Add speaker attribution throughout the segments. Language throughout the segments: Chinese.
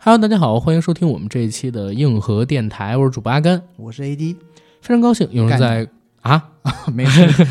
Speaker 1: Hello，大家好，欢迎收听我们这一期的硬核电台，我是主播阿甘，
Speaker 2: 我是 AD，
Speaker 1: 非常高兴有人在啊，
Speaker 2: 没事，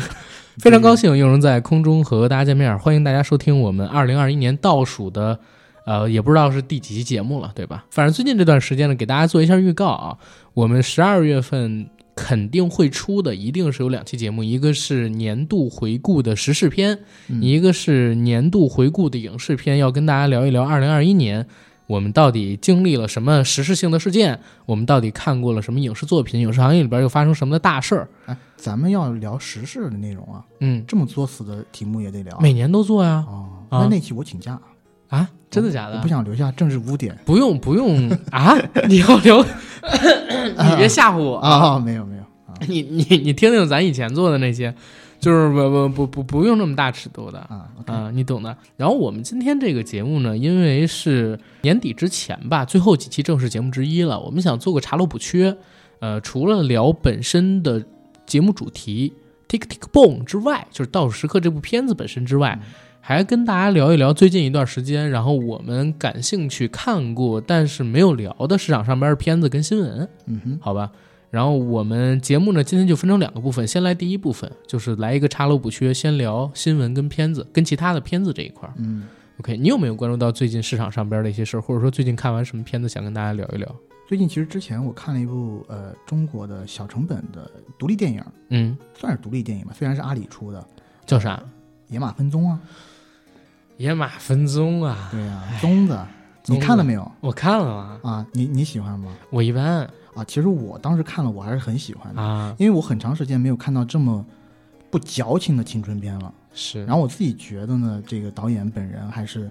Speaker 1: 非常高兴有人在空中和大家见面，欢迎大家收听我们二零二一年倒数的。呃，也不知道是第几期节目了，对吧？反正最近这段时间呢，给大家做一下预告啊，我们十二月份肯定会出的，一定是有两期节目，一个是年度回顾的时事篇，
Speaker 2: 嗯
Speaker 1: 一个是年度回顾的影视篇，要跟大家聊一聊二零二一年我们到底经历了什么时事性的事件，我们到底看过了什么影视作品，影视行业里边又发生什么的大事儿。
Speaker 2: 哎，咱们要聊时事的内容啊，
Speaker 1: 嗯，
Speaker 2: 这么作死的题目也得聊啊。
Speaker 1: 每年都做呀。
Speaker 2: 哦，
Speaker 1: 啊
Speaker 2: 那那期我请假，
Speaker 1: 啊，真的假
Speaker 2: 我
Speaker 1: 的
Speaker 2: 不？想留下政治污点
Speaker 1: 不用不用啊！ 你要 聊，你别吓唬我！
Speaker 2: 啊，没有没有啊
Speaker 1: 你你你听听咱以前做的那些，就是不不不不不用那么大尺度的。
Speaker 2: 啊，OK，
Speaker 1: 啊、你懂的。然后我们今天这个节目呢，因为是年底之前吧，最后几期正式节目之一了，我们想做个查漏补缺。呃，除了聊本身的节目主题《Tick Tick Boom》之外，就是《倒数时刻》这部片子本身之外，还跟大家聊一聊最近一段时间，然后我们感兴趣看过但是没有聊的市场上边的片子跟新闻。
Speaker 2: 嗯哼，
Speaker 1: 好吧。然后我们节目呢，今天就分成两个部分，先来第一部分，就是来一个查漏补缺，先聊新闻跟片子，跟其他的片子这一块儿。
Speaker 2: 嗯，
Speaker 1: OK，你有没有关注到最近市场上边的一些事儿，或者说最近看完什么片子，想跟大家聊一聊？
Speaker 2: 最近其实之前我看了一部呃中国的小成本的独立电影，
Speaker 1: 嗯，
Speaker 2: 算是独立电影吧，虽然是阿里出的《
Speaker 1: 叫啥？
Speaker 2: 野马分鬃》啊，
Speaker 1: 野马分鬃啊！
Speaker 2: 对啊，棕子，
Speaker 1: 棕
Speaker 2: 你
Speaker 1: 子
Speaker 2: 看了没有
Speaker 1: 我看了啊，
Speaker 2: 啊？你你喜欢吗？
Speaker 1: 我一般
Speaker 2: 啊，其实我当时看了，我还是很喜欢的，
Speaker 1: 啊
Speaker 2: 因为我很长时间没有看到这么不矫情的青春片了。
Speaker 1: 是
Speaker 2: 然后我自己觉得呢，这个导演本人还是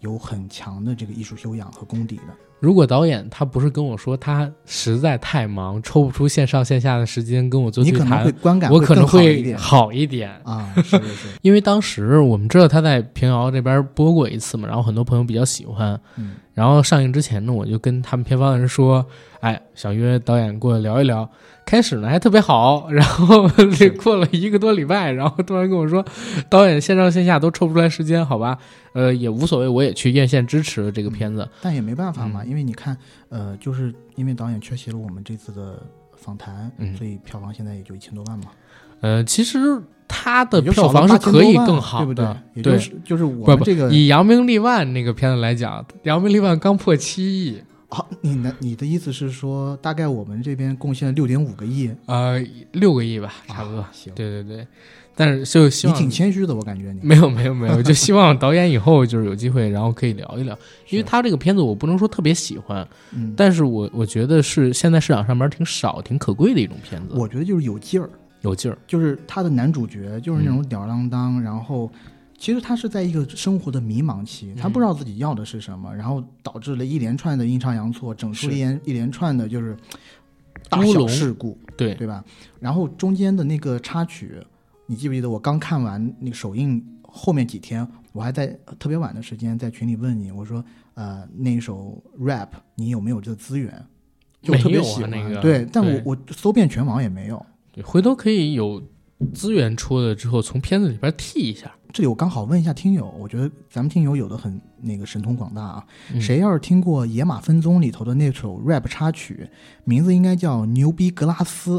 Speaker 2: 有很强的这个艺术修养和功底的。
Speaker 1: 如果导演他不是跟我说他实在太忙，抽不出线上线下的时间跟我做
Speaker 2: 你
Speaker 1: 对
Speaker 2: 可能
Speaker 1: 谈
Speaker 2: 会，观感
Speaker 1: 我可能
Speaker 2: 更好一点
Speaker 1: 好一点。
Speaker 2: 啊，是是 是，
Speaker 1: 因为当时我们知道他在平遥这边播过一次嘛，然后很多朋友比较喜欢。
Speaker 2: 嗯，
Speaker 1: 然后上映之前呢，我就跟他们片方的人说，哎，想约导演过来聊一聊。开始呢还特别好，然后这过了一个多礼拜，然后突然跟我说，导演线上线下都抽不出来时间，好吧，呃，也无所谓，我也去院线支持了这个片子。
Speaker 2: 但也没办法嘛，
Speaker 1: 嗯
Speaker 2: 因为你看，呃，就是因为导演缺席了我们这次的访谈，
Speaker 1: 嗯
Speaker 2: 所以票房现在也就一千多万嘛，
Speaker 1: 呃，其实它的
Speaker 2: 也就少
Speaker 1: 票房
Speaker 2: 了
Speaker 1: 是
Speaker 2: 8000
Speaker 1: 可以
Speaker 2: 多万
Speaker 1: 更好
Speaker 2: 对不对
Speaker 1: 的，？
Speaker 2: 也就是就是我
Speaker 1: 不
Speaker 2: 们
Speaker 1: 不
Speaker 2: 这个
Speaker 1: 以扬名立万那个片子来讲，扬名立万刚破七亿，
Speaker 2: 啊，你的你的意思是说，大概我们这边贡献了六点五个亿，
Speaker 1: 呃，六个亿吧，差不多。
Speaker 2: 啊行，
Speaker 1: 对对对，但是就希
Speaker 2: 你
Speaker 1: 望
Speaker 2: 挺谦虚的，我感觉你
Speaker 1: 没有没有没有，就希望导演以后就是有机会，然后可以聊一聊，因为他这个片子我不能说特别喜欢，
Speaker 2: 嗯，
Speaker 1: 但是我我觉得是现在市场上面挺少、挺可贵的一种片子，
Speaker 2: 我觉得就是有劲儿。
Speaker 1: 有劲儿。
Speaker 2: 就是他的男主角就是那种
Speaker 1: 嗯
Speaker 2: 吊儿郎当，然后其实他是在一个生活的迷茫
Speaker 1: 嗯
Speaker 2: 期，他不知道自己要的是什么，然后导致了一连串的阴差阳错，整出
Speaker 1: 是
Speaker 2: 了一连一连串的就是大
Speaker 1: 乌
Speaker 2: 小
Speaker 1: 龙
Speaker 2: 事故，
Speaker 1: 对，
Speaker 2: 对吧？然后中间的那个插曲，你记不记得我刚看完那个首映后面几天，我还在呃特别晚的时间在群里问你，我说呃那首 rap 你有没有这个资源？就我特别
Speaker 1: 没有啊
Speaker 2: 喜欢，
Speaker 1: 那个
Speaker 2: 对，但
Speaker 1: 对
Speaker 2: 我我搜遍全网也没有。
Speaker 1: 对回头可以有资源出了之后，从片子里边剔一下。
Speaker 2: 这里我刚好问一下听友，我觉得咱们听友有的很那个神通广大啊，
Speaker 1: 嗯
Speaker 2: 谁要是听过《野马分鬃》里头的那首 rap 插曲，名字应该叫《牛逼格拉斯》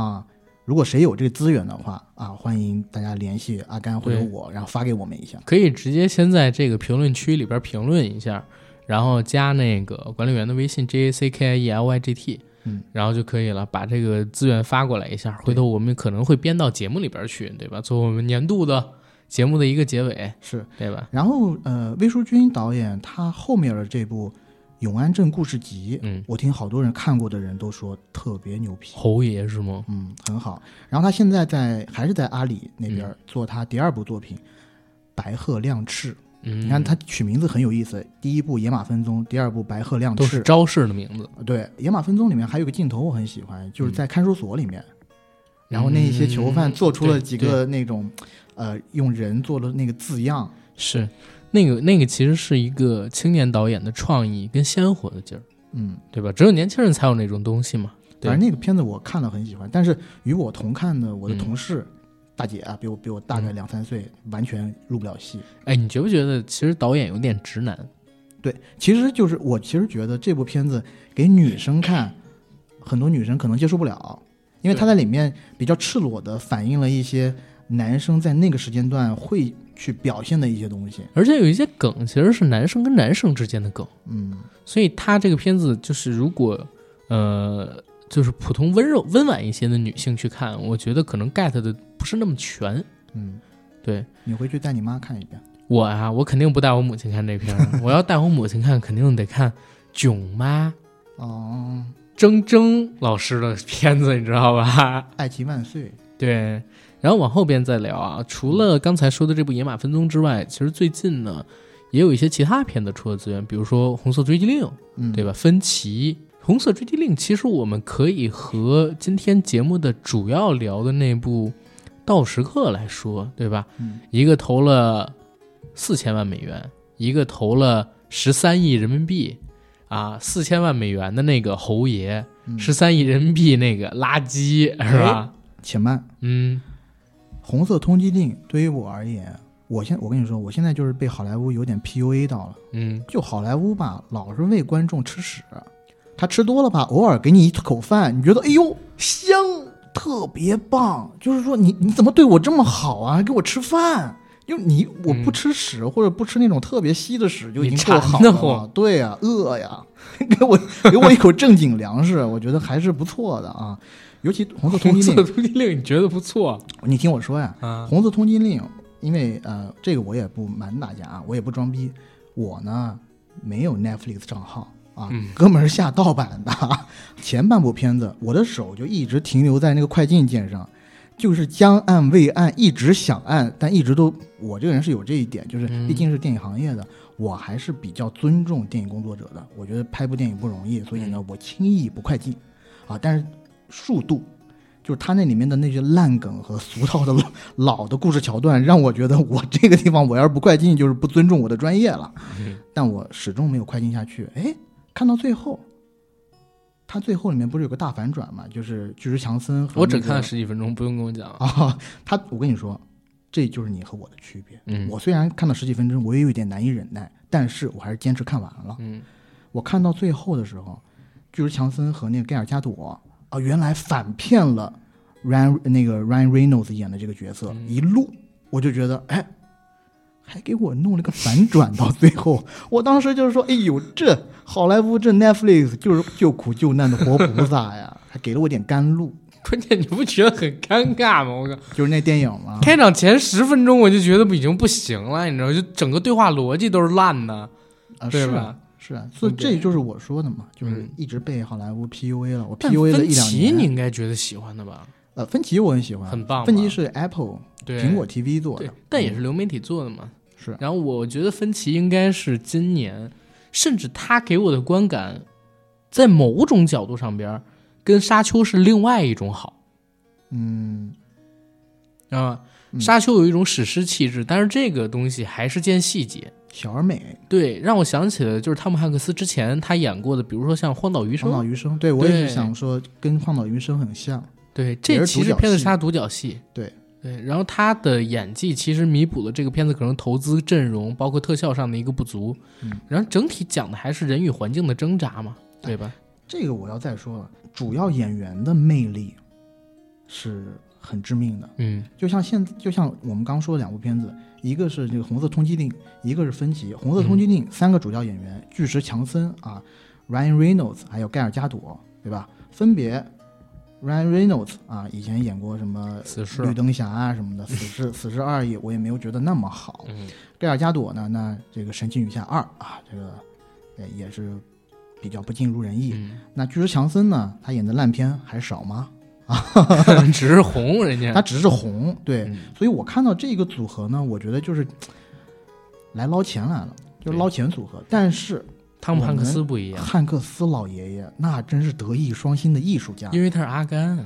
Speaker 2: 啊。如果谁有这个资源的话啊，欢迎大家联系啊阿甘或者
Speaker 1: 对
Speaker 2: 我，然后发给我们一下。
Speaker 1: 可以直接先在这个评论区里边评论一下，然后加那个管理员的微信 J A C K I E L Y G T，
Speaker 2: 嗯，
Speaker 1: 然后就可以了，把这个资源发过来一下，回头我们可能会编到节目里边去，对吧？做我们年度的节目的一个结尾，
Speaker 2: 是，
Speaker 1: 对吧？
Speaker 2: 然后呃，魏淑君导演他后面的这部《永安镇故事集》，
Speaker 1: 嗯，
Speaker 2: 我听好多人看过的人都说特别牛逼。
Speaker 1: 侯爷是吗？
Speaker 2: 嗯，很好。然后他现在在还是在阿里那
Speaker 1: 嗯
Speaker 2: 边儿做他第二部作品《白鹤亮翅》。
Speaker 1: 嗯，
Speaker 2: 你看他取名字很有意思，第一部《野马分鬃》，第二部《白鹤亮
Speaker 1: 都是
Speaker 2: 翅》。
Speaker 1: 招式的名字，
Speaker 2: 对，《野马分鬃》里面还有个镜头我很喜欢，就
Speaker 1: 嗯
Speaker 2: 是在看守所里面，然后那一些囚犯做出了
Speaker 1: 对
Speaker 2: 几
Speaker 1: 嗯对
Speaker 2: 个那种，呃，用人做了那个字样。
Speaker 1: 是那个那个其实是一个青年导演的创意跟鲜活的劲儿，
Speaker 2: 嗯，
Speaker 1: 对吧？只有年轻人才有那种东西嘛。对
Speaker 2: 反正那个片子我看了很喜欢，但是与我同看的我的
Speaker 1: 嗯
Speaker 2: 同事、大姐啊，比我比我大概两三岁，完全入不了戏。
Speaker 1: 哎，你觉不觉得其实导演有点直男？
Speaker 2: 对，其实就是我其实觉得这部片子给女生看，很多女生可能接受不了，因为它在里面比较赤裸的反映了一些男生在那个时间段会去表现的一些东西。
Speaker 1: 而且有一些梗其实是男生跟男生之间的梗，
Speaker 2: 嗯，
Speaker 1: 所以他这个片子就是如果呃就是普通温柔温婉一些的女性去看，我觉得可能 get 的不是那么全。
Speaker 2: 嗯，
Speaker 1: 对
Speaker 2: 你回去带你妈看一遍。
Speaker 1: 我啊，我肯定不带我母亲看这片儿， 我要带我母亲看，肯定得看囧妈
Speaker 2: 哦，
Speaker 1: 铮铮老师的片子，你知道吧？
Speaker 2: 爱情万岁。
Speaker 1: 对，然后往后边再聊啊。除了刚才说的这部《野马分鬃》之外，其实最近呢，也有一些其他片子出的资源，比如说《红色追击令》，
Speaker 2: 嗯，
Speaker 1: 对吧？分歧，《红色追击令》其实我们可以和今天节目的主要聊的那部《盗时刻》来说，对吧？
Speaker 2: 嗯
Speaker 1: 一个投了四千万美元，一个投了十三亿人民币，啊，四千万美元的那个侯爷，
Speaker 2: 嗯哎
Speaker 1: 十三亿人民币那个垃圾，是吧？
Speaker 2: 且慢，
Speaker 1: 嗯。
Speaker 2: 红色通缉令对于我而言，我现我跟你说，我现在就是被好莱坞有点 PUA 到了。
Speaker 1: 嗯，
Speaker 2: 就好莱坞吧，老是喂观众吃屎，他吃多了吧，偶尔给你一口饭，你觉得哎呦香，特别棒，就是说你你怎么对我这么好啊，还给我吃饭。就你我不吃屎、或者不吃那种特别稀的屎就已经够
Speaker 1: 嗯
Speaker 2: 好
Speaker 1: 你馋
Speaker 2: 了
Speaker 1: 得
Speaker 2: 嘛
Speaker 1: 慌，
Speaker 2: 对呀、饿呀， 给我给我一口正经粮食，我觉得还是不错的啊。尤其红色通
Speaker 1: 红
Speaker 2: 缉
Speaker 1: 色
Speaker 2: 令，
Speaker 1: 通缉令你觉得不错
Speaker 2: 你听我说呀，
Speaker 1: 啊？
Speaker 2: 红色通缉令，因为呃，这个我也不瞒大家啊，我也不装逼，我呢没有 Netflix 账号啊，
Speaker 1: 嗯
Speaker 2: 哥们儿是下盗版的。 前半部片子，我的手就一直停留在那个快进键上，就是将按未按，一直想按，但一直都，我这个人是有这一点，就是
Speaker 1: 嗯
Speaker 2: 毕竟是电影行业的，我还是比较尊重电影工作者的。我觉得拍部电影不容易，所以
Speaker 1: 嗯
Speaker 2: 呢，我轻易不快进啊，但是速度。就是他那里面的那些烂梗和俗套的老老的故事桥段，让我觉得我这个地方我要是不快进，就是不尊重我的专业了。
Speaker 1: 嗯
Speaker 2: 但我始终没有快进下去。哎，看到最后，他最后里面不是有个大反转嘛？就是巨石强森和
Speaker 1: 我只
Speaker 2: 那个
Speaker 1: 看了十几分钟，不用跟我讲。
Speaker 2: 啊，他我跟你说，这就是你和我的区别。
Speaker 1: 嗯
Speaker 2: 我虽然看了十几分钟，我也有一点难以忍耐，但是我还是坚持看完了。
Speaker 1: 嗯，
Speaker 2: 我看到最后的时候，巨石强森和那个盖尔加朵啊，原来反骗了 Ryan 那个 Ryan Reynolds 演的这个角色，
Speaker 1: 嗯
Speaker 2: 一路我就觉得，哎，还给我弄了个反转到最后， 我当时就是说，哎呦，这好莱坞这 Netflix 就是救苦救难的活菩萨呀， 还给了我点甘露，
Speaker 1: 关键你不觉得很尴尬吗？我靠，
Speaker 2: 就是那电影嘛。
Speaker 1: 开场前十分钟我就觉得已经不行了，你知道，就整个对话逻辑都是烂的，
Speaker 2: 啊，
Speaker 1: 对
Speaker 2: 是
Speaker 1: 吧
Speaker 2: 啊？是啊，所以
Speaker 1: 对
Speaker 2: 这就是我说的嘛，就是
Speaker 1: 嗯
Speaker 2: 一直被好莱坞 PUA 了，我
Speaker 1: 但
Speaker 2: PUA 了
Speaker 1: 分
Speaker 2: 一两
Speaker 1: 歧你
Speaker 2: 年。啊
Speaker 1: 应该觉得喜欢的吧？
Speaker 2: 呃，分歧我很喜欢，
Speaker 1: 很棒吧啊
Speaker 2: 分歧嗯是 Apple
Speaker 1: 对，
Speaker 2: 苹果 TV 做
Speaker 1: 对
Speaker 2: 的，，嗯
Speaker 1: 但也是流媒体做的嘛。
Speaker 2: 是啊
Speaker 1: 然后我觉得分歧应该是今年，甚至他给我的观感，在某种角度上边儿，跟沙丘是另外一种好。
Speaker 2: 嗯
Speaker 1: 知道吗？
Speaker 2: 嗯
Speaker 1: 啊沙丘有一种史诗气质，但是这个东西还是见细节。
Speaker 2: 小而美，
Speaker 1: 对，让我想起了就是汤姆汉克斯之前他演过的，比如说像《荒岛余生
Speaker 2: 荒》，岛余生，对我也
Speaker 1: 对
Speaker 2: 是想说跟荒岛余生很像，
Speaker 1: 对，这
Speaker 2: 也是
Speaker 1: 其实
Speaker 2: 独角戏
Speaker 1: 片子是他独角戏。
Speaker 2: 对
Speaker 1: 对，然后他的演技其实弥补了这个片子可能投资阵容包括特效上的一个不足，
Speaker 2: 嗯
Speaker 1: 然后整体讲的还是人与环境的挣扎嘛，对吧？
Speaker 2: 这个我要再说了，主要演员的魅力是很致命的，
Speaker 1: 嗯
Speaker 2: 就像现就像我们刚说的两部片子，一个是这个《红色通缉令》，一个是《分歧》。《红色通缉令》三个主要演员巨石强森啊，Ryan Reynolds 还有盖尔加朵，对吧？分别 Ryan Reynolds 啊，以前演过什么
Speaker 1: 死侍
Speaker 2: 《绿灯侠》啊什么的，《死侍》《死侍二》也我也没有觉得那么好。
Speaker 1: 嗯
Speaker 2: 盖尔加朵呢，那这个《神奇女侠二》啊，这个呃也是比较不尽如人意。
Speaker 1: 嗯，
Speaker 2: 那巨石强森呢，他演的烂片还少吗？
Speaker 1: 只是嗯红人家
Speaker 2: 他只是红，对。
Speaker 1: 嗯
Speaker 2: 所以我看到这个组合呢，我觉得就是来捞钱来了，就是捞钱组合。但是
Speaker 1: 汤姆汉克斯不一样，
Speaker 2: 汉克斯老爷爷那真是德艺双馨的艺术家，
Speaker 1: 因为他是阿甘啊，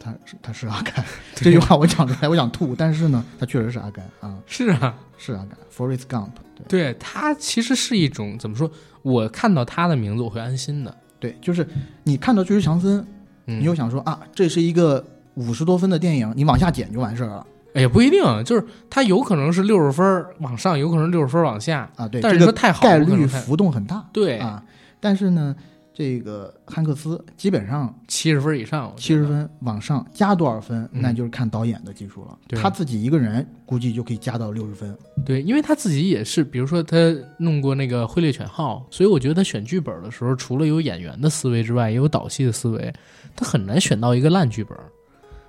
Speaker 2: 他是他是阿 甘。这句话我讲出来我想吐，但是呢，他确实是阿甘啊、
Speaker 1: 是啊，
Speaker 2: 是阿甘。Forrest Gump，对
Speaker 1: 对它其实是一种怎么说？我看到它的名字我会安心的。
Speaker 2: 对，就是你看到巨石强森，
Speaker 1: 嗯，
Speaker 2: 你又想说啊，这是一个五十多分的电影，你往下减就完事儿了。
Speaker 1: 哎也不一定，就是它有可能是六十分儿往上，有可能六十分儿往下。
Speaker 2: 啊，对，
Speaker 1: 但是
Speaker 2: 这
Speaker 1: 说
Speaker 2: 个
Speaker 1: 太好了
Speaker 2: 概
Speaker 1: 不可
Speaker 2: 率
Speaker 1: 能太
Speaker 2: 浮动很大
Speaker 1: 对
Speaker 2: 啊。但是呢，这个汉克斯基本上
Speaker 1: 七十分以上，我觉
Speaker 2: 七
Speaker 1: 得
Speaker 2: 十分往上加多少分，
Speaker 1: 嗯
Speaker 2: 那就是看导演的技术了。
Speaker 1: 对
Speaker 2: 他自己一个人估计就可以加到六十分。
Speaker 1: 对，因为他自己也是，比如说他弄过那个《灰猎犬号》，所以我觉得他选剧本的时候，除了有演员的思维之外，也有导戏的思维，他很难选到一个烂剧本。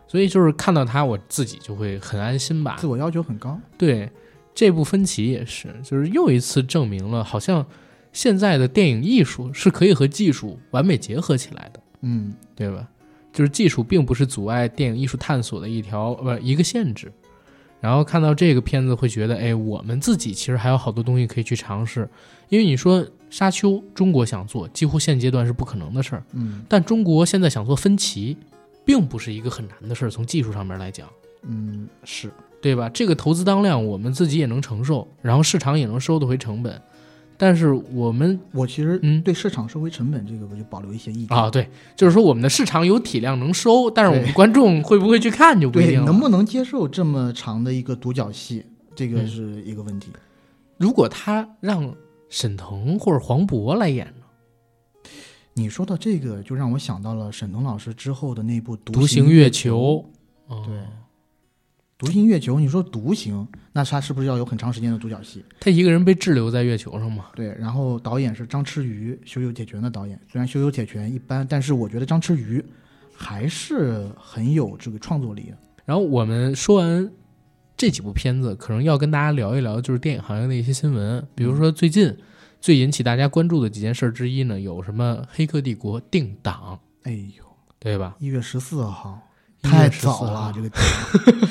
Speaker 1: 所以就是看到他，我自己就会很安心吧
Speaker 2: 自。我要求很高，
Speaker 1: 对，这部《分歧》也是，就是又一次证明了，好像现在的电影艺术是可以和技术完美结合起来的，
Speaker 2: 嗯，
Speaker 1: 对吧？就是技术并不是阻碍电影艺术探索的一条呃一个限制。然后看到这个片子会觉得，哎，我们自己其实还有好多东西可以去尝试，因为你说《沙丘》，中国想做，几乎现阶段是不可能的事儿。
Speaker 2: 嗯
Speaker 1: 但中国现在想做分歧，并不是一个很难的事儿，从技术上面来讲。
Speaker 2: 嗯是，
Speaker 1: 对吧？这个投资当量我们自己也能承受，然后市场也能收得回成本，但是我们
Speaker 2: 我其实
Speaker 1: 嗯
Speaker 2: 对市场收回成本这个我就保留一些意见
Speaker 1: 啊，，对，就是说我们的市场有体量能收，但是我们
Speaker 2: 对
Speaker 1: 观众会不会去看就不一
Speaker 2: 对，
Speaker 1: 定了。
Speaker 2: 能不能接受这么长的一个独角戏，这个
Speaker 1: 嗯
Speaker 2: 是一个问题。
Speaker 1: 如果他让沈腾或者黄渤来演呢？
Speaker 2: 你说到这个，就让我想到了沈腾老师之后的那部《
Speaker 1: 独行
Speaker 2: 行
Speaker 1: 月
Speaker 2: 球》。
Speaker 1: 球，哦
Speaker 2: 对，独行月球，你说独行，那他是不是要有很长时间的独角戏？
Speaker 1: 他一个人被滞留在月球上嘛？
Speaker 2: 对，然后导演是张弛宇，《羞有铁拳》的导演。虽然《羞有铁拳》一般，但是我觉得张弛宇还是很有这个创作力的。
Speaker 1: 然后我们说完这几部片子，可能要跟大家聊一聊，就是电影行业的一些新闻，比如说最近最引起大家关注的几件事之一呢，有什么《黑客帝国》定档，
Speaker 2: 哎呦，
Speaker 1: 对吧？
Speaker 2: 一月十四号，
Speaker 1: 1
Speaker 2: 太
Speaker 1: 月14
Speaker 2: 早
Speaker 1: 号
Speaker 2: 了，这个电影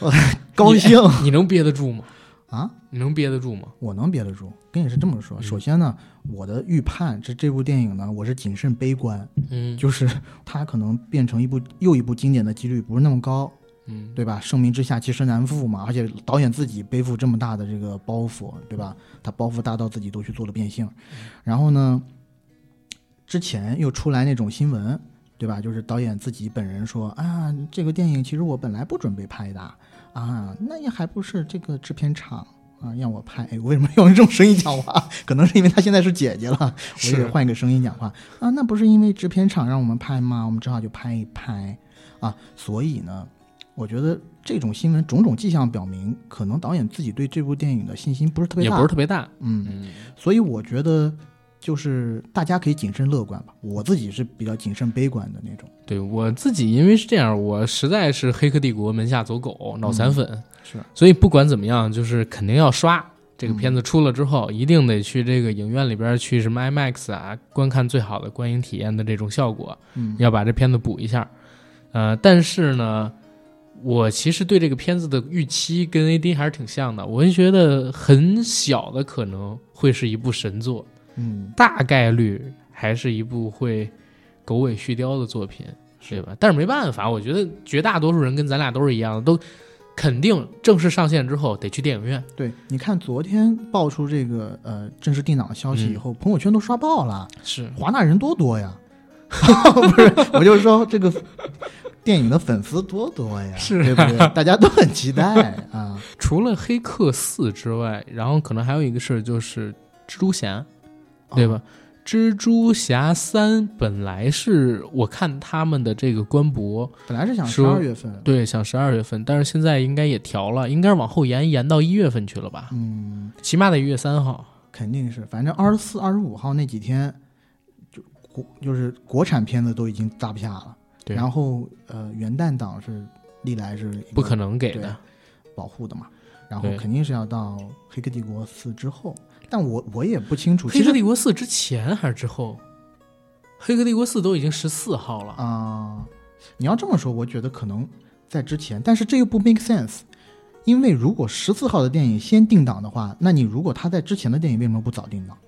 Speaker 2: 我 高兴
Speaker 1: 你能憋得住吗？
Speaker 2: 啊！
Speaker 1: 你能憋得住吗？
Speaker 2: 我能憋得住，跟你是这么
Speaker 1: 嗯
Speaker 2: 说。首先呢，我的预判这这部电影呢，我是谨慎悲观，
Speaker 1: 嗯，
Speaker 2: 就是它可能变成一部又一部经典的几率不是那么高。
Speaker 1: 嗯，
Speaker 2: 对吧？盛名之下，其实难副嘛。而且导演自己背负这么大的这个包袱，对吧？他包袱大到自己都去做了变性。
Speaker 1: 嗯
Speaker 2: 然后呢，之前又出来那种新闻，对吧？就是导演自己本人说啊，这个电影其实我本来不准备拍的啊，那也还不是这个制片厂。啊，让我拍，哎，我为什么要用这种声音讲话？可能是因为他现在是姐姐了，我
Speaker 1: 是
Speaker 2: 得换一个声音讲话啊。那不是因为制片厂让我们拍吗？我们只好就拍一拍啊。所以呢，我觉得这种新闻种种迹象表明，可能导演自己对这部电影的信心不是特别
Speaker 1: 也
Speaker 2: 大，
Speaker 1: 不是特别大。
Speaker 2: 嗯，
Speaker 1: 嗯，
Speaker 2: 所以我觉得就是大家可以谨慎乐观吧。我自己是比较谨慎悲观的那种，
Speaker 1: 对我自己，因为是这样，我实在是《黑客帝国》门下走狗，脑
Speaker 2: 嗯
Speaker 1: 残粉，
Speaker 2: 是
Speaker 1: 所以不管怎么样，就是肯定要刷。这个
Speaker 2: 嗯
Speaker 1: 片子出了之后，一定得去这个影院里边去什么 IMAX 啊，观看最好的观影体验的这种效果，
Speaker 2: 嗯
Speaker 1: 要把这片子补一下。呃，但是呢，我其实对这个片子的预期跟 AD 还是挺像的，我就觉得很小的可能会是一部神作，
Speaker 2: 嗯，
Speaker 1: 大概率还是一部会狗尾续貂的作品，对吧？但是没办法，我觉得绝大多数人跟咱俩都是一样的，都肯定正式上线之后得去电影院。
Speaker 2: 对。你看昨天爆出这个呃正式定档的消
Speaker 1: 嗯
Speaker 2: 息以后，朋友圈都刷爆了，
Speaker 1: 是，
Speaker 2: 华纳人多多呀。 不是，我就是说这个电影的粉丝多多呀，
Speaker 1: 是啊
Speaker 2: 对不对？大家都很期待啊。
Speaker 1: 除了《黑客四》之外，然后可能还有一个事儿就是《蜘蛛侠》，
Speaker 2: 哦
Speaker 1: 对吧？蜘蛛侠三》本来是我看他们的这个官博，
Speaker 2: 本来是想十
Speaker 1: 说
Speaker 2: 二月份，
Speaker 1: 对，想十二月份，但是现在应该也调了，应该是往后延，延到一月份去了吧？
Speaker 2: 嗯，
Speaker 1: 起码得一月三号。
Speaker 2: 肯定是，反正二十四、二十五号那几天，就国就是国产片子都已经搭不下了。
Speaker 1: 对
Speaker 2: 然后呃，元旦档是历来是一个
Speaker 1: 不可能给
Speaker 2: 嗯对
Speaker 1: 的，
Speaker 2: 保护的嘛，然后
Speaker 1: 对
Speaker 2: 肯定是要到《黑客帝国四》之后。但我我也不清楚，
Speaker 1: 《黑
Speaker 2: 其
Speaker 1: 客
Speaker 2: 实
Speaker 1: 帝国四》之前还是之后，《黑客帝国四》都已经十四号了。
Speaker 2: 啊、你要这么说，我觉得可能在之前，但是这又不 make sense。因为如果十四号的电影先定档的话，那你如果他在之前的电影为什么不早定档？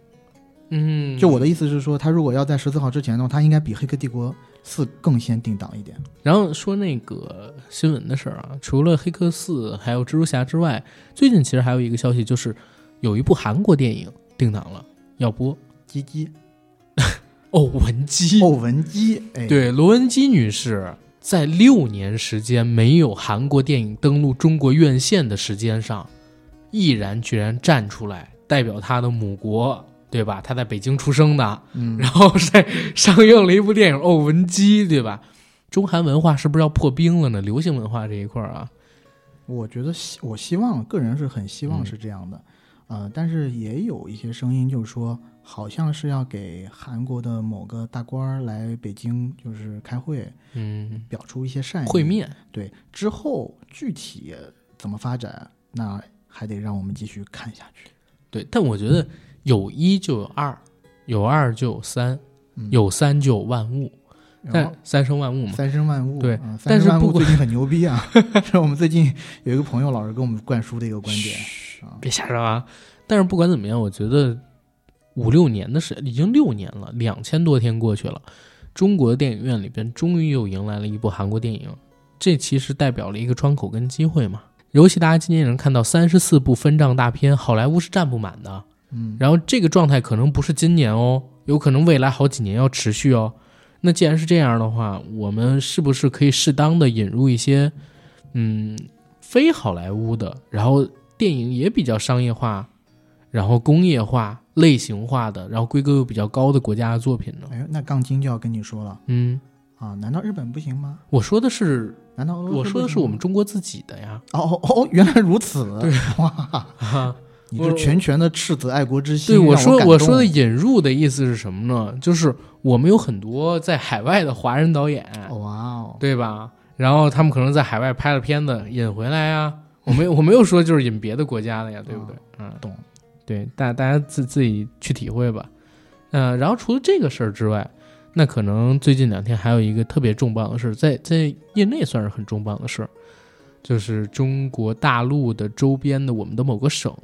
Speaker 1: 嗯，
Speaker 2: 就我的意思是说，他如果要在十四号之前的话，他应该比《黑客帝国四》更先定档一点。
Speaker 1: 然后说那个新闻的事儿啊，除了《黑客四》还有《蜘蛛侠》之外，最近其实还有一个消息，就是有一部韩国电影定档了，要播《
Speaker 2: 鸡鸡，
Speaker 1: 哦文姬》
Speaker 2: 欧文姬，哎，
Speaker 1: 对，罗文姬女士在六年时间没有韩国电影登陆中国院线的时间上，毅然决然站出来，代表他的母国，对吧？他在北京出生的，
Speaker 2: 嗯，
Speaker 1: 然后在 上映了一部电影《哦，文姬》，对吧？中韩文化是不是要破冰了呢？流行文化这一块儿啊，
Speaker 2: 我觉得希我希望，个人是很希望
Speaker 1: 嗯
Speaker 2: 是这样的，呃，但是也有一些声音就是说，好像是要给韩国的某个大官儿来北京就是开会，
Speaker 1: 嗯，
Speaker 2: 表出一些善意。
Speaker 1: 会面，
Speaker 2: 对之后具体怎么发展，那还得让我们继续看下去。
Speaker 1: 对。但我觉得有一就有二，有二就有三，
Speaker 2: 嗯
Speaker 1: 有三就有万物，
Speaker 2: 然后
Speaker 1: 但三生 万物嘛。
Speaker 2: 三生万
Speaker 1: 嗯
Speaker 2: 物，
Speaker 1: 对
Speaker 2: 啊
Speaker 1: 但
Speaker 2: 三
Speaker 1: 是
Speaker 2: 生万
Speaker 1: 不
Speaker 2: 物
Speaker 1: 管
Speaker 2: 最近很牛逼啊！ 是我们最近有一个朋友老是跟我们灌输的一个观点啊。
Speaker 1: 别吓着啊！但是不管怎么样，我觉得五六年的时，已经六年了，两千多天过去了，中国电影院里边终于又迎来了一部韩国电影，这其实代表了一个窗口跟机会嘛。尤其大家今年也能看到三十四部分账大片，好莱坞是占不满的。
Speaker 2: 嗯，
Speaker 1: 然后这个状态可能不是今年哦，有可能未来好几年要持续哦。那既然是这样的话，我们是不是可以适当的引入一些，嗯，非好莱坞的，然后电影也比较商业化，然后工业化、类型化的，然后规格又比较高的国家的作品呢？
Speaker 2: 哎，那杠精就要跟你说了
Speaker 1: 嗯，
Speaker 2: 啊，难道日本不行吗？
Speaker 1: 我说的是，
Speaker 2: 难道俄罗斯
Speaker 1: 我说的是
Speaker 2: 不行吗
Speaker 1: 我们中国自己的呀。
Speaker 2: 哦哦哦，原来如此！ 哇，
Speaker 1: 啊
Speaker 2: 你这拳拳的赤子爱国之心，
Speaker 1: 对我
Speaker 2: 让
Speaker 1: 说
Speaker 2: 感
Speaker 1: 我
Speaker 2: 动
Speaker 1: 说的引入的意思是什么呢？就是我们有很多在海外的华人导演，
Speaker 2: 哇哦，
Speaker 1: 对吧？然后他们可能在海外拍了片子引回来呀，我没有 我没有说就是引别的国家的呀，对不对？嗯，
Speaker 2: 懂。
Speaker 1: 对，大大家自自己去体会吧。嗯、然后除了这个事儿之外，那可能最近两天还有一个特别重磅的事儿，在在业内算是很重磅的事儿，就是中国大陆的周边的我们的某个省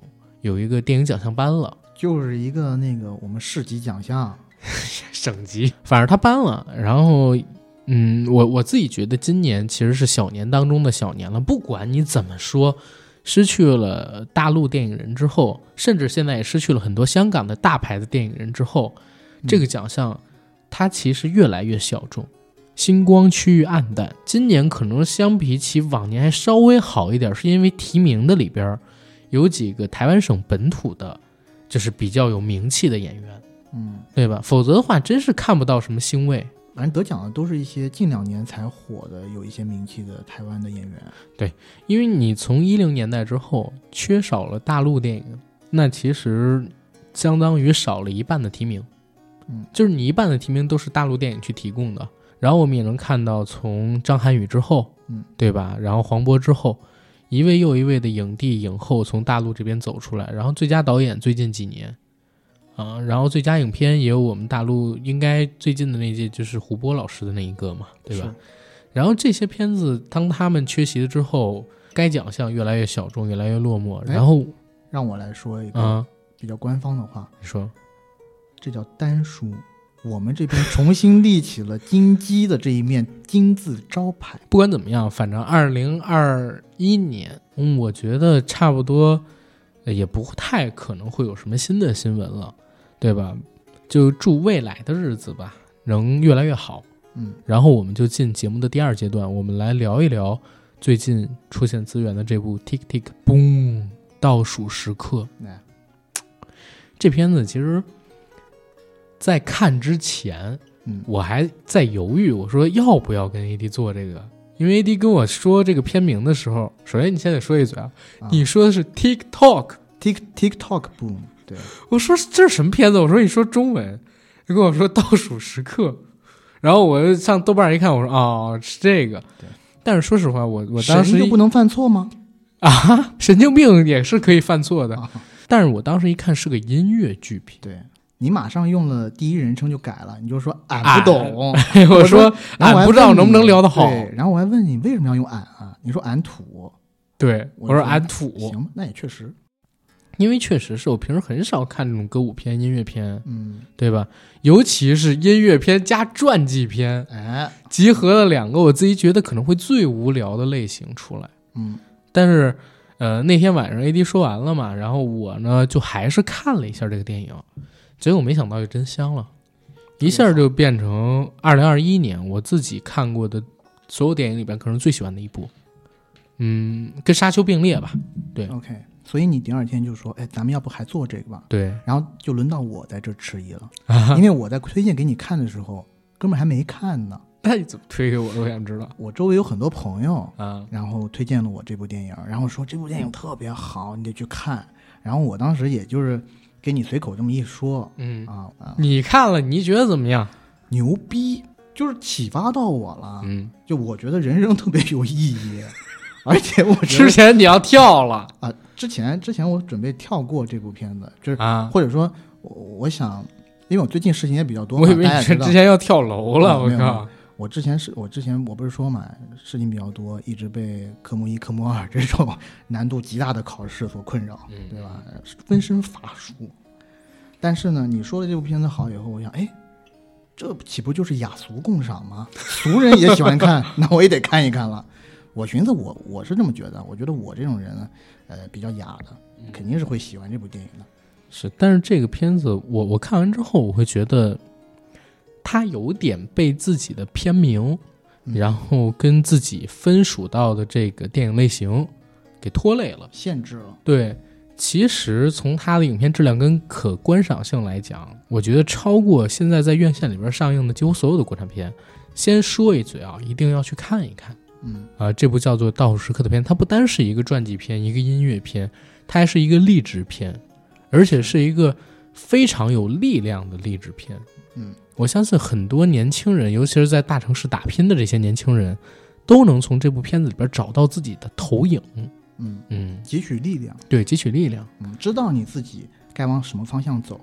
Speaker 1: 有一个电影奖项颁了。
Speaker 2: 就是一个那个我们市级奖项，
Speaker 1: 省级，反正他搬了。然后，嗯，我我自己觉得今年其实是小年当中的小年了。不管你怎么说，失去了大陆电影人之后，甚至现在也失去了很多香港的大牌的电影人之后，
Speaker 2: 嗯
Speaker 1: 这个奖项它其实越来越小众。星光趋于暗淡，今年可能相比起往年还稍微好一点，是因为提名的里边儿有几个台湾省本土的，就是比较有名气的演员。
Speaker 2: 嗯，
Speaker 1: 对吧？否则的话，真是看不到什么腥味。
Speaker 2: 反正得奖的都是一些近两年才火的，有一些名气的台湾的演员。
Speaker 1: 因为你从一零年代之后缺少了大陆电影，那其实相当于少了一半的提名。
Speaker 2: 嗯，
Speaker 1: 就是你一半的提名都是大陆电影去提供的。然后我们也能看到，从张涵予之后，
Speaker 2: 嗯，
Speaker 1: 对吧？然后黄渤之后，一位又一位的影帝影后从大陆这边走出来。然后最佳导演最近几年，啊、然后最佳影片也有我们大陆应该最近的那届就是胡波老师的那一个嘛，对吧？然后这些片子当他们缺席了之后，该奖项越来越小众，越来越落寞。
Speaker 2: 哎
Speaker 1: 然后
Speaker 2: 是？让我来说一
Speaker 1: 啊、
Speaker 2: 个比较官方的话，
Speaker 1: 你说
Speaker 2: 这叫单输。我们这边重新立起了金鸡的这一面金字招牌。
Speaker 1: 不管怎么样，反正二零二一年，嗯，我觉得差不多呃也不太可能会有什么新的新闻了，对吧？就祝未来的日子吧，能越来越好。
Speaker 2: 嗯，
Speaker 1: 然后我们就进节目的第二阶段，我们来聊一聊最近出现资源的这部《Tick Tick Boom》倒数时刻。
Speaker 2: 来，
Speaker 1: 这片子其实，在看之前，
Speaker 2: 嗯，
Speaker 1: 我还在犹豫，我说要不要跟 AD 做这个，因为 AD 跟我说这个片名的时候，首先你先得说一嘴啊，
Speaker 2: 啊
Speaker 1: 你说的是 TikTok，
Speaker 2: Tik TikTok boom，对，
Speaker 1: 我说这是什么片子？我说你说中文，你跟我说倒数时刻，然后我就上豆瓣一看，我说哦是这个
Speaker 2: 对，
Speaker 1: 但是说实话，我我当时
Speaker 2: 神就
Speaker 1: 一
Speaker 2: 不能犯错吗？
Speaker 1: 啊，神经病也是可以犯错的，
Speaker 2: 啊
Speaker 1: 但是我当时一看是个音乐剧片。
Speaker 2: 对你马上用了第一人称就改了，你就说俺
Speaker 1: 俺
Speaker 2: 不懂，
Speaker 1: 我说，
Speaker 2: 然后 我还
Speaker 1: 俺不知道
Speaker 2: 问你
Speaker 1: 能不能聊得好
Speaker 2: 对，然后我还问你为什么要用俺啊？你说俺土，
Speaker 1: 对，
Speaker 2: 我
Speaker 1: 我说
Speaker 2: 说
Speaker 1: 俺土，
Speaker 2: 行吧，那也确实，
Speaker 1: 因为确实是我平时很少看这种歌舞片、音乐片，
Speaker 2: 嗯，
Speaker 1: 对吧？尤其是音乐片加传记片，
Speaker 2: 哎，
Speaker 1: 集合了两个我自己觉得可能会最无聊的类型出来。
Speaker 2: 嗯，
Speaker 1: 但是，呃，那天晚上 AD 说完了嘛，然后我呢就还是看了一下这个电影，结果没想到就真香了，一下就变成二零二一年我自己看过的所有电影里边可能最喜欢的一部，嗯，跟《沙丘》并列吧。对
Speaker 2: OK，所以你第二天就说，哎，咱们要不还做这个吧？
Speaker 1: 对，
Speaker 2: 然后就轮到我在这迟疑了，
Speaker 1: 啊
Speaker 2: 因为我在推荐给你看的时候，哥们儿还没看呢。
Speaker 1: 那你怎么推给我？我想知道
Speaker 2: 我周围有很多朋友，
Speaker 1: 啊。
Speaker 2: 然后推荐了我这部电影，然后说这部电影特别好，你得去看。然后我当时也就是给你随口这么一说，
Speaker 1: 嗯，
Speaker 2: 啊啊，
Speaker 1: 你看了，你觉得怎么样？
Speaker 2: 牛逼，就是启发到我了。
Speaker 1: 嗯，
Speaker 2: 就我觉得人生特别有意义，而且我觉
Speaker 1: 之
Speaker 2: 得
Speaker 1: 前你要跳了
Speaker 2: 啊，之前之前我准备跳过这部片子，就是、
Speaker 1: 啊！
Speaker 2: 或者说我我想，因为我最近事情也比较多嘛，
Speaker 1: 我以为
Speaker 2: 大家
Speaker 1: 你
Speaker 2: 也知
Speaker 1: 是
Speaker 2: 道
Speaker 1: 之，前要跳楼了，
Speaker 2: 嗯
Speaker 1: 我
Speaker 2: 没有
Speaker 1: 靠！
Speaker 2: 我之前是我之前我不是说嘛，事情比较多，一直被科目一、科目二这 种难度极大的考试所困扰，
Speaker 1: 嗯
Speaker 2: 对吧？分身乏术。但是呢，你说的这部片子好以后，我想，哎，这岂不就是雅俗共赏吗？俗人也喜欢看， 那我也得看一看了。我寻思我，我是这么觉得，我觉得我这种人呢，呃，比较雅的，
Speaker 1: 嗯
Speaker 2: 肯定是会喜欢这部电影的。
Speaker 1: 是，但是这个片子，我我看完之后，我会觉得，它有点被自己的片名，
Speaker 2: 嗯
Speaker 1: 然后跟自己分属到的这个电影类型给拖累了。
Speaker 2: 限制了，
Speaker 1: 对，其实从它的影片质量跟可观赏性来讲，我觉得超过现在在院线里边上映的几乎所有的国产片。先说一嘴啊，一定要去看一看。
Speaker 2: 嗯，
Speaker 1: 啊、这部叫做《倒数时刻》的片，它不单是一个传记片，一个音乐片，它还是一个励志片，而且是一个非常有力量的励志片。
Speaker 2: 嗯，
Speaker 1: 我相信很多年轻人，尤其是在大城市打拼的这些年轻人，都能从这部片子里边找到自己的投影。
Speaker 2: 嗯，
Speaker 1: 嗯，
Speaker 2: 汲取力量。
Speaker 1: 对，汲取力量。
Speaker 2: 嗯，知道你自己该往什么方向走。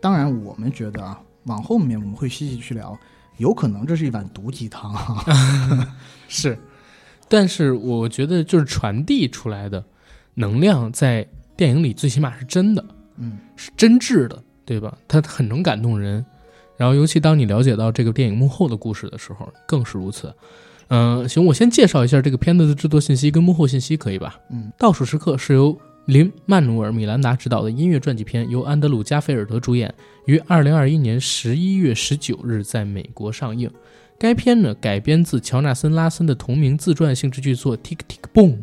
Speaker 2: 当然，我们觉得啊，往后面我们会细细去聊，有可能这是一碗毒鸡汤啊。
Speaker 1: 是，但是我觉得就是传递出来的能量，在电影里最起码是真的。
Speaker 2: 嗯，
Speaker 1: 是真挚的，对吧？它很能感动人。然后，尤其当你了解到这个电影幕后的故事的时候，更是如此。嗯、行，我先介绍一下这个片子的制作信息跟幕后信息，可以吧？
Speaker 2: 嗯，
Speaker 1: 倒数时刻是由林曼努尔·米兰达执导的音乐传记片，由安德鲁·加菲尔德主演，于二零二一年十一月十九日在美国上映。该片呢改编自乔纳森·拉森的同名自传性质剧作《Tick Tick Boom》，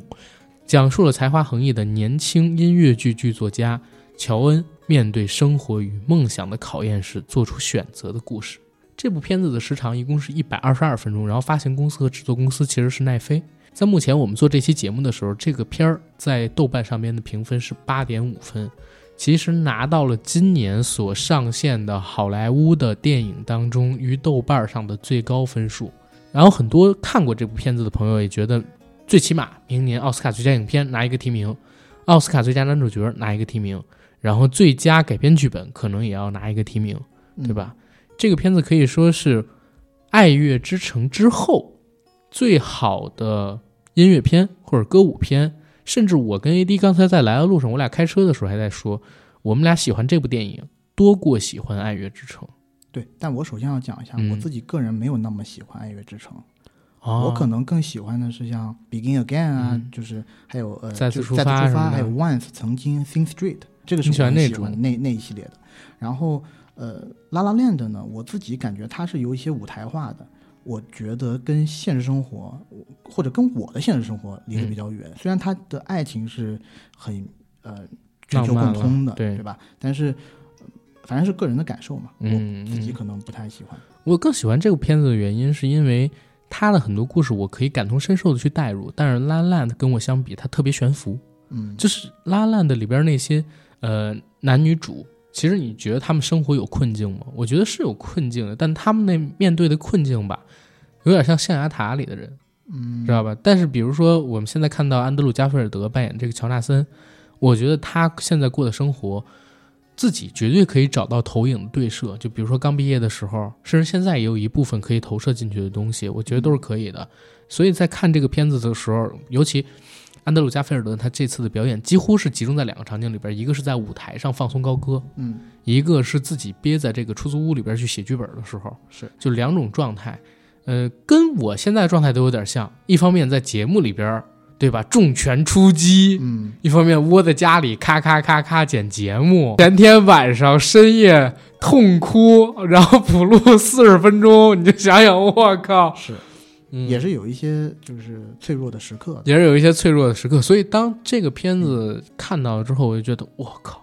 Speaker 1: 讲述了才华横溢的年轻音乐剧剧作家乔恩面对生活与梦想的考验时做出选择的故事。这部片子的时长一共是一百二十二分钟，然后发行公司和制作公司其实是奈飞。在目前我们做这期节目的时候，这个片儿在豆瓣上面的评分是八点五分，其实拿到了今年所上线的好莱坞的电影当中于豆瓣上的最高分数。然后很多看过这部片子的朋友也觉得，最起码明年奥斯卡最佳影片拿一个提名，奥斯卡最佳男主角拿一个提名，然后最佳改编剧本可能也要拿一个提名，
Speaker 2: 嗯
Speaker 1: 对吧？这个片子可以说是《爱乐之城》之后最好的音乐片或者歌舞片，甚至我跟 AD 刚才在来的路上，我俩开车的时候还在说，我们俩喜欢这部电影多过喜欢《爱乐之城
Speaker 2: 嗯对，但我首先要讲一下，
Speaker 1: 嗯
Speaker 2: 我自己个人没有那么喜欢《爱乐之城》》。
Speaker 1: 哦
Speaker 2: 我可能更喜欢的是像《Begin Again》啊，
Speaker 1: 嗯
Speaker 2: 就是还有呃，
Speaker 1: 再次
Speaker 2: 就是
Speaker 1: 出
Speaker 2: 再
Speaker 1: 发
Speaker 2: 次
Speaker 1: 什
Speaker 2: 出
Speaker 1: 么
Speaker 2: 发，
Speaker 1: 的
Speaker 2: 还有《Once》曾经《Think Street》，这个是
Speaker 1: 你喜
Speaker 2: 我
Speaker 1: 欢
Speaker 2: 很
Speaker 1: 那
Speaker 2: 喜欢
Speaker 1: 种
Speaker 2: 那那一系列的。然后呃，《La La Land》呢，我自己感觉它是有一些舞台化的。我觉得跟现实生活，或者跟我的现实生活离得
Speaker 1: 嗯
Speaker 2: 比较远。虽然他的爱情是很呃全球
Speaker 1: 浪漫
Speaker 2: 共
Speaker 1: 了
Speaker 2: 通的，
Speaker 1: 对
Speaker 2: 吧？但是呃反正是个人的感受嘛，
Speaker 1: 嗯
Speaker 2: 我自己
Speaker 1: 嗯
Speaker 2: 可能不太喜欢。
Speaker 1: 我更喜欢这个片子的原因，是因为它的很多故事我可以感同身受的去代入，但是《La La Land》跟我相比，它特别悬浮。
Speaker 2: 嗯，
Speaker 1: 就是《La La Land》里边那些呃男女主，其实你觉得他们生活有困境吗？我觉得是有困境的，但他们那面对的困境吧，有点像象牙塔里的人，
Speaker 2: 嗯，
Speaker 1: 知道吧？但是比如说我们现在看到安德鲁·加菲尔德扮演这个乔纳森，我觉得他现在过的生活，自己绝对可以找到投影的对射。就比如说刚毕业的时候，甚至现在也有一部分可以投射进去的东西，我觉得都是可以的。所以在看这个片子的时候，尤其安德鲁·加菲尔德他这次的表演，几乎是集中在两个场景里边，一个是在舞台上放松高歌，
Speaker 2: 嗯，
Speaker 1: 一个是自己憋在这个出租屋里边去写剧本的时候，
Speaker 2: 是
Speaker 1: 就两种状态，呃，跟我现在的状态都有点像。一方面在节目里边，对吧，重拳出击；
Speaker 2: 嗯，
Speaker 1: 一方面窝在家里咔咔咔咔剪节目，前天晚上深夜痛哭，然后补录四十分钟，你就想想，我靠，
Speaker 2: 是
Speaker 1: 嗯
Speaker 2: 也是有一些就是脆弱的时刻的。
Speaker 1: 也是有一些脆弱的时刻。所以当这个片子看到之后，我就觉得我靠，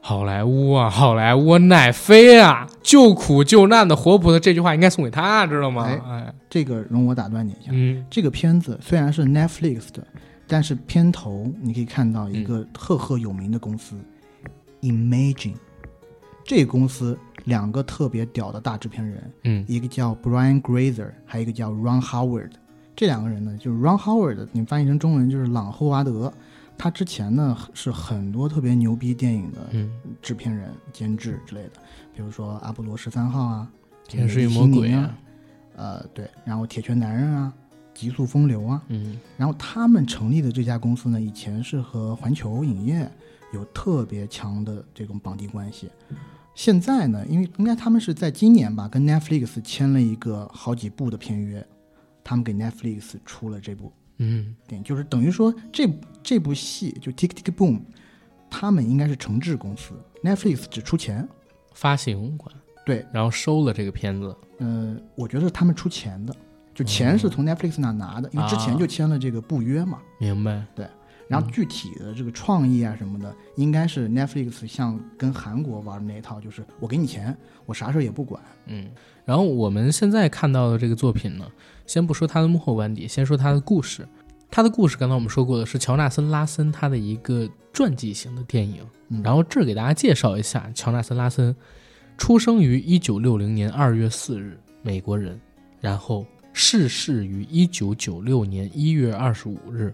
Speaker 1: 好莱坞啊，好莱坞啊奶飞啊，救苦救难的活菩萨，这句话应该送给他，知道吗？
Speaker 2: 哎
Speaker 1: 哎，
Speaker 2: 这个容我打断你一下，
Speaker 1: 嗯
Speaker 2: 这个片子虽然是 Netflix 的，但是片头你可以看到一个赫赫有名的公司、Imagine，这个公司两个特别屌的大制片人，
Speaker 1: 嗯
Speaker 2: 一个叫 Brian Grazer，还有一个叫 Ron Howard。这两个人呢，就是 Ron Howard，你翻译成中文就是朗霍华德。他之前呢是很多特别牛逼电影的
Speaker 1: 嗯，
Speaker 2: 制片人、监制之类的，比如说《阿波罗十三号》啊，《
Speaker 1: 天使与魔鬼
Speaker 2: 啊，呃，对，然后《铁拳男人》啊，《极速风流》啊，
Speaker 1: 嗯
Speaker 2: 然后他们成立的这家公司呢，以前是和环球影业有特别强的这种绑定关系。现在呢，因为应该他们是在今年吧，跟 Netflix 签了一个好几部的片约，他们给 Netflix 出了这部
Speaker 1: 嗯
Speaker 2: 电影，就是等于说这这部戏就 Tick Tick Boom，他们应该是承制公司，Netflix 只出钱。
Speaker 1: 发行款，
Speaker 2: 对，
Speaker 1: 然后收了这个片子，
Speaker 2: 呃，我觉得是他们出钱的，就钱是从
Speaker 1: 嗯
Speaker 2: Netflix 那拿的，因为之
Speaker 1: 啊
Speaker 2: 前就签了这个部约嘛。
Speaker 1: 明白？
Speaker 2: 然后
Speaker 1: 嗯
Speaker 2: 具体的这个创意啊什么的，应该是 Netflix 像跟韩国玩的那一套，就是我给你钱，我啥事儿也不管。
Speaker 1: 嗯，然后我们现在看到的这个作品呢，先不说它的幕后班底，先说它的故事。它的故事刚才我们说过的是乔纳森·拉森他的一个传记型的电影。
Speaker 2: 嗯
Speaker 1: 然后这儿给大家介绍一下，乔纳森·拉森出生于一九六零年二月四日，美国人，然后逝世于一九九六年一月二十五日。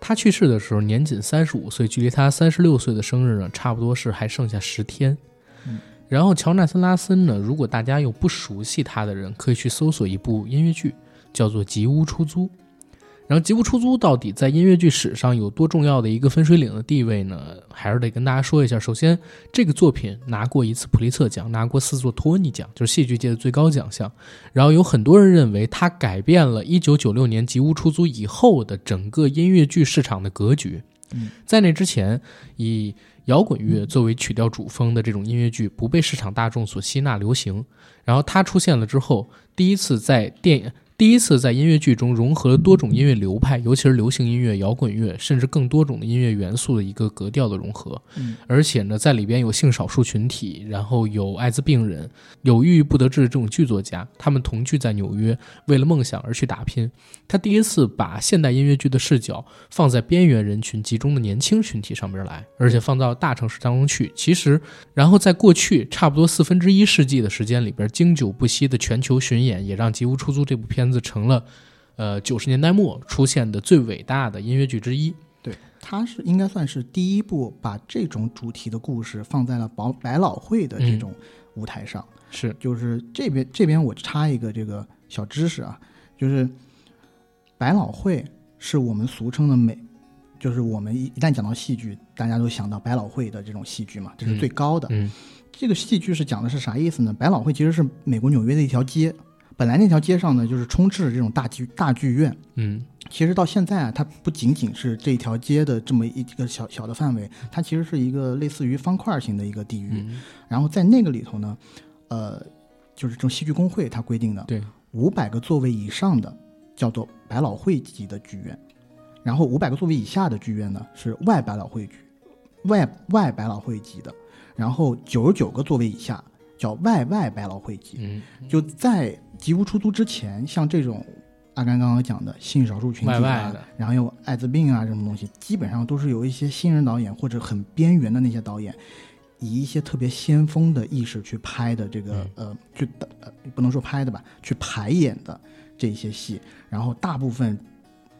Speaker 1: 他去世的时候年仅三十五岁，距离他三十六岁的生日呢，差不多是还剩下十天。然后乔纳森·拉森呢，如果大家有不熟悉他的人，可以去搜索一部音乐剧，叫做《吉屋出租》。然后《吉屋出租》到底在音乐剧史上有多重要的一个分水岭的地位呢？还是得跟大家说一下。首先，这个作品拿过一次普利策奖，拿过四座托尼奖，就是戏剧界的最高奖项。然后有很多人认为它改变了1996年《吉屋出租》以后的整个音乐剧市场的格局。
Speaker 2: 嗯
Speaker 1: 在那之前，以摇滚乐作为曲调主峰的这种音乐剧不被市场大众所吸纳流行，然后它出现了之后，第一次在电第一次在音乐剧中融合了多种音乐流派，尤其是流行音乐、摇滚乐，甚至更多种的音乐元素的一个格调的融合。
Speaker 2: 嗯
Speaker 1: 而且呢，在里边有性少数群体，然后有艾滋病人，有郁郁不得志的这种剧作家，他们同聚在纽约，为了梦想而去打拼。他第一次把现代音乐剧的视角放在边缘人群集中的年轻群体上边来，而且放到大城市当中去。其实，然后在过去差不多四分之一世纪的时间里边，经久不息的全球巡演，也让《吉屋出租》这部片子成了，呃，九十年代末出现的最伟大的音乐剧之一。
Speaker 2: 他是应该算是第一部把这种主题的故事放在了百百老汇的
Speaker 1: 嗯
Speaker 2: 这种舞台上。
Speaker 1: 是，
Speaker 2: 就是这边这边我插一个这个小知识啊，就是百老汇是我们俗称的美，就是我们一一旦讲到戏剧，大家都想到百老汇的这种戏剧嘛，这是最高的。
Speaker 1: 嗯
Speaker 2: 这个戏剧是讲的是啥意思呢？百老汇其实是美国纽约的一条街，本来那条街上呢就是充斥着这种大剧大剧院。
Speaker 1: 嗯
Speaker 2: 其实到现在啊，它不仅仅是这一条街的这么一个小小的范围，它其实是一个类似于方块型的一个地域。
Speaker 1: 嗯，
Speaker 2: 然后在那个里头呢，呃，就是这种戏剧工会它规定的
Speaker 1: 对，
Speaker 2: 五百个座位以上的叫做百老汇级的剧院，然后五百个座位以下的剧院呢是外百老汇剧，外外百老汇级的，然后九十九个座位以下叫外外百老汇级。
Speaker 1: 嗯，
Speaker 2: 就在吉屋出租之前，像这种阿甘刚刚讲的性少数群体啊，
Speaker 1: 外外的
Speaker 2: 然后有艾滋病啊这种东西，基本上都是由一些新人导演或者很边缘的那些导演，以一些特别先锋的意识去拍的这
Speaker 1: 嗯
Speaker 2: 个、呃，去呃不能说拍的吧，去排演的这些戏，然后大部分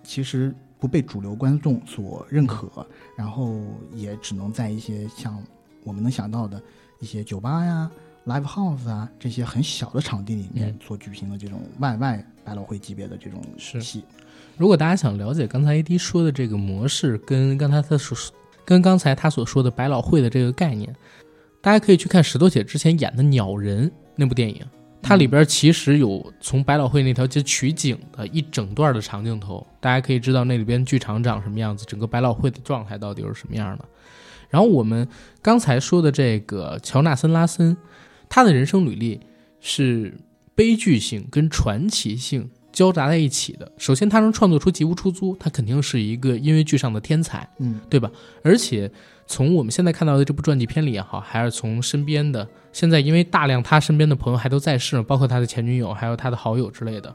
Speaker 2: 其实。不被主流观众所认可，然后也只能在一些像我们能想到的一些酒吧呀、live house 啊这些很小的场地里面
Speaker 1: 嗯
Speaker 2: 所举行的这种外外百老汇级别的这种
Speaker 1: 是
Speaker 2: 戏，
Speaker 1: 如果大家想了解刚才 AD 说的这个模式，跟刚才他所跟刚才他所说的百老汇的这个概念，大家可以去看石头姐之前演的《鸟人》那部电影，它里边其实有从百老汇那条街取景的一整段的长镜头，大家可以知道那里边剧场长什么样子，整个百老汇的状态到底是什么样的。然后我们刚才说的这个乔纳森·拉森，他的人生履历是悲剧性跟传奇性交杂在一起的。首先，他能创作出《吉屋出租》，他肯定是一个音乐剧上的天才，
Speaker 2: 嗯，
Speaker 1: 对吧？而且从我们现在看到的这部传记片里也好，还是从身边的现在，因为大量他身边的朋友还都在世，包括他的前女友，还有他的好友之类的，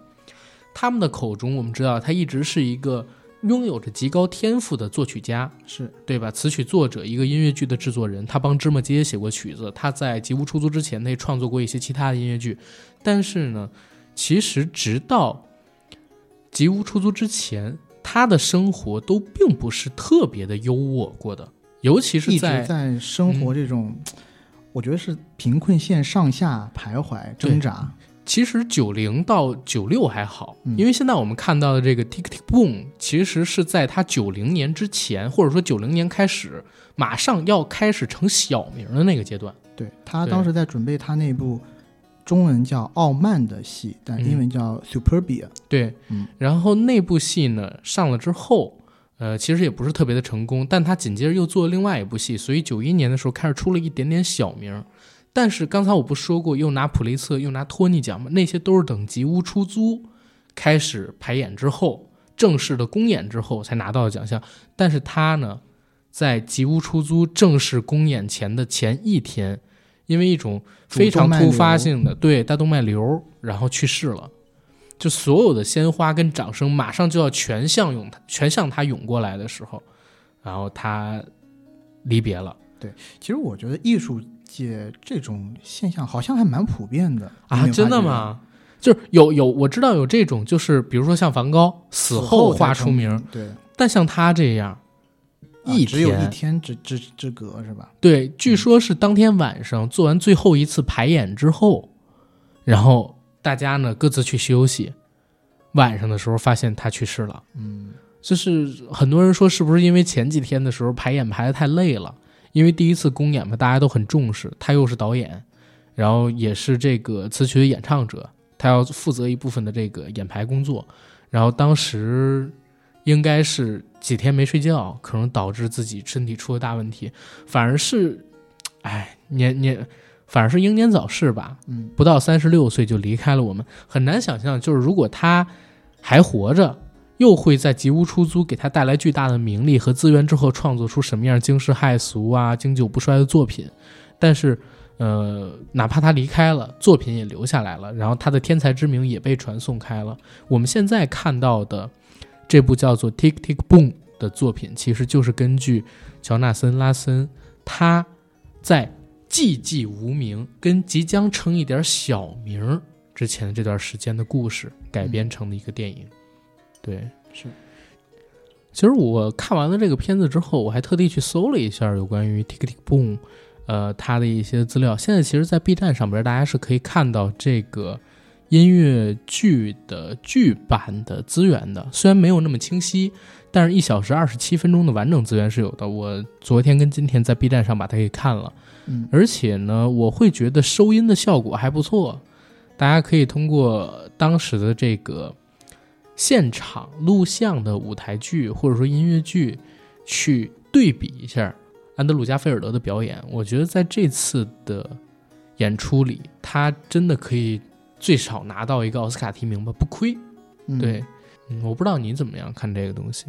Speaker 1: 他们的口中，我们知道他一直是一个拥有着极高天赋的作曲家，
Speaker 2: 是
Speaker 1: 对吧？词曲作者，一个音乐剧的制作人，他帮芝麻街写过曲子，他在《吉屋出租》之前，他也创作过一些其他的音乐剧。但是呢，其实直到《吉屋出租》之前，他的生活都并不是特别的优渥过的，尤其是
Speaker 2: 一直
Speaker 1: 在嗯
Speaker 2: 在生活这种，我觉得是贫困线上下徘徊
Speaker 1: 对
Speaker 2: 挣扎。
Speaker 1: 其实九零到九六还好，
Speaker 2: 嗯
Speaker 1: 因为现在我们看到的这个 Tick Tick Boom，其实是在他九零年之前，或者说九零年开始，马上要开始成小名的那个阶段。
Speaker 2: 对他
Speaker 1: 对
Speaker 2: 当时在准备他那部中文叫《傲慢》的戏，
Speaker 1: 嗯
Speaker 2: 但英文叫《Superbia》。
Speaker 1: 对，
Speaker 2: 嗯
Speaker 1: 然后那部戏呢上了之后，呃，其实也不是特别的成功，但他紧接着又做了另外一部戏，所以九一年的时候开始出了一点点小名儿。但是刚才我不说过，又拿普利策，又拿托尼奖嘛，那些都是等《吉屋出租》开始排演之后，正式的公演之后才拿到的奖项。但是他呢，在《吉屋出租》正式公演前的前一天，因为一种非常突发性的对大动脉瘤，然后去世了。就所有的鲜花跟掌声马上就要全向涌他，全向他涌过来的时候，然后他离别了
Speaker 2: 其实我觉得艺术界这种现象好像还蛮普遍的
Speaker 1: 啊！真的？吗？就是有有我知道有这种，就是比如说像梵高
Speaker 2: 你
Speaker 1: 死
Speaker 2: 有没有发觉
Speaker 1: 后画出名，，
Speaker 2: 死后才对，
Speaker 1: 但像他这样，
Speaker 2: 啊
Speaker 1: 一
Speaker 2: 只有一
Speaker 1: 天
Speaker 2: 天之之之隔是吧？
Speaker 1: 对，据说是当天晚上做完最后一次排演之后，然后大家呢各自去休息，晚上的时候发现他去世了。
Speaker 2: 嗯，
Speaker 1: 就是很多人说是不是因为前几天的时候排演排的太累了，因为第一次公演嘛，大家都很重视，他又是导演，然后也是这个词曲的演唱者，他要负责一部分的这个演排工作，然后当时应该是几天没睡觉，可能导致自己身体出了大问题，反而是，哎，年年，反而是英年早逝吧，
Speaker 2: 嗯，
Speaker 1: 不到三十六岁就离开了我们，很难想象，就是如果他还活着，又会在吉屋出租给他带来巨大的名利和资源之后，创作出什么样惊世骇俗啊、经久不衰的作品。但是，呃，哪怕他离开了，作品也留下来了，然后他的天才之名也被传颂开了。我们现在看到的这部叫做《Tick Tick Boom》的作品，其实就是根据乔纳森·拉森他在寂寂无名跟即将成一点小名儿之前的这段时间的故事改编成的一个电影。对，
Speaker 2: 是。
Speaker 1: 其实我看完了这个片子之后，我还特地去搜了一下有关于 Tick Tick Boom，呃，它的一些资料。现在其实，在 B 站上边，大家是可以看到这个音乐剧的剧版的资源的，虽然没有那么清晰，但是一小时二十七分钟的完整资源是有的。我昨天跟今天在 B 站上把它给看了。
Speaker 2: 嗯，
Speaker 1: 而且呢，我会觉得收音的效果还不错。大家可以通过当时的这个现场录像的舞台剧或者说音乐剧，去对比一下安德鲁·加菲尔德的表演。我觉得在这次的演出里，他真的可以最少拿到一个奥斯卡提名吧，不亏。
Speaker 2: 嗯
Speaker 1: 对，嗯，我不知道你怎么样看这个东西。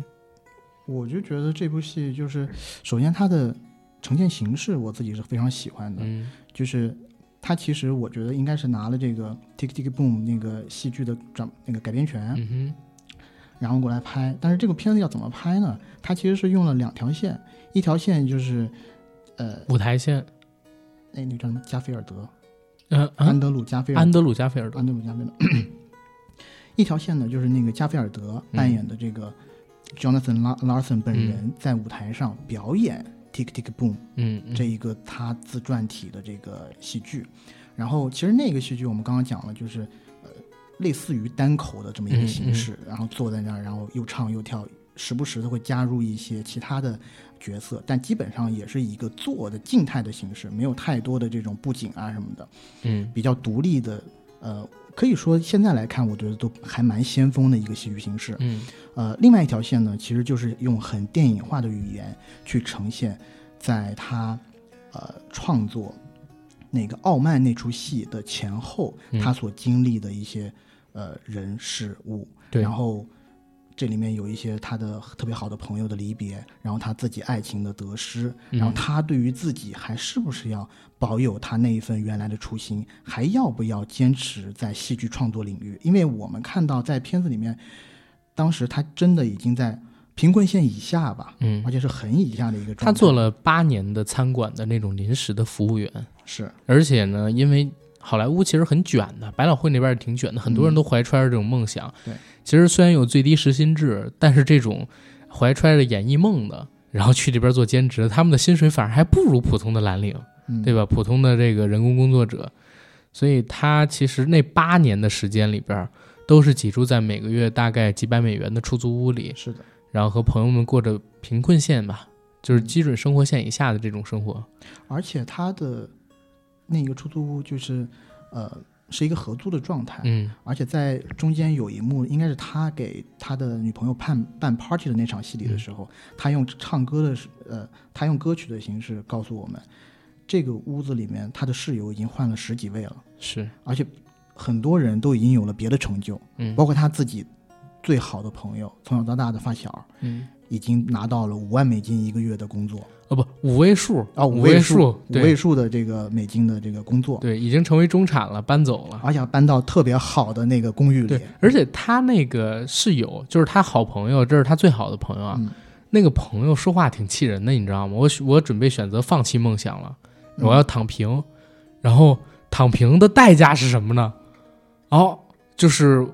Speaker 2: 我就觉得这部戏就是，首先它的呈现形式我自己是非常喜欢的，
Speaker 1: 嗯
Speaker 2: 就是它其实我觉得应该是拿了这个《Tick Tick Boom》那个戏剧的转那个改编权，
Speaker 1: 嗯哼，
Speaker 2: 然后过来拍。但是这个片子要怎么拍呢？它其实是用了两条线，一条线就是，呃，
Speaker 1: 舞台线，
Speaker 2: 那那个叫什么加菲尔德，
Speaker 1: 嗯、
Speaker 2: 安
Speaker 1: 啊，
Speaker 2: 德鲁加菲尔
Speaker 1: 安德
Speaker 2: 德，
Speaker 1: 鲁·加菲尔德，
Speaker 2: 安德鲁加菲尔德。 一条线呢，就是那个加菲尔德扮演的这个 Jonathan La- Larson 本人在舞台上表演《Tick Tick Boom》
Speaker 1: 嗯，嗯
Speaker 2: 这一个他自传体的这个戏剧。然后其实那个戏剧我们刚刚讲了，就是呃类似于单口的这么一个形式，然后坐在那儿，然后又唱又跳，时不时的会加入一些其他的角色，但基本上也是一个坐的静态的形式，没有太多的这种布景啊什么的，
Speaker 1: 嗯
Speaker 2: 比较独立的，呃。可以说，现在来看，我觉得都还蛮先锋的一个戏剧形式。
Speaker 1: 嗯。
Speaker 2: 呃，另外一条线呢，其实就是用很电影化的语言去呈现，在他呃创作那个《傲慢》那出戏的前后，
Speaker 1: 嗯
Speaker 2: 他所经历的一些呃人事物，
Speaker 1: 对
Speaker 2: 然后这里面有一些他的特别好的朋友的离别，然后他自己爱情的得失，然后
Speaker 1: 嗯
Speaker 2: 他对于自己还是不是要保有他那一份原来的初心，还要不要坚持在戏剧创作领域？因为我们看到在片子里面，当时他真的已经在贫困线以下吧，
Speaker 1: 嗯
Speaker 2: 而且是很以下的一个状态。
Speaker 1: 他做了八年的餐馆的那种临时的服务员，
Speaker 2: 是
Speaker 1: 而且呢，因为好莱坞其实很卷的，百老汇那边也挺卷的，很多人都怀揣着这种梦想。
Speaker 2: 对，
Speaker 1: 其实虽然有最低时薪制，但是这种怀揣着演艺梦的，然后去这边做兼职，他们的薪水反而还不如普通的蓝领，
Speaker 2: 嗯
Speaker 1: 对吧？普通的这个人工工作者，所以他其实那八年的时间里边，都是挤住在每个月大概几百美元的出租屋里，
Speaker 2: 嗯是的，
Speaker 1: 然后和朋友们过着贫困线吧，就是基准生活线以下的这种生活。
Speaker 2: 而且他的那个出租屋就是呃是一个合租的状态，
Speaker 1: 嗯
Speaker 2: 而且在中间有一幕，应该是他给他的女朋友办办 party 的那场戏里的时候，
Speaker 1: 嗯
Speaker 2: 他用唱歌的呃，他用歌曲的形式告诉我们，这个屋子里面他的室友已经换了十几位了，
Speaker 1: 是，
Speaker 2: 而且很多人都已经有了别的成就，
Speaker 1: 嗯
Speaker 2: 包括他自己最好的朋友，从小到大的发小，
Speaker 1: 嗯。
Speaker 2: 已经拿到了五万美金一个月的工作
Speaker 1: 哦不，五位数
Speaker 2: 啊，
Speaker 1: 五
Speaker 2: 位
Speaker 1: 数，
Speaker 2: 五
Speaker 1: 对
Speaker 2: 位数的这个美金的这个工作，
Speaker 1: 对，已经成为中产了，搬走了。
Speaker 2: 而且要搬到特别好的那个公寓
Speaker 1: 对
Speaker 2: 里，，
Speaker 1: 而且他那个室友，就是他好朋友，这是他最好的朋友啊。
Speaker 2: 嗯
Speaker 1: 那个朋友说话挺气人的，你知道吗？我选我准备选择放弃梦想了，
Speaker 2: 嗯
Speaker 1: 我要躺平。然后躺平的代价是什么呢？哦，就是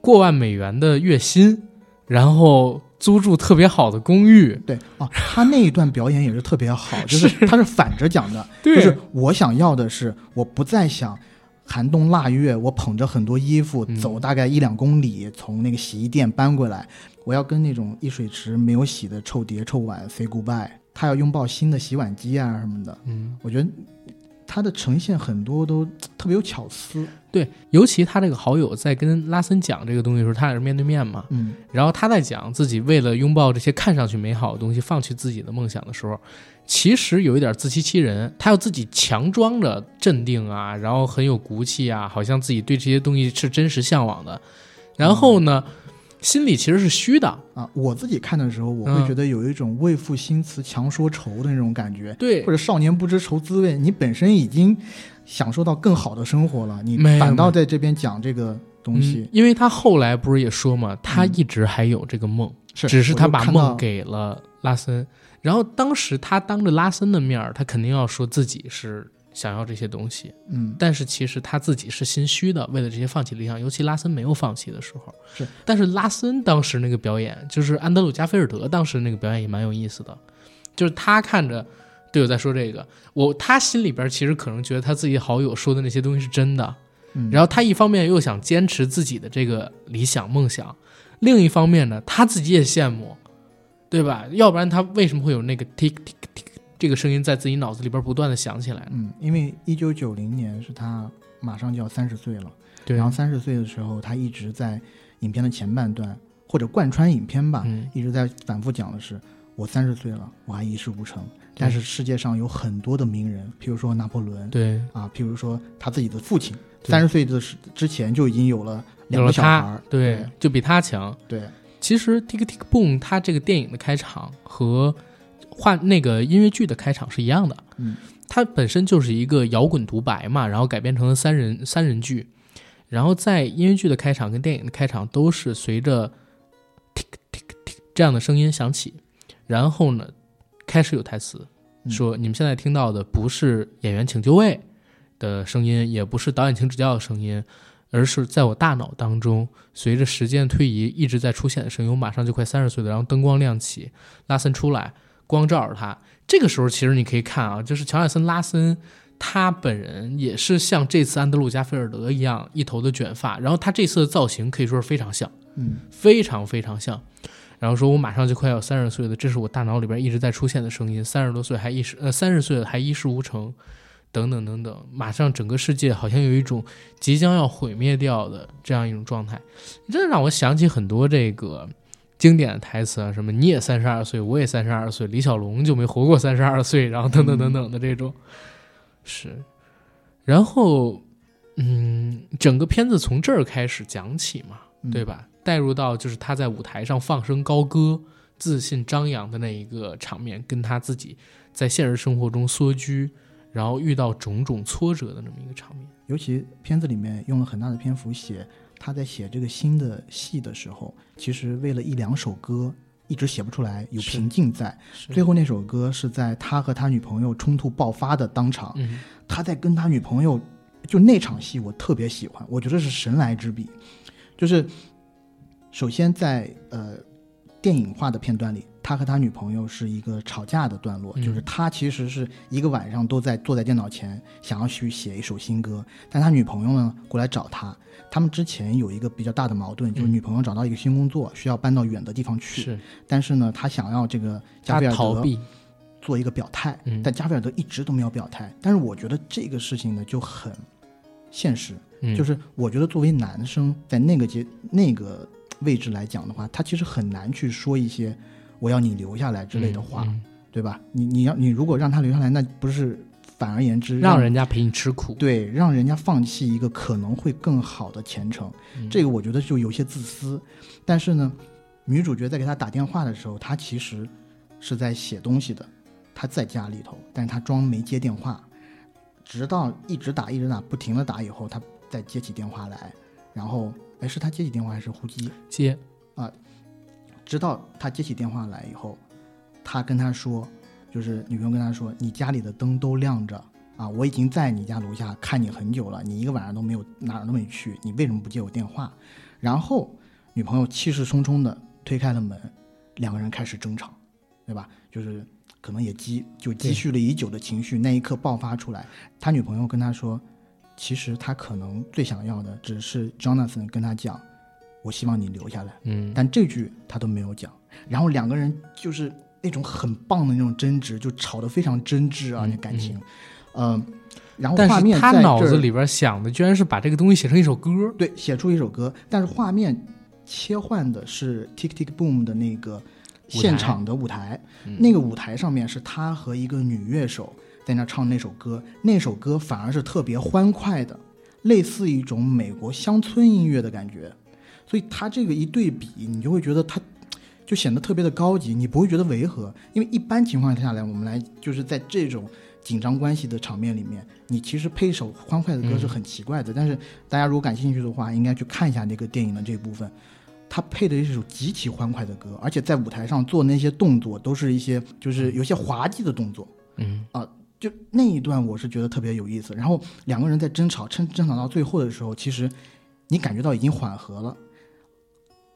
Speaker 1: 过万美元的月薪，然后租住特别好的公寓。
Speaker 2: 对啊，他那一段表演也是特别好，就是他是反着讲的，
Speaker 1: 对
Speaker 2: 就是我想要的是，我不再想寒冬腊月，我捧着很多衣服
Speaker 1: 嗯
Speaker 2: 走大概一两公里，从那个洗衣店搬过来，我要跟那种一水池没有洗的臭碟臭碗 say goodbye，他要拥抱新的洗碗机啊什么的，
Speaker 1: 嗯，
Speaker 2: 我觉得他的呈现很多都特别有巧思，
Speaker 1: 对，尤其他这个好友在跟拉森讲这个东西的时候，他俩是面对面嘛。
Speaker 2: 嗯，
Speaker 1: 然后他在讲自己为了拥抱这些看上去美好的东西，放弃自己的梦想的时候，其实有一点自欺欺人。他要自己强装着镇定啊，然后很有骨气啊，好像自己对这些东西是真实向往
Speaker 2: 嗯
Speaker 1: 的。然后呢，心里其实是虚的。
Speaker 2: 啊，我自己看的时候，我会
Speaker 1: 嗯
Speaker 2: 觉得有一种为赋新词强说愁的那种感觉，
Speaker 1: 对
Speaker 2: 或，者少年不知愁滋味，你本身已经享受到更好的生活了，你
Speaker 1: 没有
Speaker 2: 反倒在这边讲这个东
Speaker 1: 嗯
Speaker 2: 西，
Speaker 1: 因为他后来不是也说嘛，他一直还有这个梦。
Speaker 2: 是
Speaker 1: 只是他把
Speaker 2: 嗯我就看
Speaker 1: 梦
Speaker 2: 到
Speaker 1: 给了拉森。然后当时他当着拉森的面儿，他肯定要说自己是想要这些东西，
Speaker 2: 嗯，
Speaker 1: 但是其实他自己是心虚的，为了这些放弃理想，尤其拉森没有放弃的时候。
Speaker 2: 是，
Speaker 1: 但是拉森当时那个表演，就是安德鲁加菲尔德当时那个表演也蛮有意思的，就是他看着队友在说这个，我他心里边其实可能觉得他自己好友说的那些东西是真的，
Speaker 2: 嗯
Speaker 1: 然后他一方面又想坚持自己的这个理想梦想，另一方面呢，他自己也羡慕，对吧？要不然他为什么会有那个 tick tick tick 这个声音在自己脑子里边不断的响起来呢？
Speaker 2: 嗯，因为一九九零年是他马上就要三十岁了，
Speaker 1: 对
Speaker 2: 嗯然后三十岁的时候，他一直在影片的前半段或者贯穿影片吧，
Speaker 1: 嗯，
Speaker 2: 一直在反复讲的是我三十岁了，我还一事无成，
Speaker 1: 对
Speaker 2: 但是世界上有很多的名人，譬如说拿破仑，
Speaker 1: 对，
Speaker 2: 啊，譬如说他自己的父亲，
Speaker 1: 对
Speaker 2: 三十岁的时之前就已经有了两
Speaker 1: 有
Speaker 2: 个
Speaker 1: 了
Speaker 2: 小孩
Speaker 1: 他
Speaker 2: 儿，，
Speaker 1: 对，就比他强。
Speaker 2: 对，
Speaker 1: 其实 tick tick boom 它这个电影的开场和画那个音乐剧的开场是一样的，
Speaker 2: 嗯，
Speaker 1: 它本身就是一个摇滚独白嘛，然后改编成了三人三人剧，然后在音乐剧的开场跟电影的开场都是随着 tick tick tick 这样的声音响起，然后呢开始有台词
Speaker 2: 嗯
Speaker 1: 说你们现在听到的不是演员请就位的声音，也不是导演请指教的声音，而是在我大脑当中随着时间推移一直在出现的声音。我马上就快三十岁了，然后灯光亮起，拉森出来，光照着他。这个时候，其实你可以看啊，就是乔纳森·拉森，他本人也是像这次安德鲁·加菲尔德一样一头的卷发，然后他这次的造型可以说是非常像，
Speaker 2: 嗯，
Speaker 1: 非常非常像。然后说，我马上就快要三十岁了，这是我大脑里边一直在出现的声音。三十多岁还一事呃，三十岁了还一事无成，等等等等。马上整个世界好像有一种即将要毁灭掉的这样一种状态，这让我想起很多这个经典的台词啊，什么你也三十二岁，我也三十二岁，李小龙就没活过三十二岁，然后等等等等的这种，是，然后嗯，嗯，整个片子从这儿开始讲起嘛，
Speaker 2: 嗯
Speaker 1: 对？吧？带入到就是他在舞台上放声高歌、自信张扬的那一个场面，跟他自己在现实生活中缩居，然后遇到种种挫折的那么一个场面。
Speaker 2: 尤其片子里面用了很大的篇幅写他在写这个新的戏的时候，其实为了一两首歌一直写不出来，有
Speaker 1: 是
Speaker 2: 瓶颈在。最后那首歌是在他和他女朋友冲突爆发的当场，
Speaker 1: 嗯，
Speaker 2: 他在跟他女朋友，就那场戏我特别喜欢，我觉得是神来之笔。就是首先在呃电影化的片段里，他和他女朋友是一个吵架的段落，
Speaker 1: 嗯
Speaker 2: 就是他其实是一个晚上都在坐在电脑前，想要去写一首新歌，但他女朋友呢过来找他，他们之前有一个比较大的矛盾，就是
Speaker 1: 嗯
Speaker 2: 女朋友找到一个新工作，需要搬到远的地方去，
Speaker 1: 是
Speaker 2: 但是呢，他想要这个加
Speaker 1: 他
Speaker 2: 菲尔
Speaker 1: 逃
Speaker 2: 德
Speaker 1: 避，
Speaker 2: 做一个表态，
Speaker 1: 嗯
Speaker 2: 但加菲尔德一直都没有表态。但是我觉得这个事情呢就很现实，
Speaker 1: 嗯
Speaker 2: 就是我觉得作为男生在那个阶那个位置来讲的话，他其实很难去说一些我要你留下来之类的话，
Speaker 1: 嗯
Speaker 2: 对吧？你你要你如果让他留下来，那不是反而言之
Speaker 1: 嗯让人家陪你吃苦。
Speaker 2: 对让人家放弃一个可能会更好的前程。
Speaker 1: 嗯
Speaker 2: 这个我觉得就有些自私。但是呢，女主角在给他打电话的时候，她其实是在写东西的，她在家里头，但是她装没接电话，直到一直打一直打，不停的打以后，她再接起电话来，然后哎，是她接起电话还是呼机？
Speaker 1: 接
Speaker 2: 直到她接起电话来以后，他跟她说，就是女朋友跟他说，你家里的灯都亮着。啊，我已经在你家楼下看你很久了，你一个晚上都没有哪儿都没去，你为什么不接我电话？然后女朋友气势汹汹的推开了门，两个人开始争吵，对吧？就是可能也积就积蓄了已久的情绪，那一刻爆发出来。他女朋友跟他说，其实他可能最想要的只是 Jonathan 跟他讲，我希望你留下来。
Speaker 1: 嗯
Speaker 2: 但这句他都没有讲。然后两个人就是那种很棒的那种争执，就吵得非常真挚啊，
Speaker 1: 嗯
Speaker 2: 那感情，嗯、然后
Speaker 1: 但
Speaker 2: 画
Speaker 1: 是
Speaker 2: 面
Speaker 1: 他
Speaker 2: 在
Speaker 1: 脑
Speaker 2: 这
Speaker 1: 子
Speaker 2: 儿
Speaker 1: 里边想的居然是把这个东西写成一首歌。
Speaker 2: 对写出一首歌，但是画面切换的是 Tick Tick Boom 的那个现场的舞台，
Speaker 1: 嗯
Speaker 2: 那个舞台上面是他和一个女乐手在那唱那首歌，那首歌反而是特别欢快的，类似一种美国乡村音乐的感觉，所以他这个一对比，你就会觉得他。就显得特别的高级，你不会觉得违和，因为一般情况下来，我们来就是在这种紧张关系的场面里面，你其实配一首欢快的歌是很奇怪的。但是大家如果感兴趣的话，应该去看一下那个电影的这部分，他配的是一首极其欢快的歌，而且在舞台上做那些动作都是一些就是有些滑稽的动作，
Speaker 1: 嗯
Speaker 2: 就那一段我是觉得特别有意思。然后两个人在争吵，争争吵到最后的时候，其实你感觉到已经缓和了。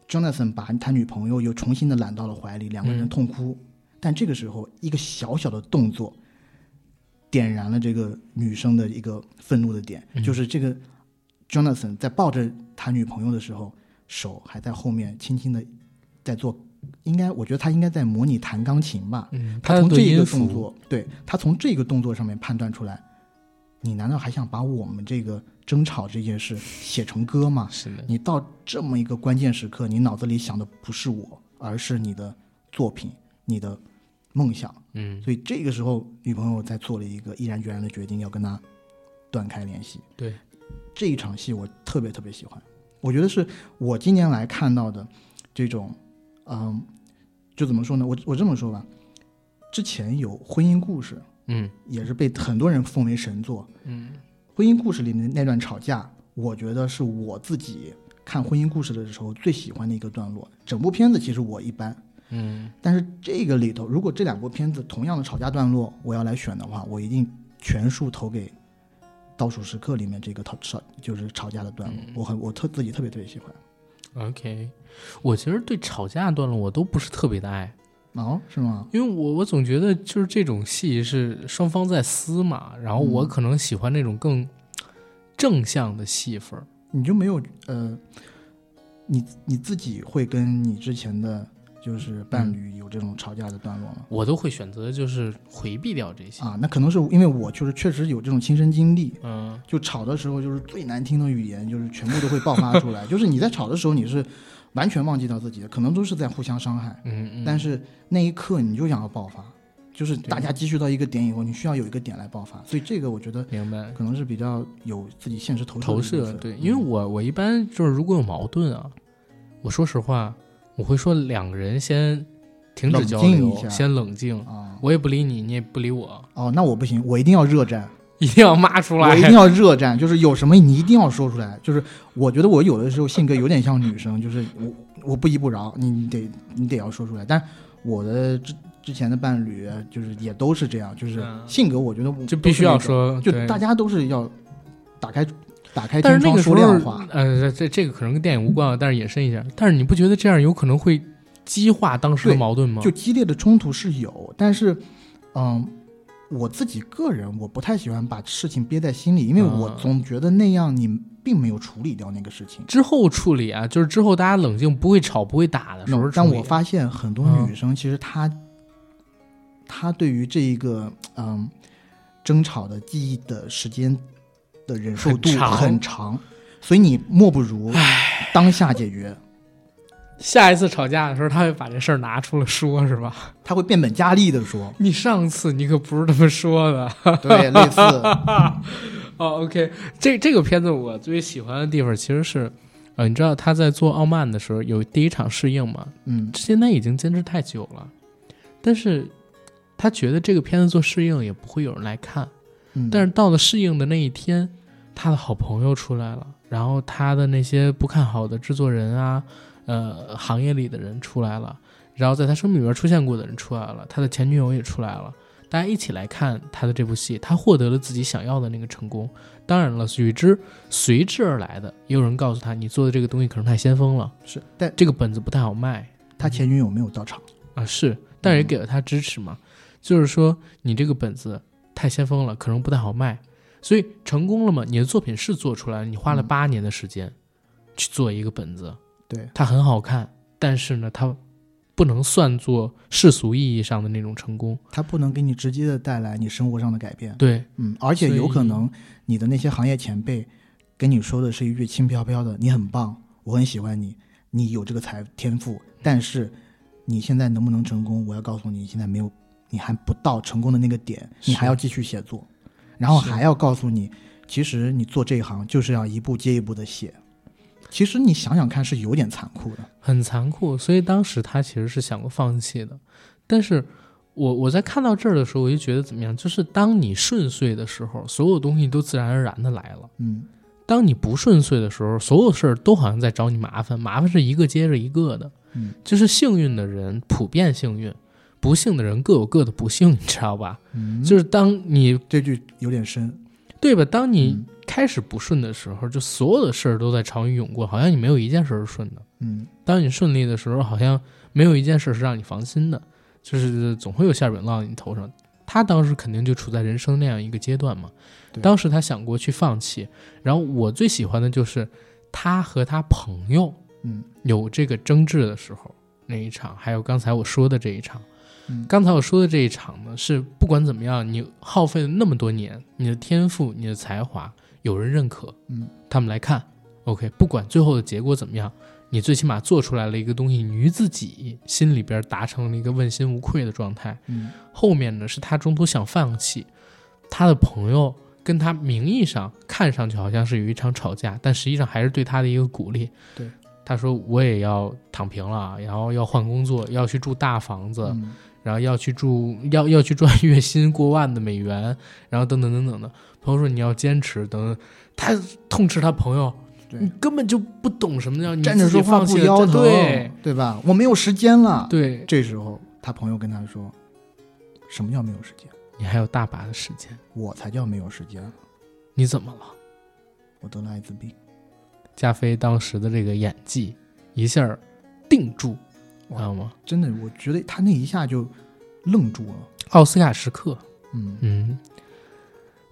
Speaker 2: Jonathan 把他女朋友又重新的揽到了怀里，两个人
Speaker 1: 嗯
Speaker 2: 痛哭。但这个时候，一个小小的动作，点燃了这个女生的一个愤怒的点，
Speaker 1: 嗯
Speaker 2: 就是这个 Jonathan 在抱着他女朋友的时候，手还在后面轻轻的在做，应该我觉得他应该在模拟弹钢琴吧，
Speaker 1: 嗯，
Speaker 2: 他从
Speaker 1: 的
Speaker 2: 这一个
Speaker 1: 音
Speaker 2: 动
Speaker 1: 符，
Speaker 2: 作，对他从这个动作上面判断出来，你难道还想把我们这个争吵这件事写成歌吗？
Speaker 1: 是的，
Speaker 2: 你到这么一个关键时刻，你脑子里想的不是我，而是你的作品、你的梦想。
Speaker 1: 嗯，
Speaker 2: 所以这个时候，女朋友才做了一个毅然决然的决定，要跟他断开联系。
Speaker 1: 对，
Speaker 2: 这一场戏我特别特别喜欢，我觉得是我今年来看到的这种，嗯，就怎么说呢？我我这么说吧，之前有婚姻故事，
Speaker 1: 嗯
Speaker 2: 也是被很多人奉为神作。
Speaker 1: 嗯
Speaker 2: 婚姻故事里的那段吵架，我觉得是我自己看婚姻故事的时候最喜欢的一个段落。整部片子其实我一般，
Speaker 1: 嗯
Speaker 2: 但是这个里头，如果这两部片子同样的吵架段落，我要来选的话，我一定全数投给《倒数时刻》里面这个吵吵就是吵架的段落，嗯我很我特自己特别特别喜欢。嗯
Speaker 1: ，OK，我其实对吵架段落我都不是特别的爱，
Speaker 2: 哦，是吗？
Speaker 1: 因为我我总觉得就是这种戏是双方在撕嘛，然后我
Speaker 2: 嗯
Speaker 1: 可能喜欢那种更正向的戏份儿。
Speaker 2: 你就没有呃，你你自己会跟你之前的就是伴侣有这种吵架的段落吗？
Speaker 1: 我都会选择就是回避掉这些，
Speaker 2: 啊，那可能是因为我就是确实有这种亲身经历，
Speaker 1: 嗯，
Speaker 2: 就吵的时候，就是最难听的语言，就是全部都会爆发出来。就是你在吵的时候，你是完全忘记掉自己的，可能都是在互相伤害，
Speaker 1: 嗯嗯，
Speaker 2: 但是那一刻你就想要爆发，就是大家积蓄到一个点以后，你需要有一个点来爆发，所以这个我觉得
Speaker 1: 明白。
Speaker 2: 可能是比较有自己现实投射的嗯
Speaker 1: 投
Speaker 2: 一部
Speaker 1: 射
Speaker 2: 分
Speaker 1: 对，因为我我一般就是如果有矛盾啊，我说实话，我会说两个人先停止
Speaker 2: 冷
Speaker 1: 交
Speaker 2: 静
Speaker 1: 流
Speaker 2: 一，下
Speaker 1: 先冷静
Speaker 2: 嗯。啊、
Speaker 1: 我也不理你，你也不理我，
Speaker 2: 哦，那我不行，我一定要热战，
Speaker 1: 一定要骂出
Speaker 2: 我
Speaker 1: 来
Speaker 2: 一。定要热战，就是有什么你一定要说出来。就是我觉得我有的时候性格有点像女生，就是我我不依不饶，你你得你得要说出来。但我的之之前的伴侣就是也都是这样，就是
Speaker 1: 嗯
Speaker 2: 性格我觉得我
Speaker 1: 就
Speaker 2: 都
Speaker 1: 必
Speaker 2: 是
Speaker 1: 须要
Speaker 2: 那种，
Speaker 1: 说，
Speaker 2: 就
Speaker 1: 对
Speaker 2: 大家都是要打开打开
Speaker 1: 但
Speaker 2: 天
Speaker 1: 是那
Speaker 2: 窗
Speaker 1: 个时
Speaker 2: 说
Speaker 1: 候
Speaker 2: 亮话，，
Speaker 1: 呃，这这个可能跟电影无关啊，但是延伸一下，但是你不觉得这样有可能会激化当时的
Speaker 2: 对
Speaker 1: 矛盾吗？
Speaker 2: 就激烈的冲突是有，但是嗯。我自己个人，我不太喜欢把事情憋在心里，因为我
Speaker 1: 嗯
Speaker 2: 总觉得那样你并没有处理掉那个事情。
Speaker 1: 之后处理啊，就是之后大家冷静，不会吵，不会打的时候
Speaker 2: no,
Speaker 1: 处
Speaker 2: 嗯但
Speaker 1: 理。啊
Speaker 2: 我发现很多
Speaker 1: 嗯
Speaker 2: 女生其实她，她对于这一个嗯争吵的记忆的时间的忍受度
Speaker 1: 很长
Speaker 2: 很长，所以你莫不如当下解决，
Speaker 1: 下一次吵架的时候，他会把这事儿拿出来说，是吧？，
Speaker 2: 她会变本加厉的说
Speaker 1: 你上次你可不是这么说的。
Speaker 2: 对，类似，
Speaker 1: 哦，OK，这这个片子我最喜欢的地方其实是，呃，你知道他在做《傲慢》的时候有第一场试映嘛？
Speaker 2: 嗯，
Speaker 1: 现在已经坚持太久了，但是他觉得这个片子做试映也不会有人来看。
Speaker 2: 嗯
Speaker 1: 但是到了适应的那一天，他的好朋友出来了，然后他的那些不看好的制作人啊，呃，行业里的人出来了，然后在他生命里边出现过的人出来了，他的前女友也出来了，大家一起来看他的这部戏，他获得了自己想要的那个成功。当然了，与之随之而来的，也有人告诉他，你做的这个东西可能太先锋了，
Speaker 2: 是，但
Speaker 1: 这个本子不太好卖
Speaker 2: 她前女友没有到场，
Speaker 1: 啊，是，但是也给了他支持嘛，就是说你这个本子太先锋了，可能不太好卖，所以成功了嘛，你的作品是做出来了，你花了
Speaker 2: 嗯
Speaker 1: 八年的时间去做一个本子，
Speaker 2: 对，
Speaker 1: 它很好看，但是呢，它不能算作世俗意义上的那种成功，
Speaker 2: 她不能给你直接的带来你生活上的改变，
Speaker 1: 对，
Speaker 2: 嗯，而且有
Speaker 1: 所
Speaker 2: 可
Speaker 1: 以
Speaker 2: 能你的那些行业前辈跟你说的是一句轻飘飘的“你很棒，我很喜欢你，你有这个才天
Speaker 1: 嗯
Speaker 2: 赋”，但是你现在能不能成功，我要告诉你，现在没有，你还不到成功的那个点，你
Speaker 1: 是
Speaker 2: 还要继续写作，然后
Speaker 1: 是
Speaker 2: 还要告诉你，其实你做这一行就是要一步接一步的写。其实你想想看，是有点残酷的。
Speaker 1: 很残酷，所以当时他其实是想过放弃的，但是。我我在看到这儿的时候，我就觉得怎么样？就是当你顺遂的时候，所有东西都自然而然的来了。
Speaker 2: 嗯，
Speaker 1: 当你不顺遂的时候，所有事儿都好像在找你麻烦，麻烦是一个接着一个的。
Speaker 2: 嗯，
Speaker 1: 就是幸运的人普遍幸运，不幸的人各有各的不幸，你知道吧？
Speaker 2: 嗯
Speaker 1: 就是当你
Speaker 2: 这句有点深。
Speaker 1: 对吧？当你
Speaker 2: 嗯
Speaker 1: 开始不顺的时候，就所有的事儿都在朝你涌过，好像你没有一件事儿是顺的。
Speaker 2: 嗯，
Speaker 1: 当你顺利的时候，好像没有一件事是让你放心的，就是总会有馅饼落在你头上。他当时肯定就处在人生那样一个阶段嘛，
Speaker 2: 对
Speaker 1: 当时他想过去放弃。然后我最喜欢的就是他和他朋友
Speaker 2: 嗯，
Speaker 1: 有这个争执的时候那一场，还有刚才我说的这一场。
Speaker 2: 嗯
Speaker 1: 刚才我说的这一场呢，是不管怎么样，你耗费了那么多年，你的天赋、你的才华有人认可，
Speaker 2: 嗯，
Speaker 1: 他们来看，OK，不管最后的结果怎么样，你最起码做出来了一个东西，你于自己心里边达成了一个问心无愧的状态。
Speaker 2: 嗯，
Speaker 1: 后面呢，是他中途想放弃，他的朋友跟他名义上看上去好像是有一场吵架，但实际上还是对他的一个鼓励。
Speaker 2: 对，
Speaker 1: 他说我也要躺平了，然后要换工作，要去住大房子，
Speaker 2: 嗯
Speaker 1: 然后要去住要要去赚月薪过万的美元，然后等等等等的。朋友说你要坚持，等等他痛斥他朋友，
Speaker 2: 对
Speaker 1: 你根本就不懂什么叫你
Speaker 2: 站着
Speaker 1: 自己
Speaker 2: 说话
Speaker 1: 放弃
Speaker 2: 不
Speaker 1: 了这
Speaker 2: 腰疼，
Speaker 1: 对
Speaker 2: 吧？我没有时间了。
Speaker 1: 对，
Speaker 2: 这时候他朋友跟他说：“什么叫没有时间？
Speaker 1: 你还有大把的时间，
Speaker 2: 我才叫没有时间，啊
Speaker 1: 你怎么了？
Speaker 2: 我得了艾滋病。
Speaker 1: 加菲当时的这个演技一下儿定住，知
Speaker 2: 哇
Speaker 1: 道吗？”
Speaker 2: 真的，我觉得他那一下就愣住了。
Speaker 1: 奥斯卡时刻，
Speaker 2: 嗯
Speaker 1: 嗯，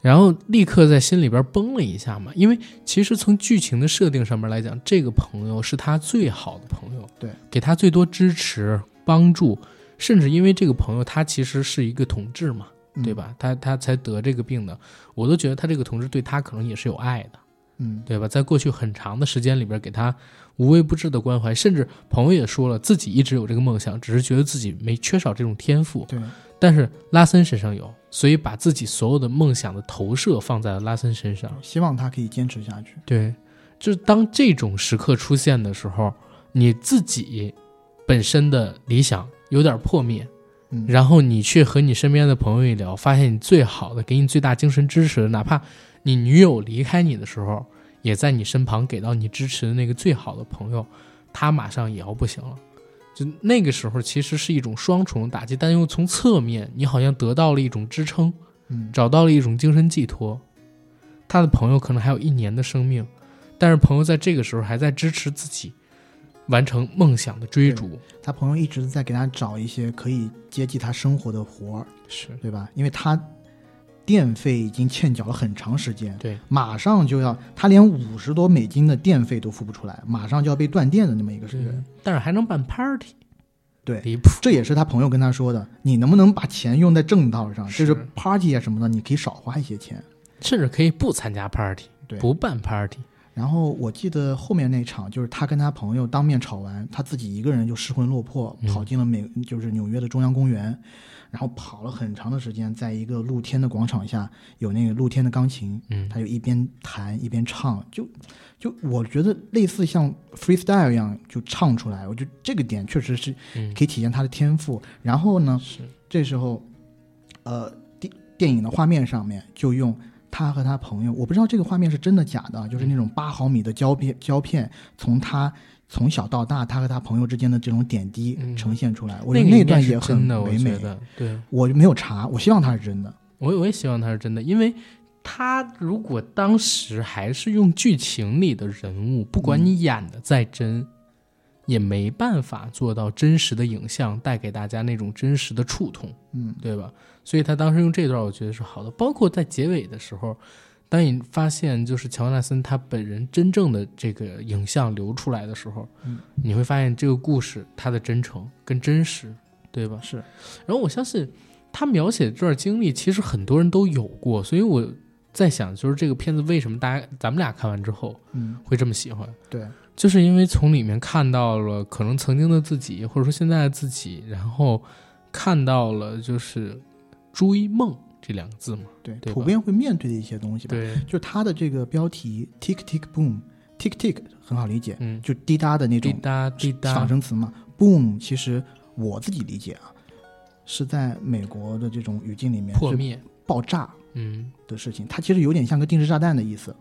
Speaker 1: 然后立刻在心里边崩了一下嘛，因为其实从剧情的设定上面来讲，这个朋友是他最好的朋友，
Speaker 2: 对，
Speaker 1: 给他最多支持帮助，甚至因为这个朋友他其实是一个同志嘛，
Speaker 2: 嗯
Speaker 1: 对？吧？他他才得这个病的，我都觉得他这个同志对他可能也是有爱的，
Speaker 2: 嗯，
Speaker 1: 对吧？在过去很长的时间里边，给他无微不至的关怀，甚至朋友也说了，自己一直有这个梦想，只是觉得自己没缺少这种天赋，
Speaker 2: 对，
Speaker 1: 但是拉森身上有，所以把自己所有的梦想的投射放在了拉森身上。
Speaker 2: 希望他可以坚持下去。
Speaker 1: 对，就是当这种时刻出现的时候，你自己本身的理想有点破灭，
Speaker 2: 嗯，
Speaker 1: 然后你去和你身边的朋友一聊，发现你最好的、给你最大精神支持的，哪怕你女友离开你的时候，也在你身旁给到你支持的那个最好的朋友，他马上也要不行了。就那个时候，其实是一种双重打击，但又从侧面，你好像得到了一种支撑，
Speaker 2: 嗯，
Speaker 1: 找到了一种精神寄托。他的朋友可能还有一年的生命，但是朋友在这个时候还在支持自己完成梦想的追逐。
Speaker 2: 他朋友一直在给他找一些可以接济他生活的活儿，
Speaker 1: 是
Speaker 2: 对吧？因为他电费已经欠缴了很长时间，
Speaker 1: 对，
Speaker 2: 马上就要他连五十多美金的电费都付不出来，马上就要被断电的那么一个人。
Speaker 1: 嗯但是还能办 party，
Speaker 2: 对
Speaker 1: 离谱。
Speaker 2: 这也是他朋友跟他说的，你能不能把钱用在正道上？
Speaker 1: 是
Speaker 2: 就是 party 啊什么的，你可以少花一些钱。
Speaker 1: 甚至可以不参加 party，
Speaker 2: 对
Speaker 1: 不办 party，
Speaker 2: 然后我记得后面那场，就是他跟他朋友当面吵完，他自己一个人就失魂落魄，
Speaker 1: 嗯
Speaker 2: 跑进了美，就是纽约的中央公园，然后跑了很长的时间，在一个露天的广场下，有那个露天的钢琴，
Speaker 1: 嗯，
Speaker 2: 他就一边弹一边唱，就就我觉得类似像 freestyle 一样就唱出来，我觉得这个点确实是
Speaker 1: 嗯
Speaker 2: 可以体现他的天赋。然后呢，
Speaker 1: 是，
Speaker 2: 这时候，呃，电电影的画面上面就用他和他朋友，我不知道这个画面是真的假的啊，就是那种八毫米的胶片胶片，从他从小到大他和他朋友之间的这种点滴
Speaker 1: 嗯
Speaker 2: 呈现出来。我觉
Speaker 1: 那个
Speaker 2: 得那
Speaker 1: 应该
Speaker 2: 段
Speaker 1: 是
Speaker 2: 也很
Speaker 1: 真的，我
Speaker 2: 唯
Speaker 1: 觉
Speaker 2: 美。
Speaker 1: 得，对
Speaker 2: 我没有查，我希望它是真的。
Speaker 1: 我我也希望他是真的，因为他如果当时还是用剧情里的人物，不管你演的再真，也没办法做到真实的影像带给大家那种真实的触痛。
Speaker 2: 嗯，
Speaker 1: 对吧？所以他当时用这段，我觉得是好的。包括在结尾的时候，当你发现就是乔纳森他本人真正的这个影像流出来的时候，
Speaker 2: 嗯
Speaker 1: 你会发现这个故事它的真诚跟真实，对吧？
Speaker 2: 是。
Speaker 1: 然后我相信他描写这段经历，其实很多人都有过，所以我在想，就是这个片子为什么大家咱们俩看完之后
Speaker 2: 嗯，
Speaker 1: 会这么喜欢？
Speaker 2: 对，
Speaker 1: 就是因为从里面看到了可能曾经的自己，或者说现在的自己，然后看到了就是追梦这两个字嘛。
Speaker 2: 对，
Speaker 1: 对吧
Speaker 2: 普遍会面对的一些东西吧。
Speaker 1: 对，
Speaker 2: 就它的这个标题 “tick tick boom”，tick tick 很好理解，
Speaker 1: 嗯，
Speaker 2: 就滴答的那
Speaker 1: 滴
Speaker 2: 种
Speaker 1: 答滴答
Speaker 2: 仿，声词嘛。boom，其实我自己理解啊，是在美国的这种语境里面
Speaker 1: 破
Speaker 2: 是
Speaker 1: 灭。
Speaker 2: 爆炸
Speaker 1: 嗯，
Speaker 2: 的事情，它其实有点像个定时炸弹的意思，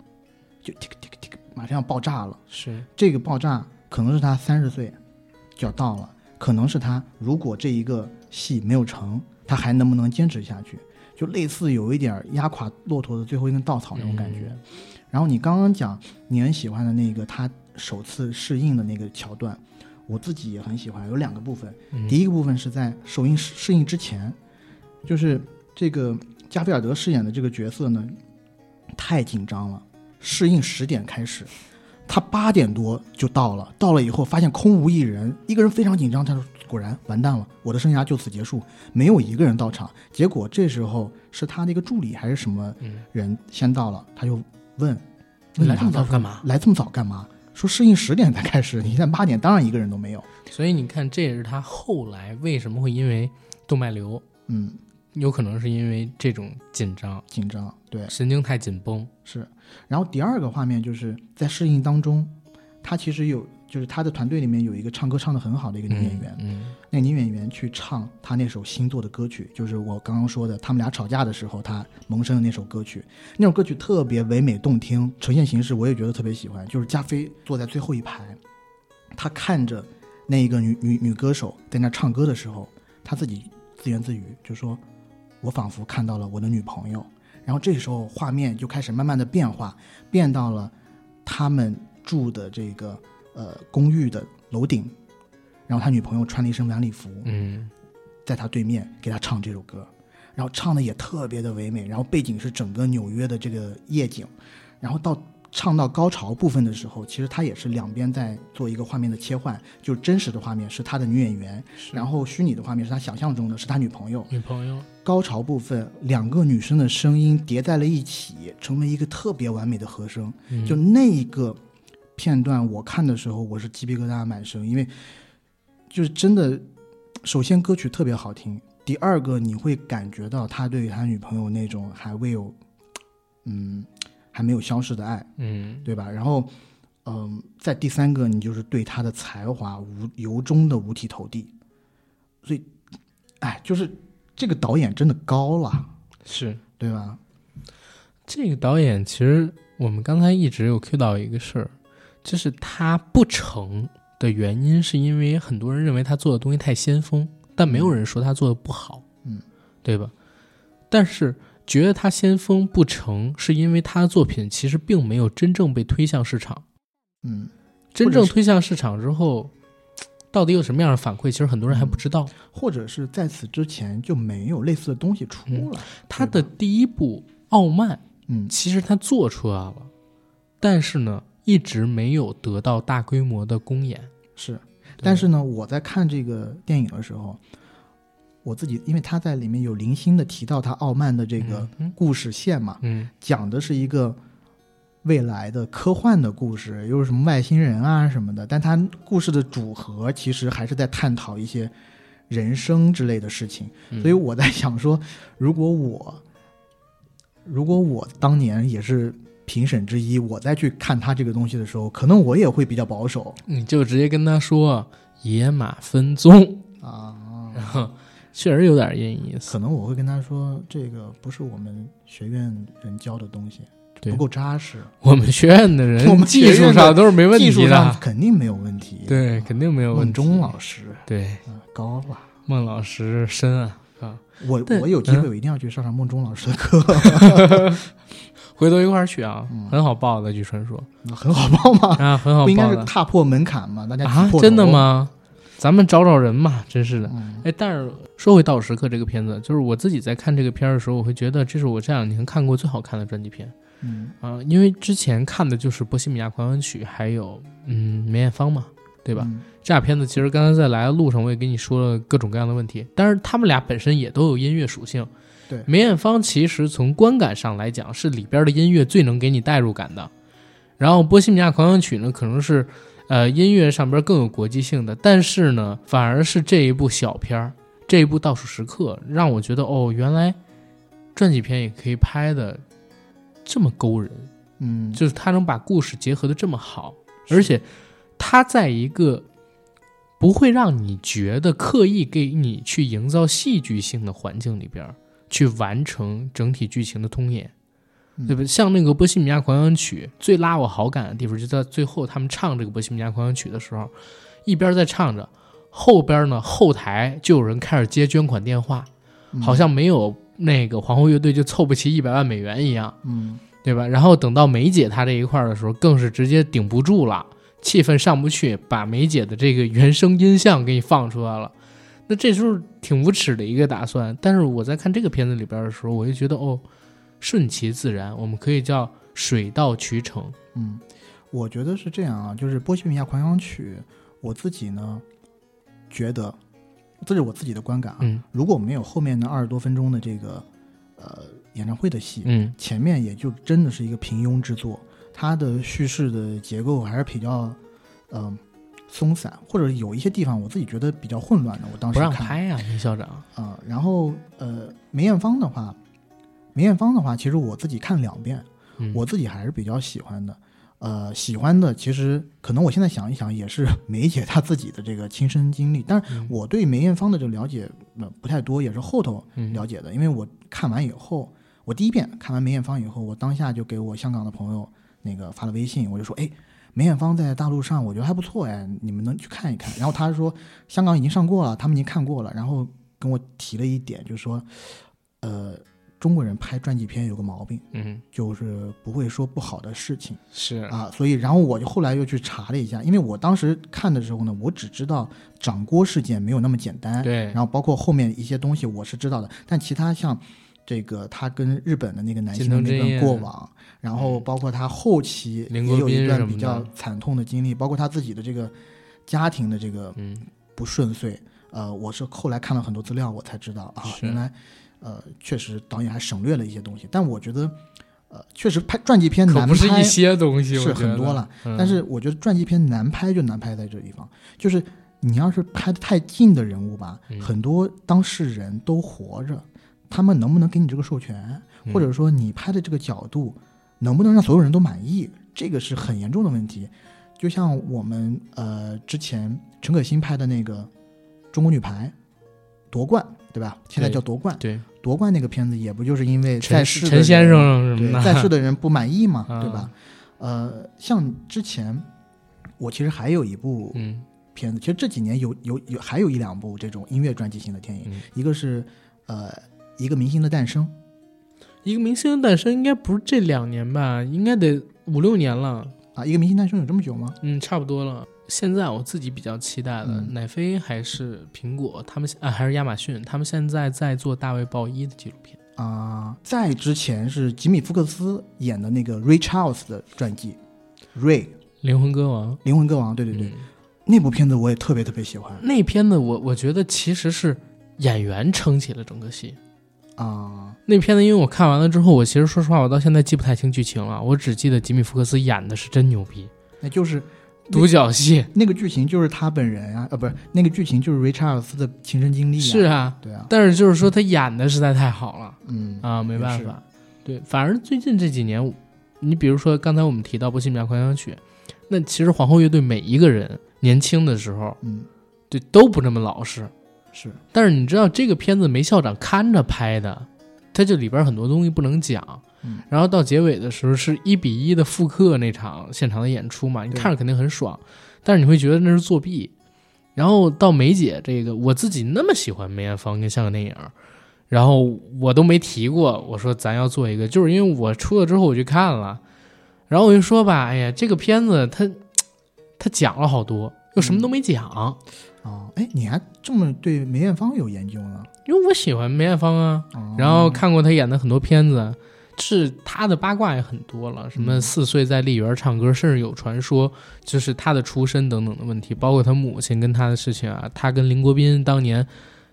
Speaker 2: 就 tick tick tick，马上要爆炸了。
Speaker 1: 是，
Speaker 2: 这个爆炸可能是他三十岁就要到了，可能是他如果这一个戏没有成，他还能不能坚持下去？就类似有一点儿压垮骆驼的最后一根稻草那种感觉。然后你刚刚讲你很喜欢的那个他首次试映的那个桥段，我自己也很喜欢，有两个部分。
Speaker 1: 嗯
Speaker 2: 第一个部分是在首映试试映之前，就是这个加菲尔德饰演的这个角色呢，太紧张了。试映十点开始，他八点多就到了，到了以后发现空无一人，一个人非常紧张。他说：“果然完蛋了，我的生涯就此结束，没有一个人到场。”结果这时候是他的一个助理还是什么
Speaker 1: 嗯，
Speaker 2: 人先到了，他就问：“
Speaker 1: 你来
Speaker 2: 这
Speaker 1: 这么
Speaker 2: 么早
Speaker 1: 早干嘛？
Speaker 2: 来这么早干嘛？”说试映十点才开始，你现在八点，当然一个人都没有。
Speaker 1: 所以你看，这也是他后来为什么会因为动脉瘤，
Speaker 2: 嗯，
Speaker 1: 有可能是因为这种紧张、
Speaker 2: 紧张，对。
Speaker 1: 神经太紧绷。
Speaker 2: 是，然后第二个画面就是在试映当中，他其实有，就是他的团队里面有一个唱歌唱得很好的一个女演员，
Speaker 1: 嗯，
Speaker 2: 那女演员去唱她那首新作的歌曲，就是我刚刚说的，他们俩吵架的时候，她萌生的那首歌曲，那首歌曲特别唯美动听，呈现形式我也觉得特别喜欢，就是加菲坐在最后一排，他看着那一个女女女歌手在那唱歌的时候，他自己自言自语就说：“我仿佛看到了我的女朋友。”然后这时候画面就开始慢慢的变化，变到了他们住的这个呃公寓的楼顶，然后他女朋友穿了一身晚礼服，
Speaker 1: 嗯嗯，
Speaker 2: 在他对面给他唱这首歌，然后唱的也特别的唯美，然后背景是整个纽约的这个夜景，然后到唱到高潮部分的时候，其实他也是两边在做一个画面的切换，就是真实的画面是他的女演员，
Speaker 1: 是
Speaker 2: 然后虚拟的画面是他想象中的，是他女朋友。
Speaker 1: 女朋友，
Speaker 2: 高潮部分两个女生的声音叠在了一起，成为一个特别完美的和声。
Speaker 1: 嗯
Speaker 2: 就那一个片段，我看的时候我是鸡皮疙瘩满身，因为就是真的，首先歌曲特别好听，第二个，你会感觉到他对于他女朋友那种还未有，嗯，还没有消逝的爱，
Speaker 1: 嗯
Speaker 2: 对吧？然后，嗯，在第三个，你就是对他的才华无由衷的五体投地，所以，哎，就是这个导演真的高了，
Speaker 1: 是
Speaker 2: 对吧？
Speaker 1: 这个导演，其实我们刚才一直有 cue 到一个事儿，就是他不成的原因，是因为很多人认为他做的东西太先锋，但没有人说他做的不好，
Speaker 2: 嗯，
Speaker 1: 对吧？但是觉得他先锋不成，是因为他的作品其实并没有真正被推向市场，
Speaker 2: 嗯，
Speaker 1: 真正推向市场之后，到底有什么样的反馈，其实很多人还不知道。
Speaker 2: 或者是在此之前就没有类似的东西出来，
Speaker 1: 他的第一部《傲慢》。
Speaker 2: 嗯
Speaker 1: 其实他做出来了，但是呢，一直没有得到大规模的公演。
Speaker 2: 是。但是呢，我在看这个电影的时候，我自己因为他在里面有零星的提到他傲慢的这个
Speaker 1: 嗯
Speaker 2: 故事线嘛，
Speaker 1: 嗯
Speaker 2: 讲的是一个未来的科幻的故事，又是什么外星人啊什么的。但它故事的主核其实还是在探讨一些人生之类的事情。
Speaker 1: 嗯
Speaker 2: 所以我在想说，如果我如果我当年也是评审之一，我再去看他这个东西的时候，可能我也会比较保守
Speaker 1: 你就直接跟他说野马分鬃，
Speaker 2: 啊。
Speaker 1: 然后 确实有点这意思。
Speaker 2: 可能我会跟他说，这个不是我们学院人教的东西，
Speaker 1: 对
Speaker 2: 不够扎实，
Speaker 1: 我们学院的人，
Speaker 2: 我们
Speaker 1: 技
Speaker 2: 学
Speaker 1: 术
Speaker 2: 院的
Speaker 1: 上都是没问
Speaker 2: 技术
Speaker 1: 题
Speaker 2: 上
Speaker 1: 的，
Speaker 2: 肯定没有问题。
Speaker 1: 对，肯定没有问
Speaker 2: 孟
Speaker 1: 题。
Speaker 2: 中老师，
Speaker 1: 对
Speaker 2: 嗯，高了。
Speaker 1: 孟老师深啊啊！
Speaker 2: 我
Speaker 1: 但
Speaker 2: 我有机会，我一定要去上上孟中老师的课，
Speaker 1: 回头一块儿去啊，
Speaker 2: 嗯
Speaker 1: 很好报的，据传说
Speaker 2: 很好报吗？
Speaker 1: 啊，很 好
Speaker 2: 不应该
Speaker 1: 报
Speaker 2: 是
Speaker 1: 的
Speaker 2: 踏破门槛吗？大家
Speaker 1: 啊
Speaker 2: 挤，破
Speaker 1: 真的
Speaker 2: 头？
Speaker 1: 吗？咱们找找人嘛，真是的。
Speaker 2: 嗯
Speaker 1: 哎，但是说回《倒数时刻》这个片子，就是我自己在看这个片儿的时候，我会觉得这是我这两年看过最好看的传记片
Speaker 2: 嗯
Speaker 1: 啊、因为之前看的就是《波西米亚狂想曲》，还有嗯梅艳芳嘛，对吧？
Speaker 2: 嗯
Speaker 1: 这俩片子其实刚才在来的路上，我也跟你说了各种各样的问题，但是他们俩本身也都有音乐属性。
Speaker 2: 对
Speaker 1: 梅艳芳其实从观感上来讲是里边的音乐最能给你代入感的，然后《波西米亚狂想曲》呢，可能是呃音乐上边更有国际性的，但是呢，反而是这一部小片儿，这一部《倒数时刻》让我觉得哦，原来传记片也可以拍的这么勾人。
Speaker 2: 嗯，
Speaker 1: 就是他能把故事结合的这么好，而且他在一个不会让你觉得刻意给你去营造戏剧性的环境里边儿去完成整体剧情的通演，
Speaker 2: 嗯
Speaker 1: 对吧？像那个《波西米亚狂想曲》，最拉我好感的地方就在最后他们唱这个《波西米亚狂想曲》的时候，一边在唱着，后边呢后台就有人开始接捐款电话，
Speaker 2: 嗯
Speaker 1: 好像没有那个皇后乐队就凑不齐一百万美元一样。
Speaker 2: 嗯
Speaker 1: 对吧？然后等到梅姐她这一块儿的时候，更是直接顶不住了，气氛上不去，把梅姐的这个原声音像给你放出来了。那这就是挺无耻的一个打算。但是我在看这个片子里边的时候，我就觉得哦，顺其自然，我们可以叫水到渠成。
Speaker 2: 嗯，我觉得是这样啊，就是《波西米亚狂想曲》，我自己呢觉得，这是我自己的观感啊。
Speaker 1: 嗯
Speaker 2: 如果没有后面的二十多分钟的这个呃演唱会的戏，
Speaker 1: 嗯
Speaker 2: 前面也就真的是一个平庸之作，它的叙事的结构还是比较，嗯、松散，或者有一些地方我自己觉得比较混乱的。我当
Speaker 1: 不
Speaker 2: 时
Speaker 1: 让
Speaker 2: 看
Speaker 1: 拍呀、李校长。
Speaker 2: 啊、然后呃，梅艳芳的话，梅艳芳的话，其实我自己看两遍，
Speaker 1: 嗯，
Speaker 2: 我自己还是比较喜欢的。呃，喜欢的其实可能我现在想一想，也是梅姐她自己的这个亲身经历。但是
Speaker 1: 嗯
Speaker 2: 我对梅艳芳的这个了解呃不太多，也是后头
Speaker 1: 嗯
Speaker 2: 了解的，因为我看完以后，我第一遍看完梅艳芳以后，我当下就给我香港的朋友那个发了微信，我就说，哎，梅艳芳在大陆上，我觉得还不错，哎，你们能去看一看。然后他说，香港已经上过了，他们已经看过了，然后跟我提了一点，就是说，呃，中国人拍传记片有个毛病，
Speaker 1: 嗯
Speaker 2: 就是不会说不好的事情。
Speaker 1: 是
Speaker 2: 啊，所以然后我就后来又去查了一下，因为我当时看的时候呢，我只知道掌锅事件没有那么简单，
Speaker 1: 对
Speaker 2: 然后包括后面一些东西我是知道的，但其他像这个他跟日本的那个男
Speaker 1: 近
Speaker 2: 性的
Speaker 1: 藤
Speaker 2: 那
Speaker 1: 真
Speaker 2: 段
Speaker 1: 彦
Speaker 2: 过往，然后包括他后期也
Speaker 1: 林啊嗯国
Speaker 2: 有
Speaker 1: 斌
Speaker 2: 一
Speaker 1: 什
Speaker 2: 段
Speaker 1: 么
Speaker 2: 比较
Speaker 1: 的
Speaker 2: 惨痛的经历，包括他自己的这个家庭的这个
Speaker 1: 嗯
Speaker 2: 不顺遂，呃，我是后来看了很多资料，我才知道啊，
Speaker 1: 是
Speaker 2: 原来呃确实导演还省略了一些东西，但我觉得。呃，确实拍传记片
Speaker 1: 可
Speaker 2: 难
Speaker 1: 不是
Speaker 2: 拍
Speaker 1: 一些东西，
Speaker 2: 是
Speaker 1: 我觉
Speaker 2: 很
Speaker 1: 得
Speaker 2: 多了，
Speaker 1: 嗯
Speaker 2: 但是我觉得传记片难拍就难拍在这个地方，就是你要是拍的太近的人物吧，
Speaker 1: 嗯
Speaker 2: 很多当事人都活着，他们能不能给你这个授权，
Speaker 1: 嗯
Speaker 2: 或者说你拍的这个角度能不能让所有人都满意，这个是很严重的问题。就像我们呃之前陈可辛拍的那个中国女排夺冠，对吧？现在
Speaker 1: 对
Speaker 2: 叫夺冠，
Speaker 1: 对，
Speaker 2: 夺冠那个片子也不就是因为在
Speaker 1: 陈
Speaker 2: 世的
Speaker 1: 陈
Speaker 2: 人
Speaker 1: 先生什
Speaker 2: 对
Speaker 1: 么的，
Speaker 2: 在 世的人不满意嘛，
Speaker 1: 啊
Speaker 2: 对吧？呃，像之前我其实还有一部
Speaker 1: 嗯
Speaker 2: 片子，其实这几年有有有还有一两部这种音乐专辑型的电影，
Speaker 1: 嗯，
Speaker 2: 一个是呃一个明星的诞生，
Speaker 1: 一个明星的诞生应该不是这两年吧，应该得五六年了，
Speaker 2: 啊，一个明星诞生有这么久吗？
Speaker 1: 嗯，差不多了。现在我自己比较期待的，
Speaker 2: 嗯
Speaker 1: 乃飞还是苹果他们啊，还是亚马逊，他们现在在做大卫鲍伊的纪录片。
Speaker 2: 啊、在之前是吉米·福克斯演的那个 Ray Charles 的传记，《Ray
Speaker 1: 灵魂歌王，
Speaker 2: 灵魂歌王》，对对对，
Speaker 1: 嗯
Speaker 2: 那部片子我也特别特别喜欢
Speaker 1: 那片子我我觉得其实是演员撑起了整个戏。
Speaker 2: 啊、
Speaker 1: 那片子因为我看完了之后，我其实说实话，我到现在记不太清剧情了，我只记得吉米·福克斯演的是真牛逼，
Speaker 2: 那就是
Speaker 1: 独角戏。
Speaker 2: 那个剧情就是他本人啊，呃，不是那个剧情就是 Ray Charles 的亲身经历、啊，
Speaker 1: 是，啊，
Speaker 2: 对啊，
Speaker 1: 但是就是说他演的实在太好了
Speaker 2: 嗯
Speaker 1: 啊，没办
Speaker 2: 也是
Speaker 1: 法。对，反而最近这几年，你比如说刚才我们提到《波西米亚狂想曲》，那其实皇后乐队每一个人年轻的时候，
Speaker 2: 嗯
Speaker 1: 对都不那么老实。
Speaker 2: 是，
Speaker 1: 但是你知道这个片子没校长看着拍的，他就里边很多东西不能讲。
Speaker 2: 嗯
Speaker 1: 然后到结尾的时候是一比一的复刻那场现场的演出嘛，你
Speaker 2: 对
Speaker 1: 看着肯定很爽，但是你会觉得那是作弊。然后到梅姐这个，我自己那么喜欢梅艳芳跟香港电影，然后我都没提过，我说咱要做一个，就是因为我出了之后我去看了，然后我就说吧，哎呀，这个片子它它讲了好多，又什么都没讲。
Speaker 2: 哦，哎，你还这么对梅艳芳有研究呢？
Speaker 1: 因为我喜欢梅艳芳啊，
Speaker 2: 哦
Speaker 1: 然后看过她演的很多片子，是她的八卦也很多了，什么
Speaker 2: 嗯
Speaker 1: 四岁在丽园唱歌，甚至有传说就是她的出身等等的问题，包括她母亲跟她的事情啊，她跟林国斌当年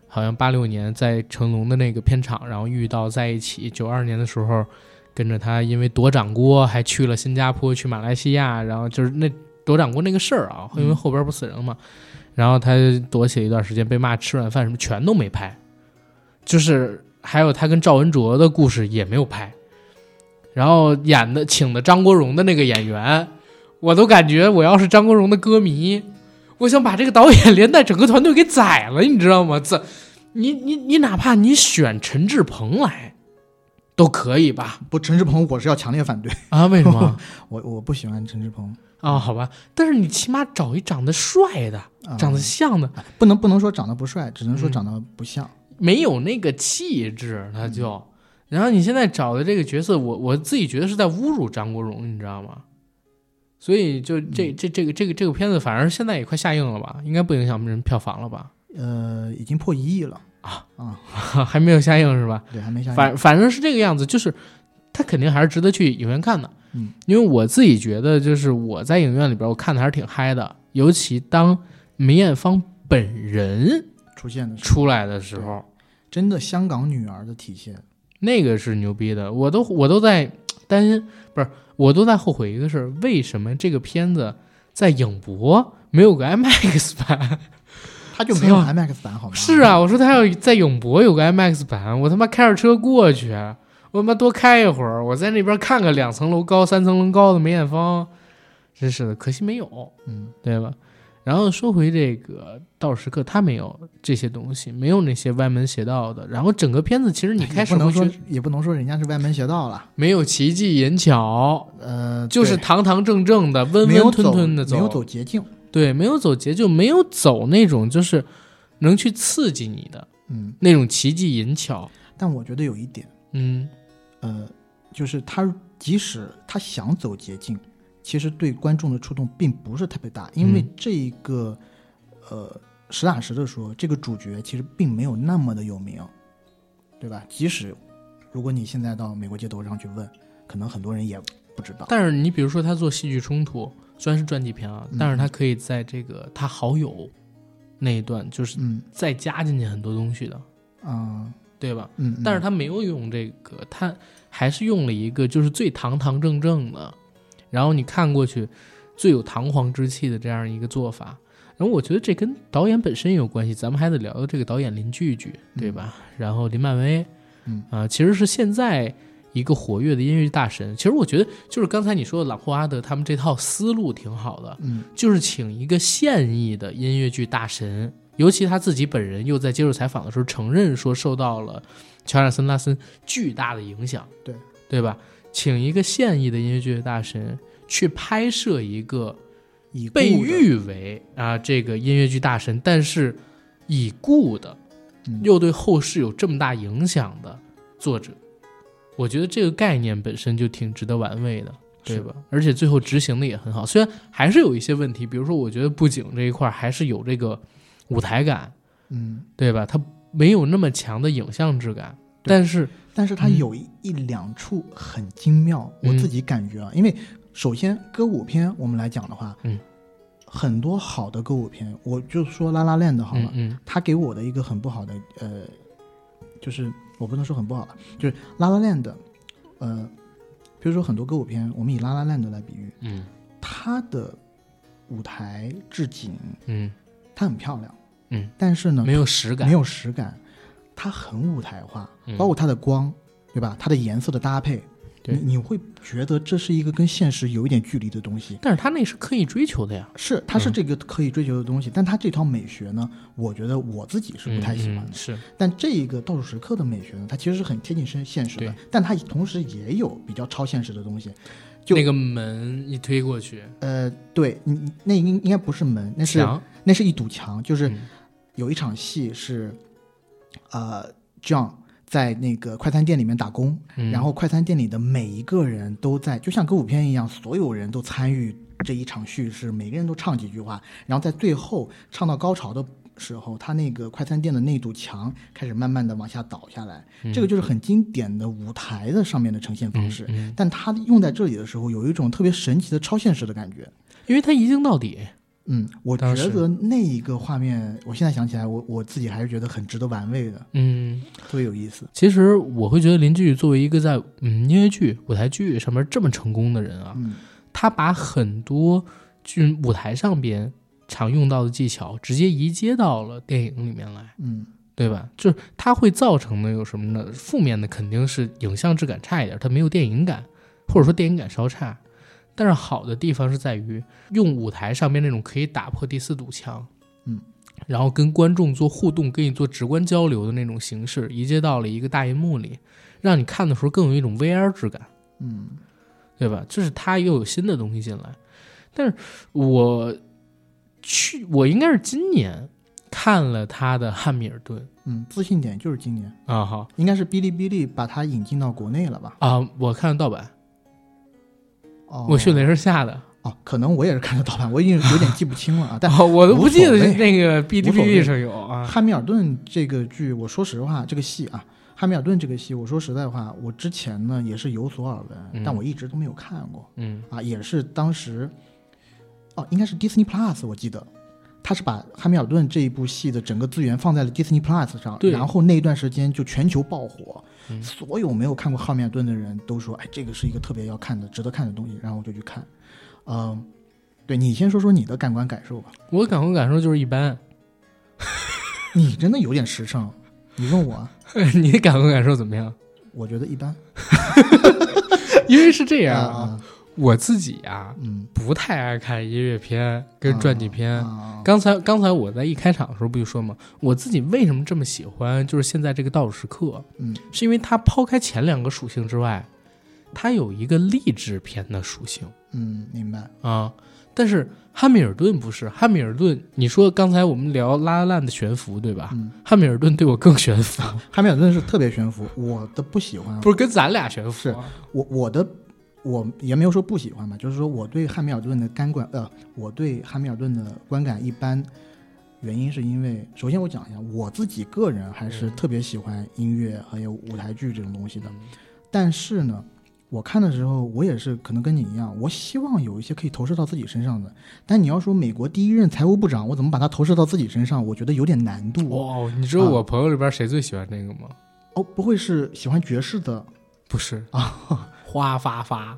Speaker 1: 好像八六年在成龙的那个片场，然后遇到在一起，九二年的时候跟着他因为夺掌锅还去了新加坡，去马来西亚，然后就是那夺掌锅那个事儿啊，因为
Speaker 2: 嗯
Speaker 1: 后边不死人了嘛，然后他躲起一段时间，被骂吃软饭什么全都没拍，就是还有他跟赵文卓的故事也没有拍，然后演的请的张国荣的那个演员，我都感觉我要是张国荣的歌迷，我想把这个导演 连带整个团队给宰了，你知道吗？怎你你你哪怕你选陈志朋来都可以吧？
Speaker 2: 不，陈志朋我是要强烈反对，
Speaker 1: 啊，为什么
Speaker 2: 我我不喜欢陈志朋，
Speaker 1: 啊？好吧，但是你起码找一长得帅的、
Speaker 2: 啊
Speaker 1: 长得像的，
Speaker 2: 不能不能说长得不帅，只能说
Speaker 1: 嗯
Speaker 2: 长得不像。
Speaker 1: 没有那个气质，他就。
Speaker 2: 嗯
Speaker 1: 然后你现在找的这个角色，我我自己觉得是在侮辱张国荣，你知道吗？所以就
Speaker 2: 嗯
Speaker 1: 这这这个这个这个片子，反而现在也快下映了吧？应该不影响人票房了吧？
Speaker 2: 呃，已经破一亿了
Speaker 1: 啊
Speaker 2: 啊，
Speaker 1: 还没有下映是吧？
Speaker 2: 对，还没下映。
Speaker 1: 反反正是这个样子，就是它肯定还是值得去影院看的。
Speaker 2: 嗯，
Speaker 1: 因为我自己觉得，就是我在影院里边，我看的还是挺嗨的。尤其当梅艳芳本人
Speaker 2: 出现的是
Speaker 1: 出来的时候，
Speaker 2: 真的香港女儿的体现，
Speaker 1: 那个是牛逼的。我都我都在担心，不是，我都在后悔一个事儿：为什么这个片子在影博没有个 IMAX 版？
Speaker 2: 她就没有
Speaker 1: 是
Speaker 2: IMAX 版好吗？
Speaker 1: 是，啊，我说他要在永博有个 IMAX 版，我他妈开着车过去，我他妈多开一会儿，我在那边看个两层楼高、三层楼高的梅艳芳，真是的，可惜没有，
Speaker 2: 嗯
Speaker 1: 对吧？然后说回这个《到时刻》，他没有这些东西，没有那些歪门邪道的。然后整个片子其实你开
Speaker 2: 也
Speaker 1: 始
Speaker 2: 哎不能
Speaker 1: 会觉
Speaker 2: 说
Speaker 1: 得
Speaker 2: 也不能说人家是歪门邪道了，
Speaker 1: 没有奇技淫巧，
Speaker 2: 呃，
Speaker 1: 就是
Speaker 2: 对
Speaker 1: 堂堂正正的、温
Speaker 2: 没有
Speaker 1: 温吞吞的
Speaker 2: 走，没有走捷径，
Speaker 1: 对，没有走捷就没有走那种就是能去刺激你的
Speaker 2: 嗯。
Speaker 1: 那种奇技淫巧。
Speaker 2: 但我觉得有一点，
Speaker 1: 嗯，
Speaker 2: 呃，就是他即使他想走捷径，其实对观众的触动并不是特别大，因为
Speaker 1: 嗯
Speaker 2: 这一个，呃，实打实的说，这个主角其实并没有那么的有名，对吧？即使如果你现在到美国街头上去问，可能很多人也不知道。
Speaker 1: 但是你比如说他做戏剧冲突，虽然是传记片啊，
Speaker 2: 嗯
Speaker 1: 但是他可以在这个他好友那一段，就是
Speaker 2: 嗯
Speaker 1: 再加进去很多东西的，
Speaker 2: 啊
Speaker 1: 对吧？
Speaker 2: 嗯，嗯
Speaker 1: 但是他没有用这个，他还是用了一个就是最堂堂正正的，然后你看过去最有堂皇之气的这样一个做法。然后我觉得这跟导演本身有关系，咱们还得聊聊这个导演林聚聚，对吧？然后林漫威，
Speaker 2: 嗯
Speaker 1: 啊、其实是现在一个活跃的音乐大神。其实我觉得就是刚才你说的朗霍阿德他们这套思路挺好的，
Speaker 2: 嗯，
Speaker 1: 就是请一个现役的音乐剧大神，尤其他自己本人又在接受采访的时候承认说受到了乔纳森拉森巨大的影响，
Speaker 2: 对
Speaker 1: 对吧？请一个现役的音乐剧大神去拍摄一个
Speaker 2: 已故
Speaker 1: 被
Speaker 2: 的
Speaker 1: 誉为啊这个音乐剧大神，但是已故的
Speaker 2: 嗯
Speaker 1: 又对后世有这么大影响的作者，我觉得这个概念本身就挺值得玩味的，对
Speaker 2: 是
Speaker 1: 吧？而且最后执行的也很好，虽然还是有一些问题，比如说我觉得布景这一块儿还是有这个舞台感，
Speaker 2: 嗯，
Speaker 1: 对吧？它没有那么强的影像质感，
Speaker 2: 对
Speaker 1: 但是
Speaker 2: 但是它
Speaker 1: 嗯
Speaker 2: 有一、一两处很精妙，我
Speaker 1: 嗯
Speaker 2: 自己感觉啊，因为首先歌舞片我们来讲的话，
Speaker 1: 嗯，
Speaker 2: 很多好的歌舞片，我就说《拉拉链》的好了
Speaker 1: 嗯，嗯
Speaker 2: 它给我的一个很不好的呃，就是我不能说很不好吧，就是《拉拉链》的，呃，比如说很多歌舞片，我们以《拉拉链》的来比喻，
Speaker 1: 嗯
Speaker 2: 它的舞台置景
Speaker 1: 嗯
Speaker 2: 它很漂亮，
Speaker 1: 嗯，
Speaker 2: 但是呢
Speaker 1: 嗯，没有实
Speaker 2: 没
Speaker 1: 感，
Speaker 2: 有实感，它很舞台化，
Speaker 1: 嗯
Speaker 2: 包括它的光，对吧？它的颜色的搭配，
Speaker 1: 对
Speaker 2: 你你会觉得这是一个跟现实有一点距离的东西。
Speaker 1: 但是他那是刻意追求的呀，
Speaker 2: 是，它是
Speaker 1: 嗯
Speaker 2: 这个可以追求的东西，但它这套美学呢，我觉得我自己是不太喜欢
Speaker 1: 嗯
Speaker 2: 的
Speaker 1: 嗯。是
Speaker 2: 但这一个倒数时刻的美学呢，它其实是很贴近现现实的
Speaker 1: 对，
Speaker 2: 但它同时也有比较超现实的东西。就
Speaker 1: 那个门一推过去，
Speaker 2: 呃，对你你那应应该不是门，那是
Speaker 1: 墙
Speaker 2: 那是一堵墙，就是
Speaker 1: 嗯
Speaker 2: 有一场戏是，呃，John 在那个快餐店里面打工，
Speaker 1: 嗯
Speaker 2: 然后快餐店里的每一个人都在，就像歌舞片一样，所有人都参与这一场叙事，每个人都唱几句话，然后在最后唱到高潮的时候，他那个快餐店的那堵墙开始慢慢的往下倒下来，
Speaker 1: 嗯
Speaker 2: 这个就是很经典的舞台的上面的呈现方式。
Speaker 1: 嗯嗯
Speaker 2: 但它用在这里的时候，有一种特别神奇的超现实的感觉。
Speaker 1: 因为他一镜到底，
Speaker 2: 嗯，我
Speaker 1: 当
Speaker 2: 觉
Speaker 1: 时
Speaker 2: 得那一个画面，我现在想起来，我我自己还是觉得很值得玩味的，
Speaker 1: 嗯，
Speaker 2: 特别有意思。
Speaker 1: 其实我会觉得林剧作为一个在嗯音乐剧、舞台剧上面这么成功的人啊，
Speaker 2: 嗯
Speaker 1: 他把很多剧舞台上边常用到的技巧直接移接到了电影里面来，
Speaker 2: 嗯，
Speaker 1: 对吧？就是它会造成的有什么呢？负面的肯定是影像质感差一点，它没有电影感，或者说电影感稍差。但是好的地方是在于用舞台上面那种可以打破第四堵墙，
Speaker 2: 嗯，
Speaker 1: 然后跟观众做互动、跟你做直观交流的那种形式，移接到了一个大银幕里，让你看的时候更有一种 VR 质感。
Speaker 2: 嗯，
Speaker 1: 对吧？这是他又有新的东西进来。但是我去，我应该是今年看了他的《汉密尔顿
Speaker 2: 嗯，自信点就是今年，》
Speaker 1: 啊，好
Speaker 2: 应该是哔哩哔哩把它引进到国内了吧？
Speaker 1: 啊，我看了盗版，
Speaker 2: 哦，
Speaker 1: 我迅雷是下的，
Speaker 2: 哦，可能我也是看的盗版，我已经有点记不清了啊。但
Speaker 1: 啊 我都不记得
Speaker 2: 无所谓
Speaker 1: 那个 B
Speaker 2: 无
Speaker 1: D
Speaker 2: 所
Speaker 1: B
Speaker 2: 谓
Speaker 1: D 上有啊。
Speaker 2: 汉密尔顿这个剧，我说实话，这个戏啊，汉密尔顿这个戏，我说实在话，我之前呢也是有所耳闻，
Speaker 1: 嗯
Speaker 2: 但我一直都没有看过
Speaker 1: 嗯
Speaker 2: 啊，也是当时，哦，应该是 Disney Plus，我记得。他是把《汉密尔顿》这一部戏的整个资源放在了 Disney Plus 上，
Speaker 1: 对
Speaker 2: 然后那一段时间就全球爆火，
Speaker 1: 嗯
Speaker 2: 所有没有看过《汉密尔顿》的人都说，哎，这个是一个特别要看的、值得看的东西，然后我就去看。嗯、对你先说说你的感官感受吧。
Speaker 1: 我感官感受就是一般，
Speaker 2: 你真的有点时尚，你问我啊，
Speaker 1: 你的感官感受怎么样？
Speaker 2: 我觉得一般。
Speaker 1: 因为是这样
Speaker 2: 啊
Speaker 1: 啊，，我自己啊
Speaker 2: 嗯，
Speaker 1: 不太爱看音乐片跟传记片，
Speaker 2: 啊
Speaker 1: 刚才刚才我在一开场的时候不就说嘛，我自己为什么这么喜欢，就是现在这个倒数时刻，
Speaker 2: 嗯，
Speaker 1: 是因为它抛开前两个属性之外，它有一个励志片的属性
Speaker 2: 嗯，明白。
Speaker 1: 啊。但是汉密尔顿不是汉密尔顿，你说刚才我们聊拉拉烂的悬浮对吧？
Speaker 2: 嗯，
Speaker 1: 汉密尔顿对我更悬浮，
Speaker 2: 汉密尔顿是特别悬浮，我的不喜欢，
Speaker 1: 不是跟咱俩悬浮
Speaker 2: 是
Speaker 1: 啊，
Speaker 2: 我我的我也没有说不喜欢吧，就是说我对汉密尔顿的干观呃，我对汉密尔顿的观感一般。原因是因为，首先我讲一下，我自己个人还是
Speaker 1: 嗯
Speaker 2: 特别喜欢音乐还有舞台剧这种东西的。
Speaker 1: 嗯
Speaker 2: 但是呢，我看的时候，我也是可能跟你一样，我希望有一些可以投射到自己身上的。但你要说美国第一任财务部长，我怎么把它投射到自己身上？我觉得有点难度。
Speaker 1: 哇、哦，你知
Speaker 2: 嗯
Speaker 1: 道我朋友里边谁最喜欢这个吗？
Speaker 2: 哦，不会是喜欢爵士的
Speaker 1: 不是
Speaker 2: 啊？
Speaker 1: 花发发，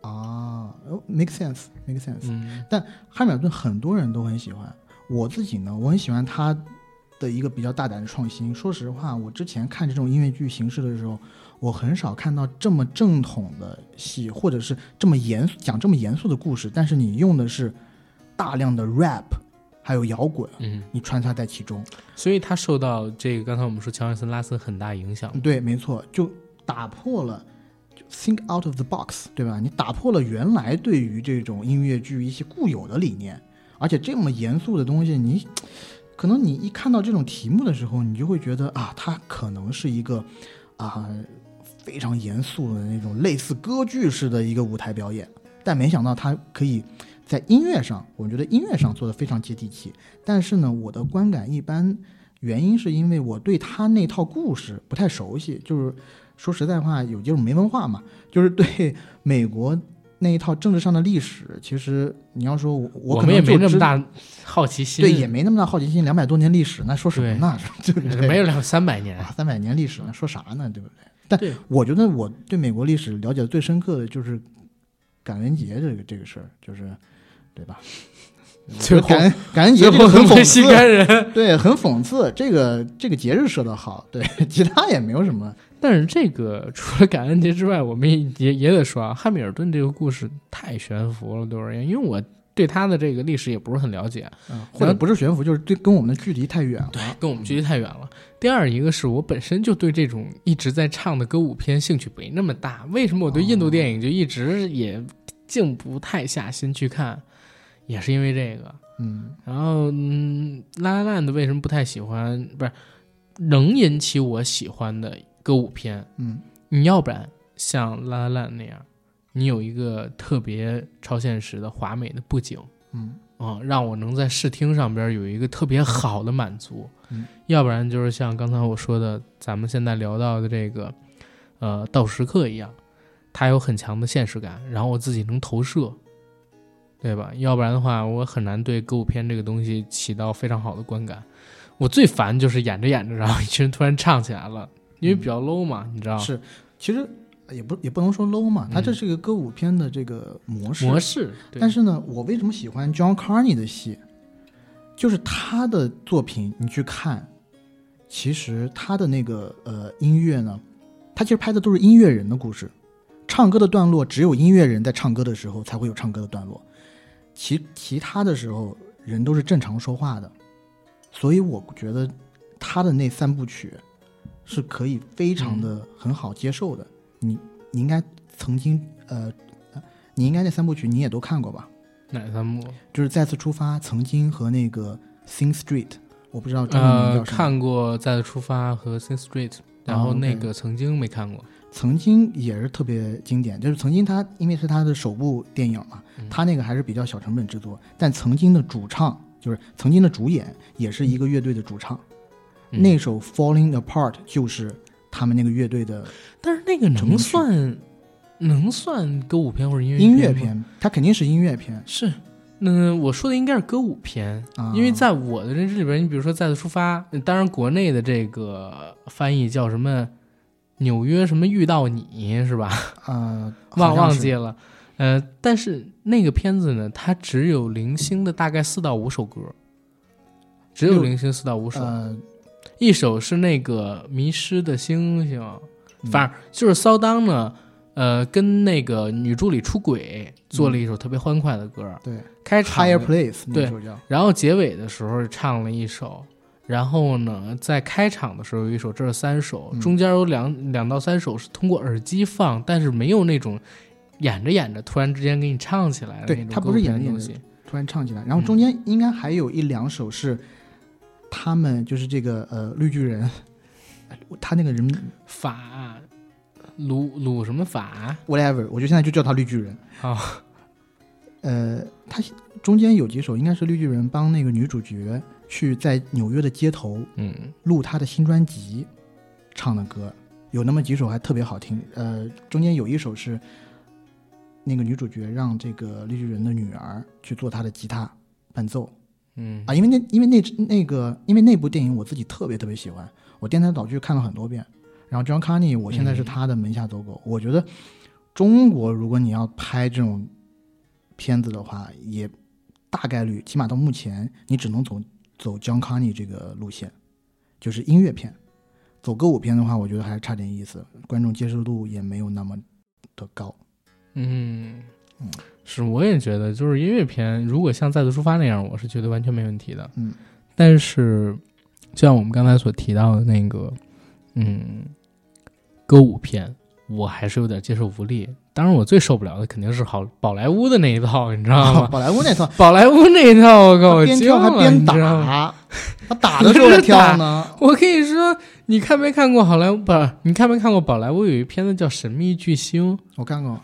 Speaker 2: 啊、哦、，make sense，make sense。
Speaker 1: 嗯
Speaker 2: 汉密尔顿很多人都很喜欢，我自己呢，我很喜欢他的一个比较大胆的创新。说实话，我之前看这种音乐剧形式的时候，我很少看到这么正统的戏，或者是这么严肃讲这么严肃的故事，但是你用的是大量的 rap，还有摇滚，
Speaker 1: 嗯，
Speaker 2: 你穿插在其中。
Speaker 1: 所以他受到这个刚才我们说乔安森拉森很大影响。
Speaker 2: 对，没错，就打破了。就 Think out of the box，对吧？你打破了原来对于这种音乐剧一些固有的理念，而且这么严肃的东西，你可能你一看到这种题目的时候，你就会觉得啊，它可能是一个啊非常严肃的那种类似歌剧式的一个舞台表演，但没想到它可以在音乐上，我觉得音乐上做的非常接地气。但是呢，我的观感一般，原因是因为我对他那套故事不太熟悉，就是说实在话，有这种没文化嘛，就是对美国那一套政治上的历史，其实你要说我
Speaker 1: 我
Speaker 2: 可
Speaker 1: 们也
Speaker 2: 能
Speaker 1: 没
Speaker 2: 就
Speaker 1: 那么
Speaker 2: 知
Speaker 1: 大好奇心，
Speaker 2: 对，也没那么大好奇心。两百多年历史，那说什么
Speaker 1: 对
Speaker 2: 呢？ 对不对？
Speaker 1: 没有两三百年。
Speaker 2: 啊，三百年历史，那说啥呢？对不对？但
Speaker 1: 对
Speaker 2: 我觉得我对美国历史了解的最深刻的就是感恩节这个这个事儿，就是对吧？
Speaker 1: 最后
Speaker 2: 感恩感恩节
Speaker 1: 最
Speaker 2: 这
Speaker 1: 后
Speaker 2: 个很讽
Speaker 1: 被西
Speaker 2: 刺，
Speaker 1: 干人。
Speaker 2: 对，很讽刺。这个这个节日设的好，对，其他也没有什么。
Speaker 1: 但是这个除了感恩节之外，我们也也也得说啊，汉密尔顿这个故事太悬浮了，对我而言，因为我对他的这个历史也不是很了解，
Speaker 2: 嗯，或者不是悬浮，就是对跟我们的距离太远了。
Speaker 1: 对，跟我们距离太远了。第二一个是我本身就对这种一直在唱的歌舞片兴趣没那么大，为什么我对印度电影就一直也静不太下心去看，也是因为这个。
Speaker 2: 嗯，
Speaker 1: 然后，嗯，拉拉 land 为什么不太喜欢？不是能引起我喜欢的歌舞片，
Speaker 2: 嗯，
Speaker 1: 你要不然像拉拉 land 那样，你有一个特别超现实的华美的布景，
Speaker 2: 嗯，
Speaker 1: 啊、让我能在视听上边有一个特别好的满足。
Speaker 2: 嗯，
Speaker 1: 要不然就是像刚才我说的，咱们现在聊到的这个，呃，到时刻一样，它有很强的现实感，然后我自己能投射，对吧？要不然的话，我很难对歌舞片这个东西起到非常好的观感。我最烦就是演着演着，然后一群人突然唱起来了，因为比较 low 嘛，你知道吗？
Speaker 2: 是，其实也不也不能说 low 嘛，它这是一个歌舞片的这个模式。
Speaker 1: 嗯模式，对
Speaker 2: 但是呢，我为什么喜欢 John Carney 的戏？就是他的作品，你去看，其实他的那个呃音乐呢，他其实拍的都是音乐人的故事，唱歌的段落只有音乐人在唱歌的时候才会有唱歌的段落，其其他的时候人都是正常说话的，所以我觉得他的那三部曲是可以非常的很好接受的。你你应该曾经呃你应该那三部曲你也都看过吧？
Speaker 1: 哪三部？
Speaker 2: 就是《再次出发》、《曾经》和那个《Sing Street》，我不知道中文名
Speaker 1: 呃，
Speaker 2: 叫什么。哦
Speaker 1: 看过《再次出发》和《Sin Street》，然后那个曾经没看过。
Speaker 2: 曾经也是特别经典，就是曾经他因为是他的首部电影嘛，
Speaker 1: 嗯
Speaker 2: 他那个还是比较小成本制作，但曾经的主唱就是曾经的主演也是一个乐队的主唱，
Speaker 1: 嗯
Speaker 2: 那首《Falling Apart》就是他们那个乐队的
Speaker 1: 但是那个能算能算歌舞片或者音乐
Speaker 2: 音乐
Speaker 1: 吗？
Speaker 2: 片，它肯定是音乐片
Speaker 1: 是，嗯，我说的应该是歌舞片，
Speaker 2: 啊，
Speaker 1: 因为在我的认知里边，你比如说《再次出发》，嗯当然国内的这个翻译叫什么“纽约什么遇到你”是吧？
Speaker 2: 呃
Speaker 1: 忘
Speaker 2: 好像
Speaker 1: 忘
Speaker 2: 是
Speaker 1: 记了。呃，但是那个片子呢，它只有零星的大概四到五首歌，只有
Speaker 2: 六
Speaker 1: 零星四到五首，
Speaker 2: 呃，
Speaker 1: 一首是那个《迷失的星星》，
Speaker 2: 嗯
Speaker 1: 反正就是骚当呢，呃，跟那个女助理出轨，做
Speaker 2: 嗯
Speaker 1: 了一首特别欢快的歌，
Speaker 2: 对
Speaker 1: 开场
Speaker 2: ，Higher
Speaker 1: 的，
Speaker 2: Place 那
Speaker 1: 对
Speaker 2: 首叫。
Speaker 1: 然后结尾的时候唱了一首，然后呢，在开场的时候有一首，这是三首，
Speaker 2: 嗯
Speaker 1: 中间有两两到三首是通过耳机放，但是没有那种演着演着突然之间给你唱起来的
Speaker 2: 对
Speaker 1: 那种
Speaker 2: 它不是
Speaker 1: 歌舞片
Speaker 2: 演
Speaker 1: 的东
Speaker 2: 着演着
Speaker 1: 西，
Speaker 2: 突然唱起来，然后中间应该还有一两首是他们就是这个呃绿巨人，他那个人
Speaker 1: 法鲁鲁什么法
Speaker 2: whatever，我就现在就叫他绿巨人。
Speaker 1: 哦，
Speaker 2: 呃，他中间有几首应该是绿巨人帮那个女主角去在纽约的街头
Speaker 1: 嗯，
Speaker 2: 录他的新专辑唱的歌，有那么几首还特别好听。呃，中间有一首是那个女主角让这个绿巨人的女儿去做他的吉他伴奏。
Speaker 1: 嗯
Speaker 2: 啊，因为那因为那那个因为那部电影我自己特别特别喜欢，
Speaker 1: 嗯
Speaker 2: 我电台岛剧看了很多遍，然后 John Carney 我现在是他的门下走狗，我觉得中国如果你要拍这种片子的话，也大概率，起码到目前，你只能走走 John Carney 这个路线，就是音乐片。走歌舞片的话，我觉得还差点意思，观众接受度也没有那么的高。
Speaker 1: 嗯，是，我也觉得，就是音乐片，如果像《再度出发》那样，我是觉得完全没问题的。
Speaker 2: 嗯，
Speaker 1: 但是就像我们刚才所提到的那个，嗯，歌舞片，我还是有点接受不力。当然，我最受不了的肯定是好宝莱坞的那一套，你知道吗？
Speaker 2: 宝莱坞那套，
Speaker 1: 宝莱坞那一套，我靠，我
Speaker 2: 他边跳还
Speaker 1: 啊惊了
Speaker 2: 边，
Speaker 1: 你知道吗
Speaker 2: 打，他打的时候还跳呢。
Speaker 1: 我可以说，你看没看过好莱坞？不是，你看没看过宝莱坞有一片子叫《神秘巨星》？
Speaker 2: 我看过，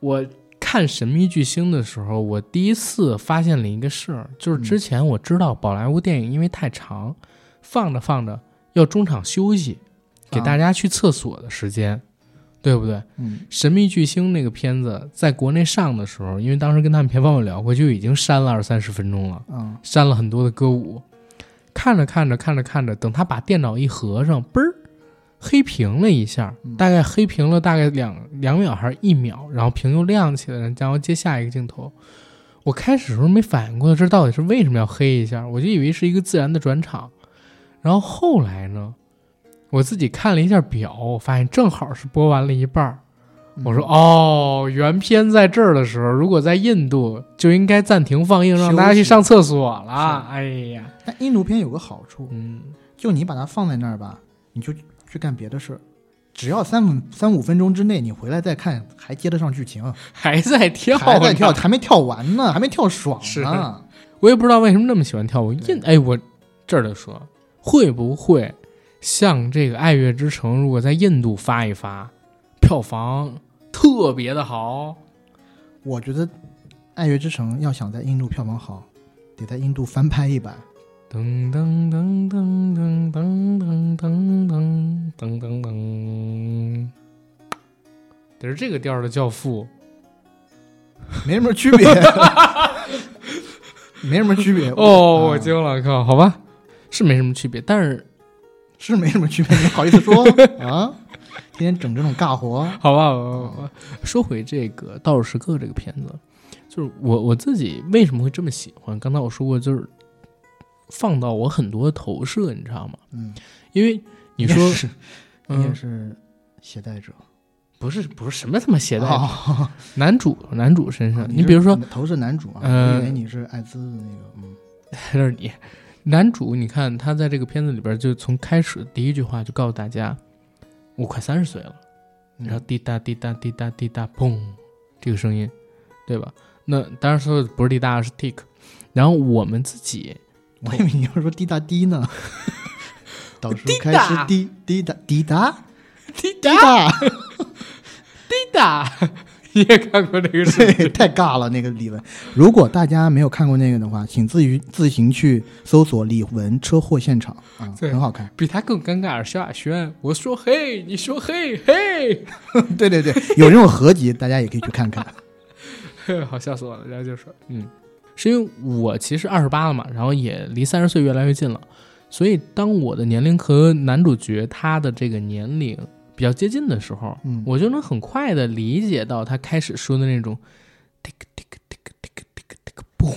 Speaker 1: 我看《神秘巨星》的时候，我第一次发现了一个事儿，就是之前我知道宝莱坞电影因为太长，放着放着要中场休息，给大家去厕所的时间，对不对？《
Speaker 2: 嗯，
Speaker 1: 神秘巨星》那个片子在国内上的时候，因为当时跟他们片方有聊过，就已经删了二三十分钟了。
Speaker 2: 嗯，
Speaker 1: 删了很多的歌舞。看着看着看着看着，等他把电脑一合上，嘣儿黑屏了一下，
Speaker 2: 嗯
Speaker 1: 大概黑屏了大概两两秒还是一秒，然后屏又亮起来了，然后接下一个镜头。我开始的时候没反应过来，这到底是为什么要黑一下，我就以为是一个自然的转场。然后后来呢，我自己看了一下表，我发现正好是播完了一半儿。
Speaker 2: 嗯
Speaker 1: 我说哦，原片在这儿的时候，如果在印度就应该暂停放映，让大家去上厕所了。哎呀，
Speaker 2: 但印度片有个好处，
Speaker 1: 嗯，
Speaker 2: 就你把它放在那儿吧，你就去干别的事儿，只要三分三五分钟之内，你回来再看，还接得上剧情，
Speaker 1: 还在跳，
Speaker 2: 还在跳，。还没跳完呢，还没跳爽
Speaker 1: 是
Speaker 2: 呢。
Speaker 1: 我也不知道为什么那么喜欢跳舞。
Speaker 2: 对
Speaker 1: 印哎，我这儿就说，会不会像这个《爱乐之城》，如果在印度发一发，票房特别的好？
Speaker 2: 我觉得《爱乐之城》要想在印度票房好，得在印度翻拍 一版。
Speaker 1: 噔噔噔噔噔噔噔噔噔噔噔噔，得是这个调儿的教父。
Speaker 2: 没什么区别， 没什么区别。
Speaker 1: 哦，我
Speaker 2: 啊
Speaker 1: 惊了，靠，好吧，是没什么区别，但是
Speaker 2: 是没什么区别，你好意思说啊？天天整这种尬活，
Speaker 1: 好吧，我我说回这个《倒数时刻》这个片子，就是我我自己为什么会这么喜欢？刚才我说过，就是放到我很多投射，你知道吗？
Speaker 2: 嗯，
Speaker 1: 因为你
Speaker 2: 你
Speaker 1: 说
Speaker 2: 也，是，你也
Speaker 1: 嗯，
Speaker 2: 是携带者，
Speaker 1: 不是不是什么他妈携带者，
Speaker 2: 哦，
Speaker 1: 男主男主身上，
Speaker 2: 你
Speaker 1: 你
Speaker 2: 是
Speaker 1: 比如说
Speaker 2: 投射男主啊，
Speaker 1: 呃
Speaker 2: 我以为你是艾滋的那个，嗯，
Speaker 1: 还是你，男主，你看他在这个片子里边，就从开始第一句话就告诉大家，我快三十岁了。
Speaker 2: 嗯
Speaker 1: 然后滴答滴答滴答滴答，砰，这个声音，对吧？那当然说的不是滴答，是 tick。然后我们自己，
Speaker 2: 我以为你要说滴答滴呢，到时候开
Speaker 1: 滴答
Speaker 2: 始滴滴答滴答
Speaker 1: 滴
Speaker 2: 滴答，
Speaker 1: 滴答， 你也看过这个视频？
Speaker 2: 对，太尬了那个李玟。如果大家没有看过那个的话，请自于自行去搜索李玟车祸现场啊，
Speaker 1: 对
Speaker 2: 很好看。
Speaker 1: 比他更尴尬的是萧亚轩，我说嘿，你说嘿嘿，
Speaker 2: 对对对，有这种合集，大家也可以去看看。
Speaker 1: 好笑死我了。然后就说，嗯，是因为我其实二十八了嘛，然后也离三十岁越来越近了，所以当我的年龄和男主角他的这个年龄比较接近的时候，
Speaker 2: 嗯，
Speaker 1: 我就能很快的理解到他开始说的那种 tick tick tick tick tick tick 嘣，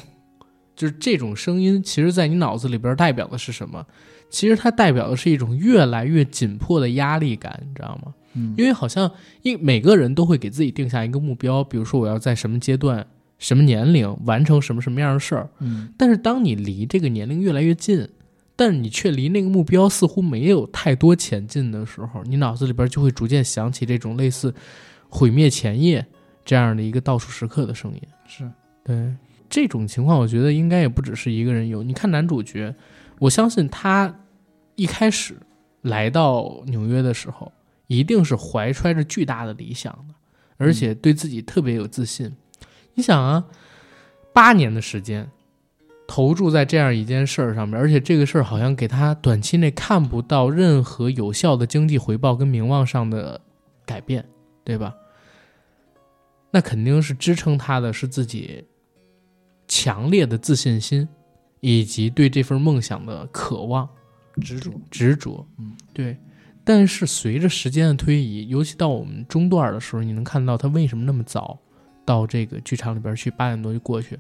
Speaker 1: 就是这种声音，其实在你脑子里边代表的是什么？其实它代表的是一种越来越紧迫的压力感，你知道吗？
Speaker 2: 嗯
Speaker 1: 因为好像因为每个人都会给自己定下一个目标，比如说我要在什么阶段、什么年龄完成什么什么样的事儿。
Speaker 2: 嗯，
Speaker 1: 但是当你离这个年龄越来越近，但你却离那个目标似乎没有太多前进的时候，你脑子里边就会逐渐想起这种类似毁灭前夜这样的一个倒数时刻的声音。
Speaker 2: 是，
Speaker 1: 对这种情况，我觉得应该也不只是一个人有。你看男主角，我相信他一开始来到纽约的时候，一定是怀揣着巨大的理想的，而且对自己特别有自信。你想啊，八年的时间投注在这样一件事儿上面，而且这个事儿好像给他短期内看不到任何有效的经济回报跟名望上的改变，对吧？那肯定是支撑他的是自己强烈的自信心，以及对这份梦想的渴望、
Speaker 2: 执着。
Speaker 1: 执着。
Speaker 2: 嗯，
Speaker 1: 对。但是随着时间的推移，尤其到我们中段的时候，你能看到他为什么那么早到这个剧场里边去，八点多就过去，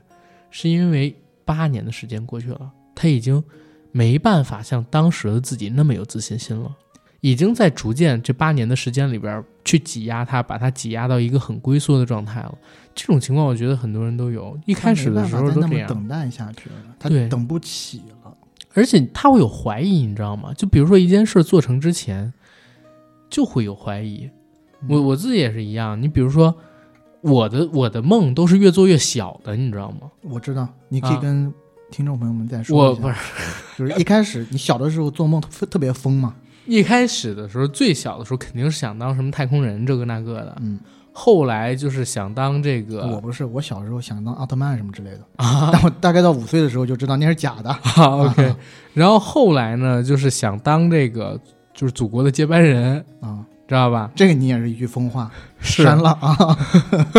Speaker 1: 是因为八年的时间过去了，他已经没办法像当时的自己那么有自信心了，已经在逐渐这八年的时间里边去挤压他，把他挤压到一个很龟缩的状态了。这种情况，我觉得很多人都有，一开始的时候
Speaker 2: 他没
Speaker 1: 都这
Speaker 2: 办法再那么
Speaker 1: 样，
Speaker 2: 等待下去了，他
Speaker 1: 对
Speaker 2: 等不起了。
Speaker 1: 而且他会有怀疑，你知道吗？就比如说一件事做成之前，就会有怀疑。我
Speaker 2: 嗯
Speaker 1: 我自己也是一样，你比如说，我的我的梦都是越做越小的，你知道吗？
Speaker 2: 我知道，你可以
Speaker 1: 啊
Speaker 2: 跟听众朋友们再说
Speaker 1: 我
Speaker 2: 一下
Speaker 1: 不是
Speaker 2: 就是一开始你小的时候做梦特特别疯嘛，
Speaker 1: 一开始的时候，最小的时候肯定是想当什么太空人这个那个的，
Speaker 2: 嗯，
Speaker 1: 后来就是想当这
Speaker 2: 我
Speaker 1: 个
Speaker 2: 不是，我小时候想当奥特曼什么之类的，
Speaker 1: 啊
Speaker 2: 但我大概到五岁的时候就知道那是假的。
Speaker 1: 啊，OK，然 后后来呢，就是想当这个就是祖国的接班人，
Speaker 2: 啊，
Speaker 1: 知道吧？
Speaker 2: 这个你也是一句疯话，
Speaker 1: 是
Speaker 2: 删了啊，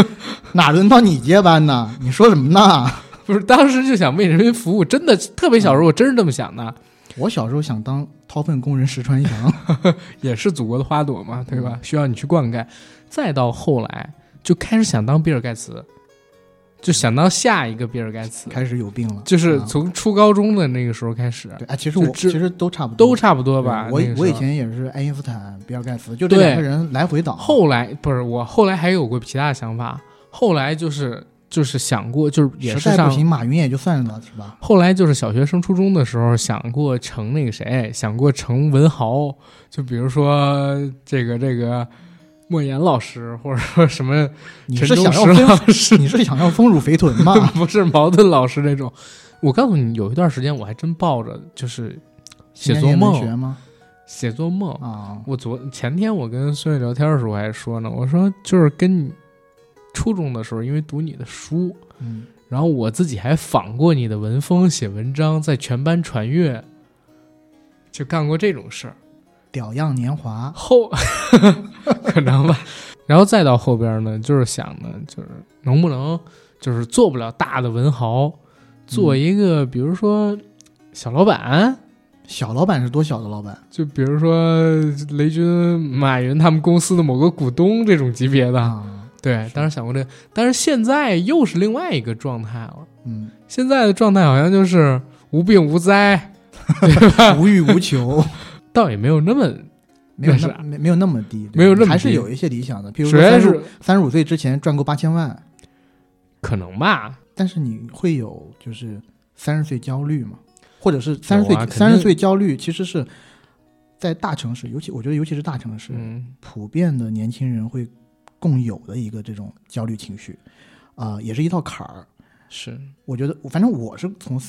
Speaker 2: 哪轮到你接班呢？你说什么呢？
Speaker 1: 不是？当时就想为人民服务，真的特别小
Speaker 2: 嗯
Speaker 1: 时候，我真是这么想的，
Speaker 2: 我小时候想当掏粪工人石川翔，
Speaker 1: 也是祖国的花朵
Speaker 2: 嗯
Speaker 1: 嘛，对吧？需要你去灌溉。再到后来，就开始想当比尔盖茨，就想当下一个比尔盖茨，
Speaker 2: 开始有病了，
Speaker 1: 就是
Speaker 2: 啊
Speaker 1: 从初高中的那个时候开始，
Speaker 2: 对，哎，其实我
Speaker 1: 就知
Speaker 2: 其实都差不多，
Speaker 1: 都差不
Speaker 2: 不
Speaker 1: 多吧。
Speaker 2: 我
Speaker 1: 那个时候
Speaker 2: 我以前也是爱因斯坦、比尔盖茨，就这两个人来回倒。
Speaker 1: 后来不是我后来还有过其他的想法，后来就是就是想过，就是也
Speaker 2: 实
Speaker 1: 是
Speaker 2: 在不
Speaker 1: 上。
Speaker 2: 行，马云也就算了，是吧？
Speaker 1: 后来就是小学升初中的时候，想过成那个谁，想过成文豪，就比如说这个这个莫言老师，或者说什么
Speaker 2: 你
Speaker 1: 陈
Speaker 2: 是
Speaker 1: 忠
Speaker 2: 想要
Speaker 1: 实
Speaker 2: 丰，
Speaker 1: 老师，
Speaker 2: 你是想要丰乳肥臀吗？
Speaker 1: 不是矛盾老师那种。我告诉你，有一段时间我还真抱着就是写作
Speaker 2: 新概念文
Speaker 1: 梦，
Speaker 2: 学吗？
Speaker 1: 写作梦。
Speaker 2: 啊，
Speaker 1: 我昨前天我跟孙悦聊天的时候，我还说呢，我说就是跟你初中的时候，因为读你的书，
Speaker 2: 嗯，
Speaker 1: 然后我自己还仿过你的文风写文章，在全班传阅，就干过这种事儿。
Speaker 2: 屌样年华，
Speaker 1: 后 可能吧，然后再到后边呢，就是想呢，就是能不能就是做不了大的文豪，
Speaker 2: 嗯
Speaker 1: 做一个比如说小老板，
Speaker 2: 小老板是多小的老板
Speaker 1: 就比如说雷军、马云他们公司的某个股东这种级别的。
Speaker 2: 啊？
Speaker 1: 对，当时想过这个，但是现在又是另外一个状态了。
Speaker 2: 嗯，
Speaker 1: 现在的状态好像就是无病无灾，
Speaker 2: 无欲无求，
Speaker 1: 倒也没有那么
Speaker 2: 没有
Speaker 1: 那是
Speaker 2: 那没没有那么低，对
Speaker 1: 没有那么低
Speaker 2: 还是有一些理想的，比如
Speaker 1: 首
Speaker 2: 说
Speaker 1: 先
Speaker 2: 三十
Speaker 1: 是
Speaker 2: 五三十五岁之前赚够八千万，
Speaker 1: 可能吧，
Speaker 2: 但是你会有就是三十岁焦虑嘛，或者是三十
Speaker 1: 啊肯
Speaker 2: 岁
Speaker 1: 定
Speaker 2: 三十岁焦虑其实是在大城市，尤其我觉得尤其是大城市，
Speaker 1: 嗯，
Speaker 2: 普遍的年轻人会共有的一个这种焦虑情绪，啊、也是一道坎儿。
Speaker 1: 是，
Speaker 2: 我觉得，反正我是从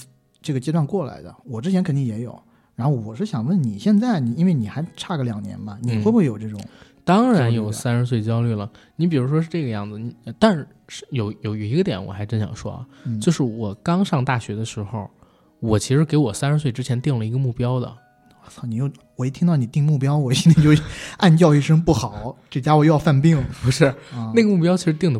Speaker 2: 这个阶段过来的，我之前肯定也有。然后我是想问你，现在你因为你还差个两年吧，你
Speaker 1: 嗯
Speaker 2: 会不会有这种？
Speaker 1: 当然
Speaker 2: 焦虑
Speaker 1: 有
Speaker 2: 的
Speaker 1: 三十岁焦虑了。你比如说是这个样子，你但是是有有一个点我还真想说啊，
Speaker 2: 嗯，
Speaker 1: 就是我刚上大学的时候，我其实给我三十岁之前定了一个目标 的。
Speaker 2: 我啊操，你又我一听到你定目标，我心里就 暗叫一声不好，这家伙又要犯病
Speaker 1: 不是
Speaker 2: 啊！
Speaker 1: 那个目标，其实定的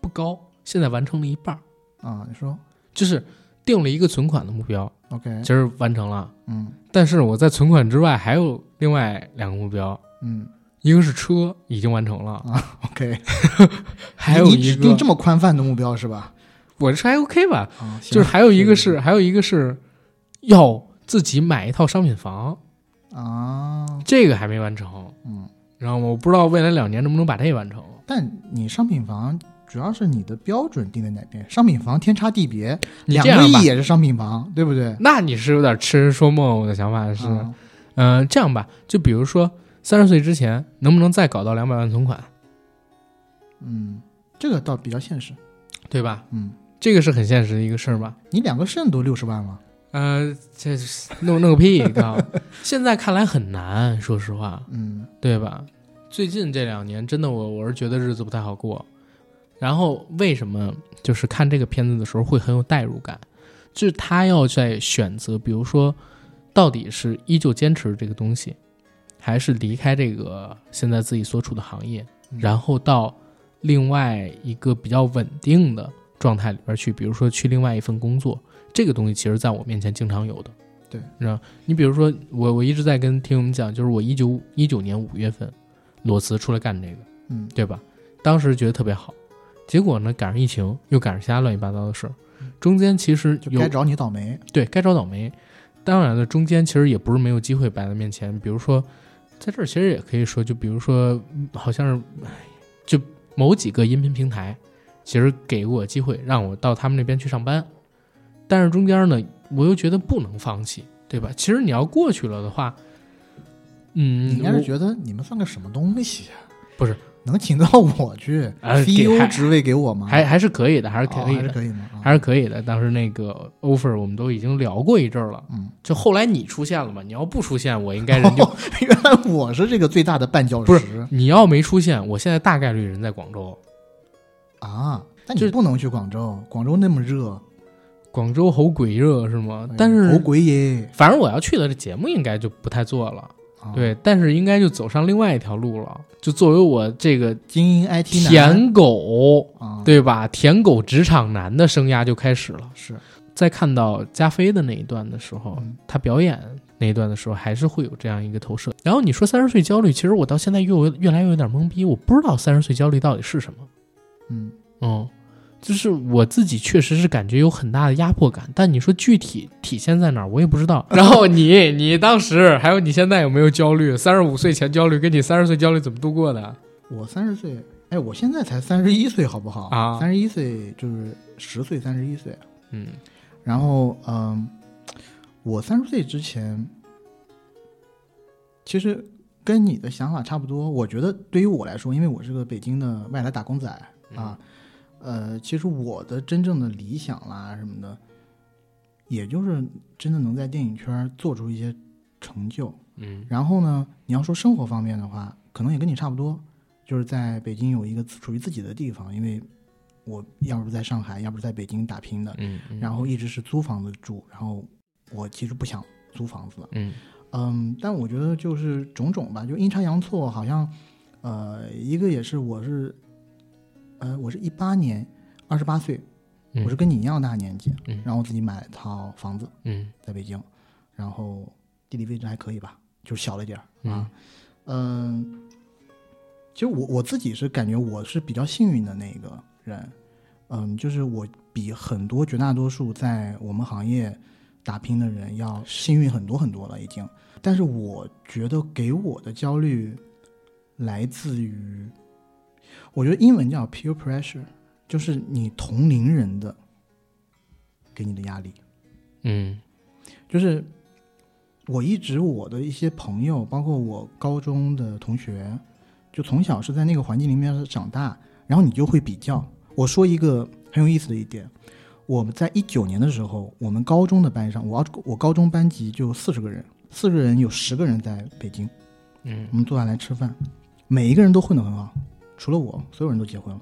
Speaker 1: 不高，现在完成了一半儿，
Speaker 2: 啊，你说
Speaker 1: 就是定了一个存款的目标，
Speaker 2: OK，
Speaker 1: 其实完成了。
Speaker 2: 嗯
Speaker 1: 但是我在存款之外还有另外两个目标，
Speaker 2: 嗯
Speaker 1: 一个是车已经完成了，
Speaker 2: ，OK，
Speaker 1: 还有
Speaker 2: 啊你你只
Speaker 1: 一
Speaker 2: 定
Speaker 1: 个
Speaker 2: 这么宽泛的目标是吧？
Speaker 1: 我这还 OK 吧，
Speaker 2: 啊，行
Speaker 1: 就是还有一个
Speaker 2: 对
Speaker 1: 是还有一个是要自己买一套商品房，
Speaker 2: 啊，
Speaker 1: 这个还没完成，
Speaker 2: 嗯，
Speaker 1: 然后我不知道未来两年能不能把这个完成。
Speaker 2: 但你商品房主要是你的标准定在哪边？商品房天差地别，
Speaker 1: 你
Speaker 2: 两
Speaker 1: 这
Speaker 2: 个
Speaker 1: 样吧
Speaker 2: 亿，也是商品房，对不对？
Speaker 1: 那你是有点痴人说梦，我的想法是，
Speaker 2: 啊
Speaker 1: 嗯、这样吧，就比如说三十岁之前能不能再搞到两百万存款，
Speaker 2: 嗯，这个倒比较现实。
Speaker 1: 对吧？
Speaker 2: 嗯，
Speaker 1: 这个是很现实的一个事儿吧。
Speaker 2: 你两个肾都六十万了，
Speaker 1: 呃，这是弄弄个屁！告诉你 现在看来很难，说实话，
Speaker 2: 嗯，
Speaker 1: 对吧？最近这两年，真的我我是觉得日子不太好过。然后为什么就是看这个片子的时候会很有代入感？就是他要在选择，比如说，到底是依旧坚持这个东西，还是离开这个现在自己所处的行业，
Speaker 2: 嗯
Speaker 1: 然后到另外一个比较稳定的状态里边去，比如说去另外一份工作，这个东西其实在我面前经常有的。
Speaker 2: 对，
Speaker 1: 你知道，你比如说我，我一直在跟听友们讲，就是我一九一九年五月份，裸辞出来干这个，
Speaker 2: 嗯，
Speaker 1: 对吧？当时觉得特别好，结果呢赶上疫情，又赶上其他乱七八糟的事儿，中间其实
Speaker 2: 嗯就
Speaker 1: 有
Speaker 2: 该找你倒霉。
Speaker 1: 对该找倒霉。当然了，中间其实也不是没有机会摆在面前，比如说在这儿其实也可以说，就比如说嗯好像是唉就某几个音频平台，其实给我机会让我到他们那边去上班，但是中间呢，我又觉得不能放弃，对吧？其实你要过去了的话，嗯，
Speaker 2: 你应该是
Speaker 1: 我
Speaker 2: 觉得你们算个什么东西呀、
Speaker 1: 不是，
Speaker 2: 能请到我去
Speaker 1: 呃给
Speaker 2: CEO
Speaker 1: 还
Speaker 2: 职位给我吗？
Speaker 1: 还还是可以的，还是可以
Speaker 2: 哦
Speaker 1: 的
Speaker 2: 还是，可以吗？啊
Speaker 1: 还是可以的。当时那个 offer 我们都已经聊过一阵儿了，
Speaker 2: 嗯，
Speaker 1: 就后来你出现了嘛，你要不出现，我应该 人就、
Speaker 2: 哦原来我是这个最大的绊脚石
Speaker 1: 不你要没出现，我现在大概率人在广州，
Speaker 2: 啊！但
Speaker 1: 就
Speaker 2: 你
Speaker 1: 是
Speaker 2: 不能去广州，广州那么热，
Speaker 1: 广州猴鬼热是吗
Speaker 2: 哎？
Speaker 1: 但是、
Speaker 2: 头鬼耶！
Speaker 1: 反正我要去的这节目应该就不太做了，
Speaker 2: 啊，
Speaker 1: 对，但是应该就走上另外一条路了，就作为我这个
Speaker 2: 精英 IT 男
Speaker 1: 舔狗，
Speaker 2: 啊，，
Speaker 1: 对吧？舔狗职场男的生涯就开始了。
Speaker 2: 是
Speaker 1: 在看到加菲的那一段的时候，
Speaker 2: 嗯
Speaker 1: 他表演那一段的时候，还是会有这样一个投射。然后你说三十岁焦虑，其实我到现在越越来越有点懵逼，我不知道三十岁焦虑到底是什么。
Speaker 2: 嗯，
Speaker 1: 嗯，就是我自己确实是感觉有很大的压迫感，但你说具体体现在哪儿，我也不知道。然后你，你当时还有你现在有没有焦虑？三十五岁前焦虑跟你三十岁焦虑怎么度过的？
Speaker 2: 我三十岁，哎，我现在才三十一岁，好不好？
Speaker 1: 啊
Speaker 2: 三十一岁就是十岁，三十一岁。
Speaker 1: 嗯
Speaker 2: 然后，嗯，我三十岁之前，其实跟你的想法差不多。我觉得对于我来说，因为我是个北京的外来打工仔啊，呃，其实我的真正的理想啦什么的，也就是真的能在电影圈做出一些成就。
Speaker 1: 嗯
Speaker 2: 然后呢，你要说生活方面的话，可能也跟你差不多，就是在北京有一个自属于自己的地方，因为我要不是在上海，要不是在北京打拼的，
Speaker 1: 嗯，嗯
Speaker 2: 然后一直是租房子住，然后我其实不想租房子了，
Speaker 1: 嗯
Speaker 2: 嗯，但我觉得就是种种吧，就阴差阳错，好像，呃，一个也是我是，呃，我是一八年二十八岁，
Speaker 1: 嗯
Speaker 2: 我是跟你一样大年纪，
Speaker 1: 嗯
Speaker 2: 然后自己买了套房子，
Speaker 1: 嗯
Speaker 2: 在北京，然后地理位置还可以吧，就是小了点儿
Speaker 1: 嗯
Speaker 2: 啊。嗯、其实我我自己是感觉我是比较幸运的那一个人，嗯，就是我比很多绝大多数在我们行业打拼的人要幸运很多很多了已经。但是我觉得给我的焦虑来自于，我觉得英文叫 peer pressure，就是你同龄人的给你的压力。
Speaker 1: 嗯
Speaker 2: 就是我一直我的一些朋友，包括我高中的同学，就从小是在那个环境里面长大，然后你就会比较。我说一个很有意思的一点，我们在一九年的时候，我们高中的班上，我我高中班级就四十个人，四十个人有十个人在北京，
Speaker 1: 嗯
Speaker 2: 我们坐下来吃饭，每一个人都混得很好，除了我，所有人都结婚了，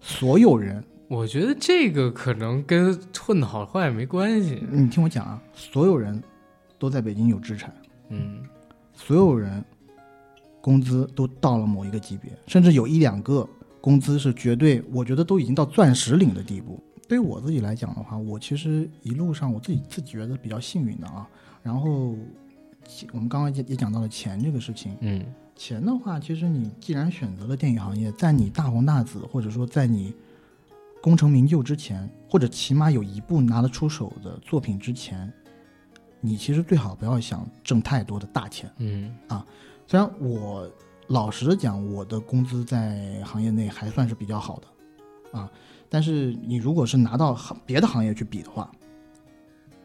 Speaker 2: 所有人
Speaker 1: 我觉得这个可能跟混的好坏没关系。
Speaker 2: 你听我讲啊，所有人都在北京有资产。
Speaker 1: 嗯
Speaker 2: 所有人工资都到了某一个级别，甚至有一两个工资是绝对，我觉得都已经到钻石领的地步。对于我自己来讲的话，我其实一路上我自己自己觉得比较幸运的啊。然后其我们刚刚也也讲到了钱这个事情，
Speaker 1: 嗯
Speaker 2: 钱的话，其实你既然选择了电影行业，在你大红大紫，或者说在你功成名就之前，或者起码有一部拿得出手的作品之前，你其实最好不要想挣太多的大钱。
Speaker 1: 嗯
Speaker 2: 虽然我老实的讲，我的工资在行业内还算是比较好的，啊，但是你如果是拿到行别的行业去比的话，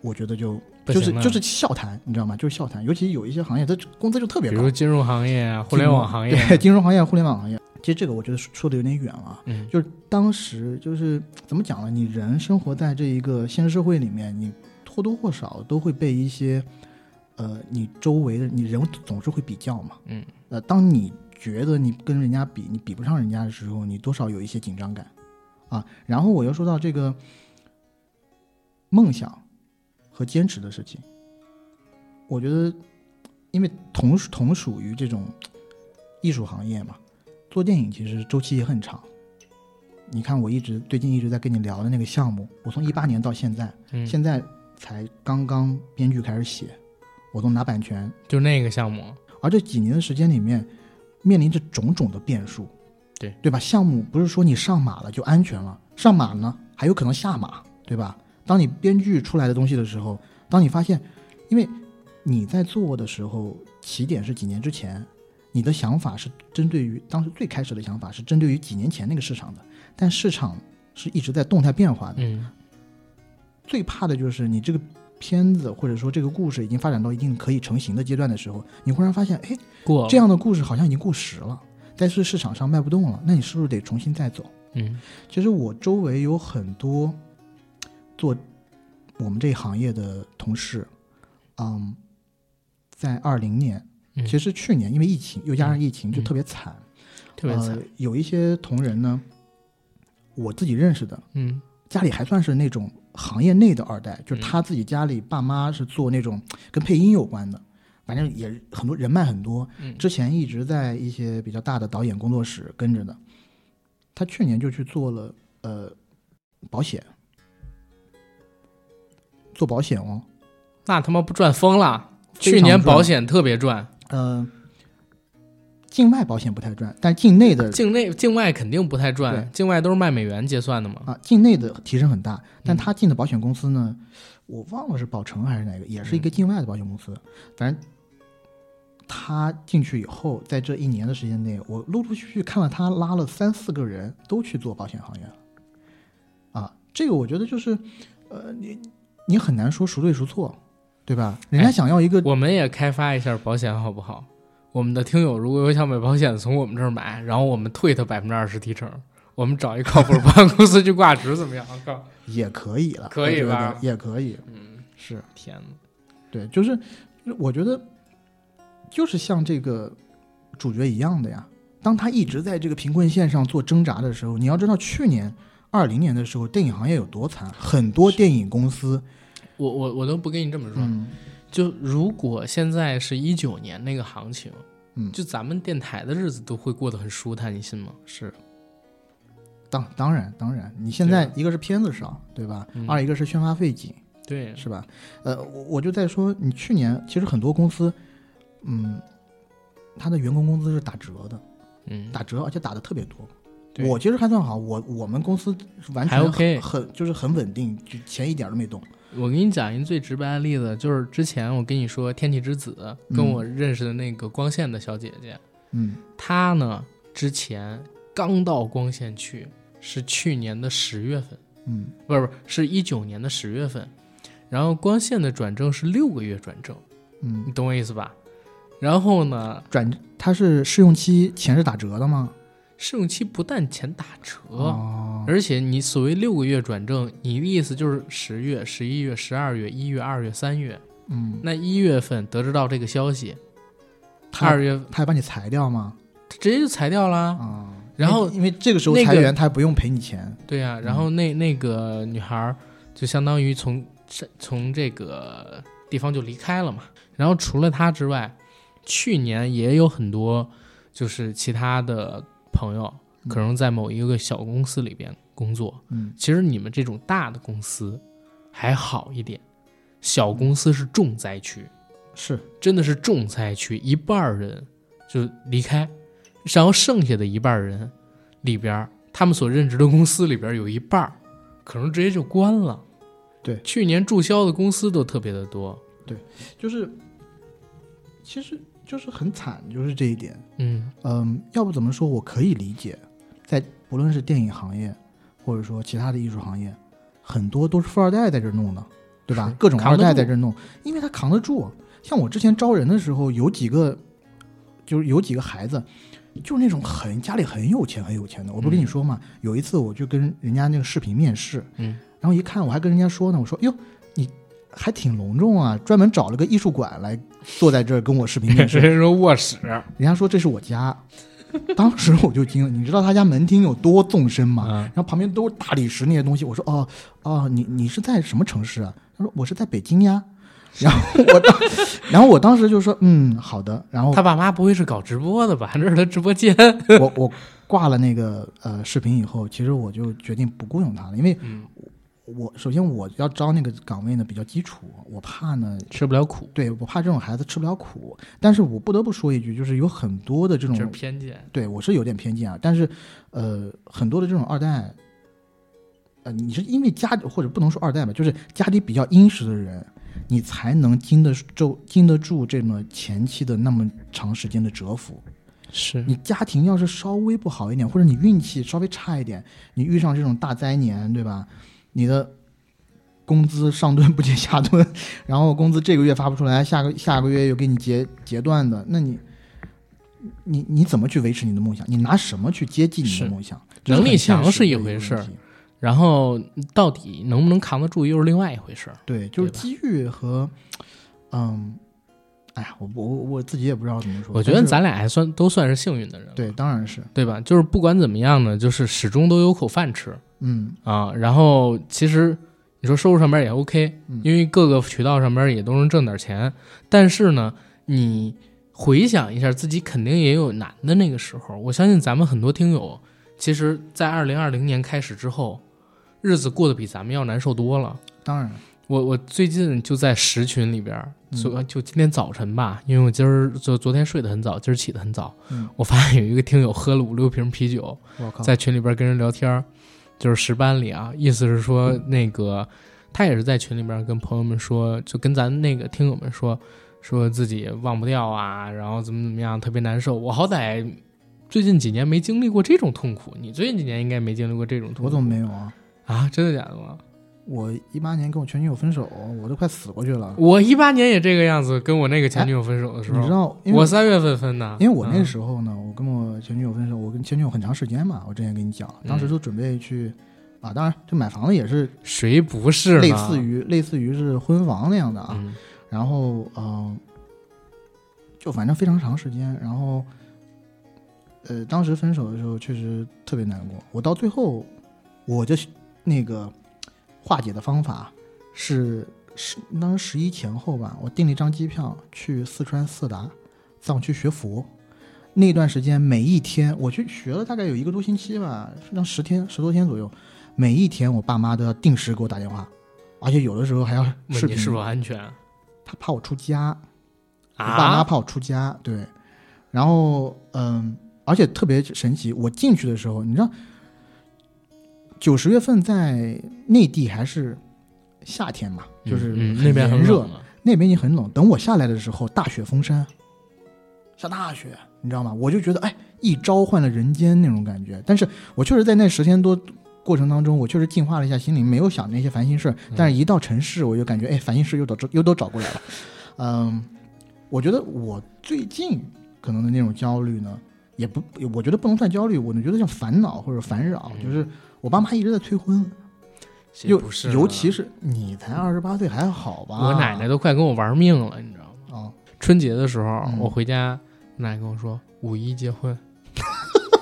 Speaker 2: 我觉得就
Speaker 1: 不
Speaker 2: 就是
Speaker 1: 行了
Speaker 2: 就是笑谈，你知道吗？就是笑谈，尤其有一些行业，它工资就特
Speaker 1: 比
Speaker 2: 别高
Speaker 1: 如，金融行业啊，互联网行业啊，
Speaker 2: 对金融行业、互联网行业，其实这个我觉得说说的有点远了啊。
Speaker 1: 嗯
Speaker 2: 就是当时就是怎么讲呢？你人生活在这一个现实社会里面，你或多或少都会被一些，呃，你周围的你人总是会比较嘛，
Speaker 1: 嗯，
Speaker 2: 呃，当你觉得你跟人家比，你比不上人家的时候，你多少有一些紧张感，啊，然后我又说到这个梦想和坚持的事情，我觉得，因为同属同属于这种艺术行业嘛，做电影其实周期也很长。你看，我一直最近一直在跟你聊的那个项目，我从一八年到现在，
Speaker 1: 嗯
Speaker 2: 现在才刚刚编剧开始写，我都拿版权。
Speaker 1: 就那个项目，
Speaker 2: 而这几年的时间里面，面临着种种的变数，
Speaker 1: 对
Speaker 2: 对吧？项目不是说你上马了就安全了，上马呢还有可能下马，对吧？当你编剧出来的东西的时候，当你发现，因为你在做的时候，起点是几年之前，你的想法是针对于当时最开始的想法是针对于几年前那个市场的，但市场是一直在动态变化的。
Speaker 1: 嗯，
Speaker 2: 最怕的就是你这个片子或者说这个故事已经发展到一定可以成型的阶段的时候，你忽然发现，哎，
Speaker 1: 过了
Speaker 2: 这样的故事好像已经过时了，但是市场上卖不动了，那你是不是得重新再走？
Speaker 1: 嗯
Speaker 2: 其实我周围有很多做我们这一行业的同事，嗯，在二零年，
Speaker 1: 嗯
Speaker 2: 其实去年因为疫情，又加上疫情，
Speaker 1: 嗯
Speaker 2: 就特别惨，
Speaker 1: 特别惨
Speaker 2: 呃，。有一些同仁呢，我自己认识的，
Speaker 1: 嗯
Speaker 2: 家里还算是那种行业内的二代，就是
Speaker 1: 嗯
Speaker 2: 他自己家里爸妈是做那种跟配音有关的，反正也很多人脉很多
Speaker 1: 嗯。
Speaker 2: 之前一直在一些比较大的导演工作室跟着的，他去年就去做了呃保险，做保险哦，
Speaker 1: 那他妈不赚疯了！
Speaker 2: 非常
Speaker 1: 去年
Speaker 2: 赚
Speaker 1: 保险特别赚，
Speaker 2: 呃，境外保险不太赚，但境内的
Speaker 1: 境内境外肯定不太赚
Speaker 2: 对，
Speaker 1: 境外都是卖美元结算的嘛。
Speaker 2: 啊，境内
Speaker 1: 嗯
Speaker 2: 的提升很大，但他进的保险公司呢，我忘了是宝诚还是哪个，也是一个
Speaker 1: 嗯
Speaker 2: 境外的保险公司。反正他进去以后，在这一年的时间内，我陆陆续续看了他拉了三四个人都去做保险行业了。啊，这个我觉得就是，呃，你你很难说孰对孰错，对吧？人家
Speaker 1: 哎
Speaker 2: 想要一个
Speaker 1: 我们也开发一下保险好不好？我们的听友如果有想买保险的，从我们这儿买，然后我们退他百分之二十提成，我们找一靠谱的保险公司去挂职，怎么样？我靠！
Speaker 2: 也可以了，
Speaker 1: 可以
Speaker 2: 我觉得
Speaker 1: 吧
Speaker 2: 也可以，
Speaker 1: 嗯，
Speaker 2: 是。
Speaker 1: 天哪！
Speaker 2: 对，就是就是我觉得就是像这个主角一样的呀。当他一直在这个贫困线上做挣扎的时候，你要知道，去年二零年的时候，电影行业有多惨，很多电影公司，
Speaker 1: 我我我都不跟你这么说。
Speaker 2: 嗯
Speaker 1: 就如果现在是一九年那个行情，
Speaker 2: 嗯
Speaker 1: 就咱们电台的日子都会过得很舒坦，你信吗？
Speaker 2: 是。当当然当然，你现在一个是片子少，对吧？
Speaker 1: 啊嗯
Speaker 2: 二一个是宣发费紧，
Speaker 1: 对，啊
Speaker 2: 是吧？呃，我我就在说，你去年其实很多公司，嗯，他的员工工资是打折的，
Speaker 1: 嗯，
Speaker 2: 打折，而且打的特别多。
Speaker 1: 对
Speaker 2: 我其实还算好，我我们公司完全
Speaker 1: 还 OK
Speaker 2: 很很就是很稳定，就钱一点都没动。
Speaker 1: 我给你讲一个最直白的例子，就是之前我跟你说《天气之子》跟
Speaker 2: 嗯
Speaker 1: 我认识的那个光线的小姐姐，
Speaker 2: 嗯
Speaker 1: 她呢之前刚到光线去，是去年的十月份，
Speaker 2: 嗯
Speaker 1: 不是不是，是一九年的十月份。然后光线的转正是六个月转正，你
Speaker 2: 嗯，
Speaker 1: 懂我意思吧？然后呢，
Speaker 2: 转它是试用期钱是打折的吗？
Speaker 1: 试用期不但钱打折，
Speaker 2: 哦，
Speaker 1: 而且你所谓六个月转正，你的意思就是十月、十一月、十二月、一月、二月、三月。
Speaker 2: 嗯，
Speaker 1: 那一月份得知到这个消息，
Speaker 2: 他
Speaker 1: 二月份
Speaker 2: 他还把你裁掉吗？
Speaker 1: 直接就裁掉
Speaker 2: 啊、
Speaker 1: 啦。然后
Speaker 2: 因为因为这个时候
Speaker 1: 那个
Speaker 2: 裁员，他还不用赔你嗯钱。
Speaker 1: 对呀、然后那那个女孩儿就相当于从这从这个地方就离开了嘛。然后除了她之外，去年也有很多就是其他的朋友，
Speaker 2: 嗯
Speaker 1: 可能在某一个小公司里边工作，
Speaker 2: 嗯
Speaker 1: 其实你们这种大的公司还好一点，小公司是重灾区，
Speaker 2: 是，
Speaker 1: 真的是重灾区，一半儿人就离开，然后剩下的一半儿人里边儿，他们所任职的公司里边儿有一半儿可能直接就关了。
Speaker 2: 对
Speaker 1: 去年注销的公司都特别的多。
Speaker 2: 就是其实就是很惨，就是这一点。
Speaker 1: 嗯
Speaker 2: 嗯，要不怎么说我可以理解，在不论是电影行业，或者说其他的艺术行业，很多都是富二代在这儿弄的，对吧
Speaker 1: 是？
Speaker 2: 各种
Speaker 1: 扛
Speaker 2: 二
Speaker 1: 得
Speaker 2: 代
Speaker 1: 住
Speaker 2: 在这儿弄，因为他扛得住。像我之前招人的时候，有几个，就是有几个孩子，就是那种很家里很有钱很有钱的。我不是跟你
Speaker 1: 嗯
Speaker 2: 说嘛，有一次我就跟人家那个视频面试，
Speaker 1: 嗯，
Speaker 2: 然后一看我还跟人家说呢，我说哟。你还挺隆重啊，专门找了个艺术馆来坐在这儿跟我视频面
Speaker 1: 直。
Speaker 2: 试
Speaker 1: 接说卧室，
Speaker 2: 人家说这是我家，当时我就惊了。你知道他家门厅有多纵深吗？
Speaker 1: 嗯
Speaker 2: 然后旁边都是大理石那些东西。我说哦哦，你你是在什么城市啊？他说我是在北京呀。然后我当，然后我当时就说嗯好的。然后
Speaker 1: 他爸妈不会是搞直播的吧？这是他直播间。
Speaker 2: 我我挂了那个呃视频以后，其实我就决定不雇佣他了，因为
Speaker 1: 嗯
Speaker 2: 我我首先我要招那个岗位呢比较基础，我怕呢，
Speaker 1: 吃不了苦，
Speaker 2: 对我怕这种孩子吃不了苦。但是我不得不说一句，就是有很多的这
Speaker 1: 这
Speaker 2: 种
Speaker 1: 是偏见。
Speaker 2: 对我是有点偏见啊，但是呃，很多的这种二代，呃，你是因为家或者不能说二代吧，就是家里比较殷实的人，你才能经得住经得住这么前期的那么长时间的蛰伏。
Speaker 1: 是
Speaker 2: 你家庭要是稍微不好一点，或者你运气稍微差一点，你遇上这种大灾年，对吧？你的工资上顿不接下顿， 然后工资这个月发不出来，下个下个月又给你截截断的，那你你你怎么去维持你的梦想？你拿什么去接近你
Speaker 1: 是
Speaker 2: 的梦想？这
Speaker 1: 能力
Speaker 2: 很现
Speaker 1: 强
Speaker 2: 实
Speaker 1: 是
Speaker 2: 的
Speaker 1: 一
Speaker 2: 个
Speaker 1: 回
Speaker 2: 问
Speaker 1: 事儿
Speaker 2: 题，
Speaker 1: 然后到底能不能扛得住又是另外一回事儿。
Speaker 2: 对，就是
Speaker 1: 对吧
Speaker 2: 机遇和嗯，哎呀，我我我自己也不知道怎么说。
Speaker 1: 我觉
Speaker 2: 但
Speaker 1: 得
Speaker 2: 是
Speaker 1: 咱俩还算都算是幸运的人了，
Speaker 2: 对，当然是，
Speaker 1: 对吧？就是不管怎么样呢，就是始终都有口饭吃
Speaker 2: 嗯
Speaker 1: 啊。然后其实你说收入上边也 OK，
Speaker 2: 嗯
Speaker 1: 因为各个渠道上边也都能挣点钱。但是呢，你回想一下，自己肯定也有难的那个时候。我相信咱们很多听友，其实，在二零二零年开始之后，日子过得比咱们要难受多了。
Speaker 2: 当然，
Speaker 1: 我我最近就在十群里边儿，
Speaker 2: 嗯
Speaker 1: 昨就今天早晨吧，因为我今儿就昨天睡得很早，今儿起得很早，
Speaker 2: 嗯
Speaker 1: 我发现有一个听友喝了五六瓶啤酒，
Speaker 2: 我靠，
Speaker 1: 在群里边跟人聊天儿，就是十班里啊，意思是说
Speaker 2: 嗯
Speaker 1: 那个他也是在群里边跟朋友们说，就跟咱那个听友们说，说自己忘不掉啊，然后怎么怎么样，特别难受。我好歹最近几年没经历过这种痛苦，你最近几年应该没经历过这种痛苦。
Speaker 2: 我怎么没有啊？
Speaker 1: 啊？真的假的吗？
Speaker 2: 我一八年跟我前女友分手，我都快死过去了。
Speaker 1: 我一八年也这个样子，跟我那个前女友分手的时
Speaker 2: 你知
Speaker 1: 候，
Speaker 2: 道，因为
Speaker 1: 我三月份分的，
Speaker 2: 因为我那
Speaker 1: 嗯
Speaker 2: 时候呢，我跟我前女友分手，我跟前女友很长时间嘛，我之前跟你讲，当时
Speaker 1: 嗯
Speaker 2: 就准备去、啊，当然就买房子也是
Speaker 1: 谁不是呢
Speaker 2: 类似于类似于是婚房那样的啊，
Speaker 1: 嗯
Speaker 2: 然后嗯、就反正非常长时间，然后呃，当时分手的时候确实特别难过，我到最后我就那个化解的方法是十当时十一前后吧，我订了一张机票去四川色达藏区学佛。那段时间，每一天我去学了大概有一个多星期吧，让十天十多天左右，每一天我爸妈都要定时给我打电话，而且有的时候还要视
Speaker 1: 问你
Speaker 2: 频。
Speaker 1: 是否安全
Speaker 2: 他怕我出家，我爸妈
Speaker 1: 啊？
Speaker 2: 怕我出家，对。然后，嗯，而且特别神奇，我进去的时候，你知道，九十月份在内地还是夏天嘛，就是
Speaker 1: 嗯嗯那边
Speaker 2: 很
Speaker 1: 很
Speaker 2: 炎热，
Speaker 1: 冷啊
Speaker 2: 那边已经很冷。等我下来的时候，大雪封山，下大雪，你知道吗？我就觉得，哎，一召唤了人间那种感觉。但是我确实在那十天多过程当中，我确实净化了一下心灵，没有想那些烦心事儿。
Speaker 1: 嗯
Speaker 2: 但是一到城市，我就感觉，哎，烦心事又找又都找过来了。嗯，我觉得我最近可能的那种焦虑呢，也不，我觉得不能算焦虑，我觉得叫烦恼或者烦扰，
Speaker 1: 嗯
Speaker 2: 就是我爸妈一直在催婚，
Speaker 1: 谁
Speaker 2: 又
Speaker 1: 不是呢
Speaker 2: 尤其是你才二十八岁，还好吧？
Speaker 1: 我奶奶都快跟我玩命了，你知道吗？
Speaker 2: 哦，
Speaker 1: 春节的时候、
Speaker 2: 嗯
Speaker 1: 我回家，我奶奶跟我说五一结婚，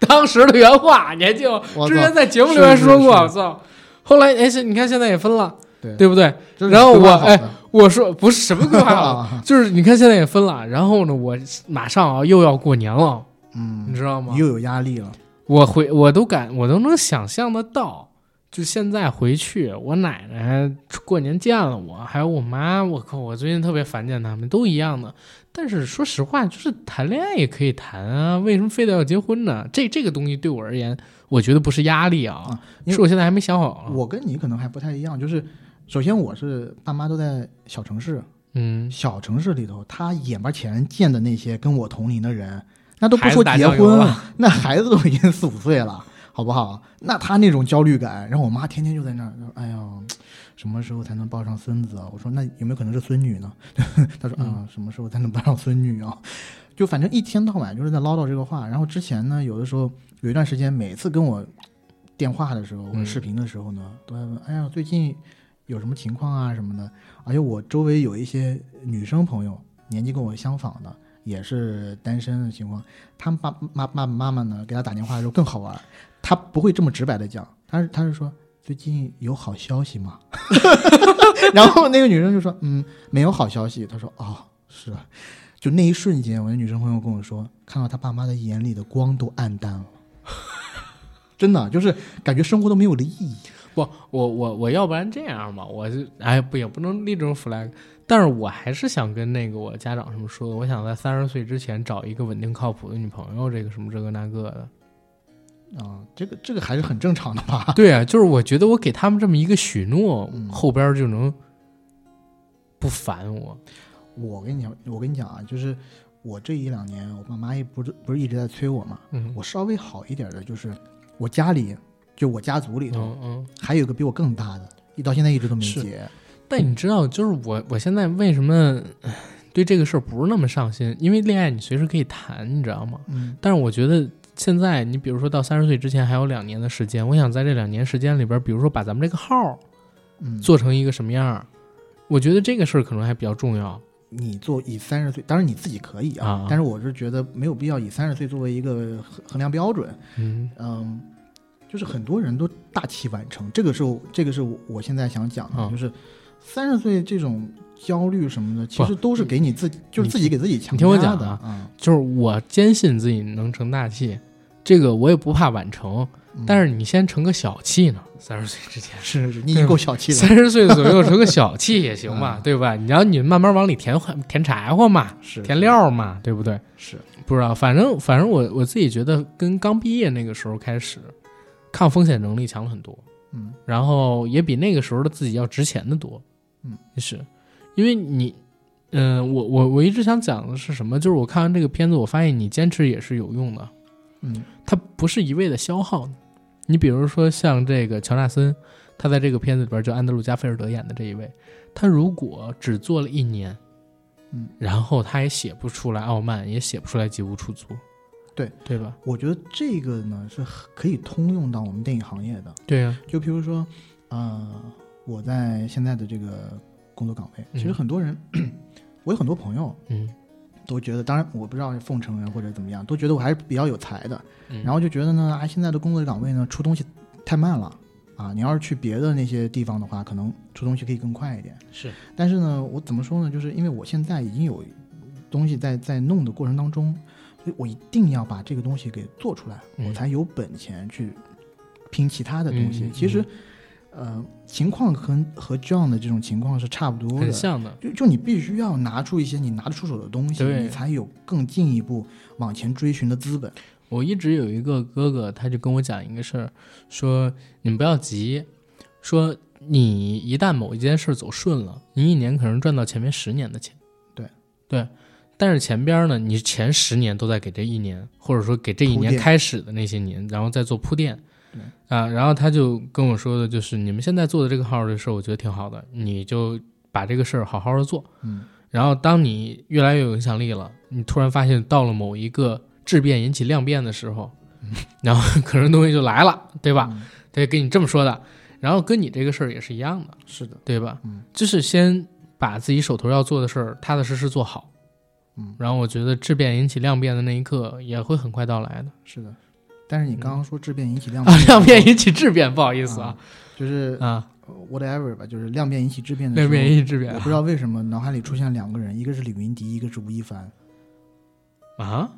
Speaker 1: 当时的原话，你还记得吗？
Speaker 2: 我
Speaker 1: 之
Speaker 2: 操
Speaker 1: 前在节目里面说过，
Speaker 2: 是
Speaker 1: 我操。后来哎，现你看现在也分了，
Speaker 2: 对
Speaker 1: 对不对？
Speaker 2: 这是
Speaker 1: 然后
Speaker 2: 规划
Speaker 1: 我
Speaker 2: 好
Speaker 1: 哎
Speaker 2: 的
Speaker 1: 我说不是什么规划好，
Speaker 2: 啊，
Speaker 1: 就是你看现在也分了，然后呢，我马上啊又要过年了，你
Speaker 2: 嗯，
Speaker 1: 知道吗？
Speaker 2: 又有压力了，
Speaker 1: 我回我都敢，我都能想象得到。就现在回去，我奶奶过年见了我，还有我妈，我靠，我最近特别烦见他们，都一样的。但是说实话，就是谈恋爱也可以谈啊，为什么非得要结婚呢？这这个东西对我而言，我觉得不是压力啊，
Speaker 2: 啊因为
Speaker 1: 是我现在还没想好。啊
Speaker 2: 我跟你可能还不太一样，就是首先我是爸妈都在小城市，啊
Speaker 1: 嗯，
Speaker 2: 小城市里头，他眼巴前见的那些跟我同龄的人，那都不说
Speaker 1: 孩子打
Speaker 2: 结
Speaker 1: 酱油啊
Speaker 2: 婚
Speaker 1: 了，
Speaker 2: 那孩子都已经四五岁了，好不好？那他那种焦虑感，然后我妈天天就在那儿，哎呀，什么时候才能抱上孙子啊？我说那有没有可能是孙女呢？ 她说
Speaker 1: 嗯
Speaker 2: 啊、什么时候才能抱上孙女啊？就反正一天到晚就是在唠叨这个话。然后之前呢，有的时候有一段时间，每次跟我电话的时候，或者
Speaker 1: 嗯
Speaker 2: 视频的时候呢，都在问，哎呀，最近有什么情况啊什么的。而且我周围有一些女生朋友，年纪跟我相仿的，也是单身的情况，他们爸妈爸爸妈妈呢给他打电话的时候更好玩儿，他不会这么直白的讲，他是他是说最近有好消息吗？ 然后那个女生就说嗯没有好消息，他说哦是啊，就那一瞬间，我的女生朋友跟我说，看到他爸妈的眼里的光都暗淡了。真的就是感觉生活都没有了意义，
Speaker 1: 不，我我我要不然这样吧，我是哎不也不能立这种 flag，但是我还是想跟那个我家长什么说的，我想在三十岁之前找一个稳定靠谱的女朋友，这个什么这个那个的。
Speaker 2: 啊，这个这个还是很正常的吧？
Speaker 1: 对啊，就是我觉得我给他们这么一个许诺，
Speaker 2: 嗯
Speaker 1: 后边儿就能不烦我。
Speaker 2: 我跟你讲，我跟你讲啊，就是我这一两年，我爸妈也不是不是一直在催我嘛，
Speaker 1: 嗯，
Speaker 2: 我稍微好一点的就是我家里，就我家族里头、
Speaker 1: 嗯嗯。
Speaker 2: 还有一个比我更大的，一到现在一直都没
Speaker 1: 是
Speaker 2: 结。
Speaker 1: 但你知道，就是我我现在为什么唉对这个事儿不是那么上心？因为恋爱你随时可以谈，你知道吗？
Speaker 2: 嗯
Speaker 1: 但是我觉得现在，你比如说到三十岁之前还有两年的时间，我想在这两年时间里边，比如说把咱们这个号儿
Speaker 2: 嗯，
Speaker 1: 做成一个什么样儿，我觉得这个事儿可能还比较重要。
Speaker 2: 你做以三十岁，当然你自己可以啊，
Speaker 1: 啊
Speaker 2: 但是我是觉得没有必要以三十岁作为一个衡衡量标准。
Speaker 1: 嗯
Speaker 2: 嗯，就是很多人都大器晚成，这个是我这个是我我现在想讲的，
Speaker 1: 啊
Speaker 2: 就是三十岁这种焦虑什么的，其实都是给你自己，就是自己给自己强
Speaker 1: 你听我
Speaker 2: 加
Speaker 1: 讲
Speaker 2: 的
Speaker 1: 啊
Speaker 2: 啊。
Speaker 1: 就是我坚信自己能成大器，这个我也不怕晚成，
Speaker 2: 嗯
Speaker 1: 但是你先成个小气呢，三十岁之前。
Speaker 2: 是是，你已经够小气 了。
Speaker 1: 三十岁左右成个小气也行嘛，
Speaker 2: 嗯
Speaker 1: 对吧？你要你慢慢往里填填柴火嘛，
Speaker 2: 是
Speaker 1: 填料嘛，对不对？
Speaker 2: 是，
Speaker 1: 不知道，反正反正我我自己觉得跟刚毕业那个时候开始，抗风险能力强了很多，
Speaker 2: 嗯
Speaker 1: 然后也比那个时候的自己要值钱的多。
Speaker 2: 嗯，
Speaker 1: 是因为你，嗯、我我我一直想讲的是什么？就是我看完这个片子，我发现你坚持也是有用的，
Speaker 2: 嗯
Speaker 1: 它不是一味的消耗你。你比如说像这个乔纳森，他在这个片子里边就安德鲁加菲尔德演的这一位，他如果只做了一年，
Speaker 2: 嗯，
Speaker 1: 然后他也写不出来傲慢，也写不出来吉屋出租，
Speaker 2: 对
Speaker 1: 对吧？
Speaker 2: 我觉得这个呢是很可以通用到我们电影行业的。
Speaker 1: 对啊呀、
Speaker 2: 就比如说，呃，我在现在的这个工作岗位，其实
Speaker 1: 嗯
Speaker 2: 很多人， 我有很多朋友
Speaker 1: 嗯，
Speaker 2: 都觉得，当然我不知道是奉承人或者怎么样，都觉得我还是比较有才的。
Speaker 1: 嗯
Speaker 2: 然后就觉得呢，啊，现在的工作岗位呢，出东西太慢了啊！你要是去别的那些地方的话，可能出东西可以更快一点。
Speaker 1: 是，
Speaker 2: 但是呢，我怎么说呢？就是因为我现在已经有东西在在弄的过程当中，所以我一定要把这个东西给做出来，
Speaker 1: 嗯
Speaker 2: 我才有本钱去拼其他的东西。
Speaker 1: 嗯嗯
Speaker 2: 其实，呃，情况和和 John 的这种情况是差不多
Speaker 1: 很
Speaker 2: 的。
Speaker 1: 像的，
Speaker 2: 就就你必须要拿出一些你拿得出手的东西，
Speaker 1: 对
Speaker 2: 你才有更进一步往前追寻的资本。
Speaker 1: 我一直有一个哥哥，他就跟我讲一个事儿，说你们不要急，说你一旦某一件事儿走顺了，你一年可能赚到前面十年的钱。
Speaker 2: 对
Speaker 1: 对，但是前边儿呢，你前十年都在给这一年，或者说给这一
Speaker 2: 铺
Speaker 1: 年
Speaker 2: 垫
Speaker 1: 开始的那些年，然后再做铺垫
Speaker 2: 对。
Speaker 1: 啊，然后他就跟我说的就是你们现在做的这个号儿的事儿，我觉得挺好的，你就把这个事儿好好的做。
Speaker 2: 嗯，
Speaker 1: 然后当你越来越有影响力了，你突然发现到了某一个质变引起量变的时候， 然后可能东西就来了，对吧？
Speaker 2: 嗯
Speaker 1: 对，跟你这么说的。然后跟你这个事儿也是一样的，
Speaker 2: 是的。
Speaker 1: 对吧？
Speaker 2: 嗯
Speaker 1: 就是先把自己手头要做的事儿踏踏实实做好。
Speaker 2: 嗯
Speaker 1: 然后我觉得质变引起量变的那一刻也会很快到来的。
Speaker 2: 是的，但是你刚刚说质变引起量
Speaker 1: 嗯啊
Speaker 2: 变，，
Speaker 1: 量变引起质变，不好意思啊
Speaker 2: 啊就是
Speaker 1: 啊，
Speaker 2: 呃 whatever 吧，就是量变引起质变的时
Speaker 1: 量
Speaker 2: 候。
Speaker 1: 变引起质啊变
Speaker 2: 我不知道为什么脑海里出现两个人，一个是李云迪，一个是吴亦凡，
Speaker 1: 啊，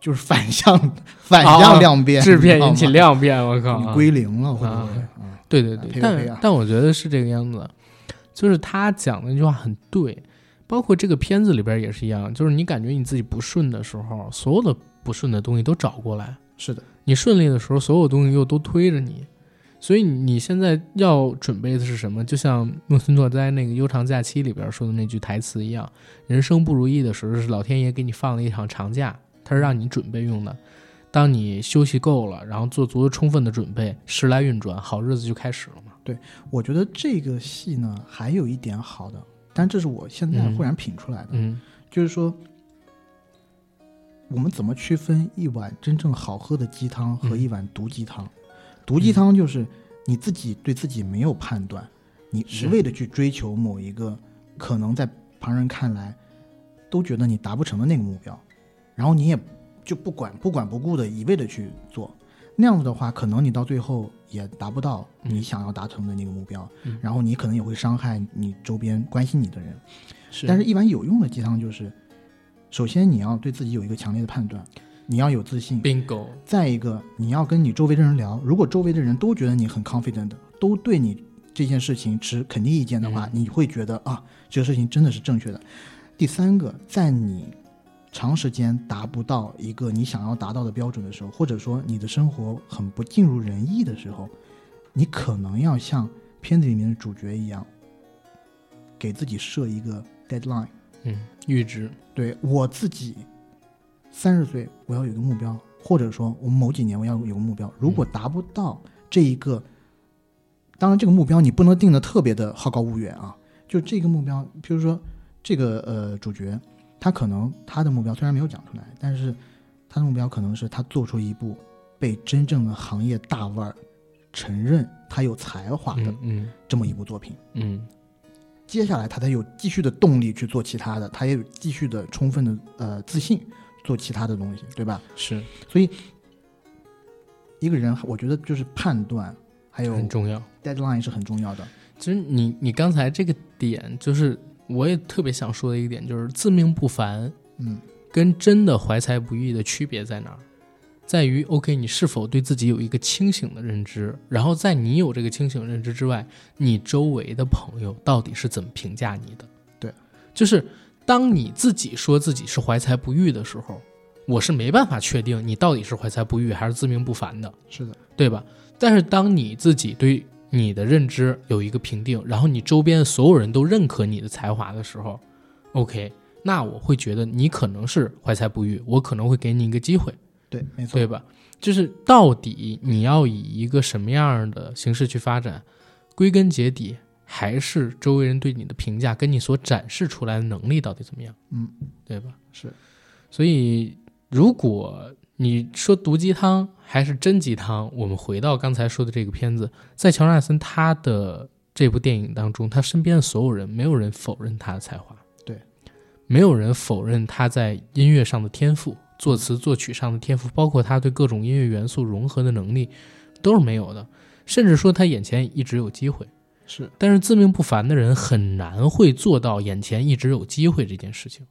Speaker 2: 就是反向反向量变，
Speaker 1: 质变引起
Speaker 2: 你知
Speaker 1: 量变，我靠
Speaker 2: 道吗，
Speaker 1: 啊，
Speaker 2: 你归零了会不会
Speaker 1: 啊？
Speaker 2: 啊，
Speaker 1: 对对
Speaker 2: 啊
Speaker 1: 对，
Speaker 2: 呸呸呸
Speaker 1: 但
Speaker 2: 啊
Speaker 1: 但我觉得是这个样子，就是他讲的那句话很对，包括这个片子里边也是一样，就是你感觉你自己不顺的时候，所有的不顺的东西都找过来；
Speaker 2: 是的，
Speaker 1: 你顺利的时候，所有东西又都推着你。所以你现在要准备的是什么？就像莫村拓哉那个《悠长假期》里边说的那句台词一样：“人生不如意的时候，是老天爷给你放了一场长假，它是让你准备用的。当你休息够了，然后做足了充分的准备，时来运转，好日子就开始了嘛。”
Speaker 2: 我觉得这个戏呢还有一点好的，但这是我现在
Speaker 1: 嗯
Speaker 2: 忽然品出来的，
Speaker 1: 嗯
Speaker 2: 就是说。我们怎么区分一碗真正好喝的鸡汤和一碗毒鸡汤？毒鸡汤就是你自己对自己没有判断，你一
Speaker 1: 是
Speaker 2: 味的去追求某一个可能在旁人看来都觉得你达不成的那个目标，然后你也就不管不管不顾的一味的去做，那样子的话，可能你到最后也达不到你
Speaker 1: 嗯
Speaker 2: 想要达成的那个目标，
Speaker 1: 嗯
Speaker 2: 然后你可能也会伤害你周边关心你的人。，
Speaker 1: 是
Speaker 2: 但是，一碗有用的鸡汤就是，首先你要对自己有一个强烈的判断，你要有自信。
Speaker 1: ，bingo，
Speaker 2: 再一个，你要跟你周围的人聊，如果周围的人都觉得你很 confident，都对你这件事情持肯定意见的话，你会觉得啊，这个事情真的是正确的。第三个，在你长时间达不到一个你想要达到的标准的时候，或者说你的生活很不尽如人意的时候，你可能要像片子里面的主角一样，给自己设一个 deadline。
Speaker 1: 嗯，阈值，
Speaker 2: 对我自己，三十岁我要有一个目标，或者说我某几年我要有个目标。如果达不到这一个，当然这个目标你不能定的特别的好高骛远啊。就这个目标，比如说这个呃主角，他可能他的目标虽然没有讲出来，但是他的目标可能是他做出一部被真正的行业大腕儿承认他有才华的
Speaker 1: 嗯嗯
Speaker 2: 这么一部作品。
Speaker 1: 嗯
Speaker 2: 接下来他才有继续的动力去做其他的，他也有继续的充分的呃自信做其他的东西，对吧？
Speaker 1: 是
Speaker 2: 一个人我觉得就是判断还有
Speaker 1: 很重要。
Speaker 2: deadline 是很重要的。
Speaker 1: 其实你你刚才这个点，就是我也特别想说的一个点，就是自命不凡
Speaker 2: 嗯，
Speaker 1: 跟真的怀才不遇的区别在哪儿？在于 OK，你是否对自己有一个清醒的认知？然后在你有这个清醒认知之外，你周围的朋友到底是怎么评价你的？
Speaker 2: 对，
Speaker 1: 就是当你自己说自己是怀才不遇的时候，我是没办法确定你到底是怀才不遇还是自命不凡的。
Speaker 2: 是的，
Speaker 1: 对吧？但是当你自己对你的认知有一个评定，然后你周边所有人都认可你的才华的时候，OK，那我会觉得你可能是怀才不遇，我可能会给你一个机会，
Speaker 2: 对，没错
Speaker 1: 对，吧？就是到底你要以一个什么样的形式去发展，归根结底还是周围人对你的评价跟你所展示出来的能力到底怎么样，
Speaker 2: 嗯，
Speaker 1: 对吧？
Speaker 2: 是
Speaker 1: 所以，如果你说毒鸡汤还是真鸡汤，我们回到刚才说的这个片子，在乔纳森他的这部电影当中，他身边的所有人，没有人否认他的才华，
Speaker 2: 对，
Speaker 1: 没有人否认他在音乐上的天赋、作词作曲上的天赋，包括他对各种音乐元素融合的能力，都是没有的。甚至说他眼前一直有机会，
Speaker 2: 是
Speaker 1: 但是自命不凡的人很难会做到眼前一直有机会这件事情。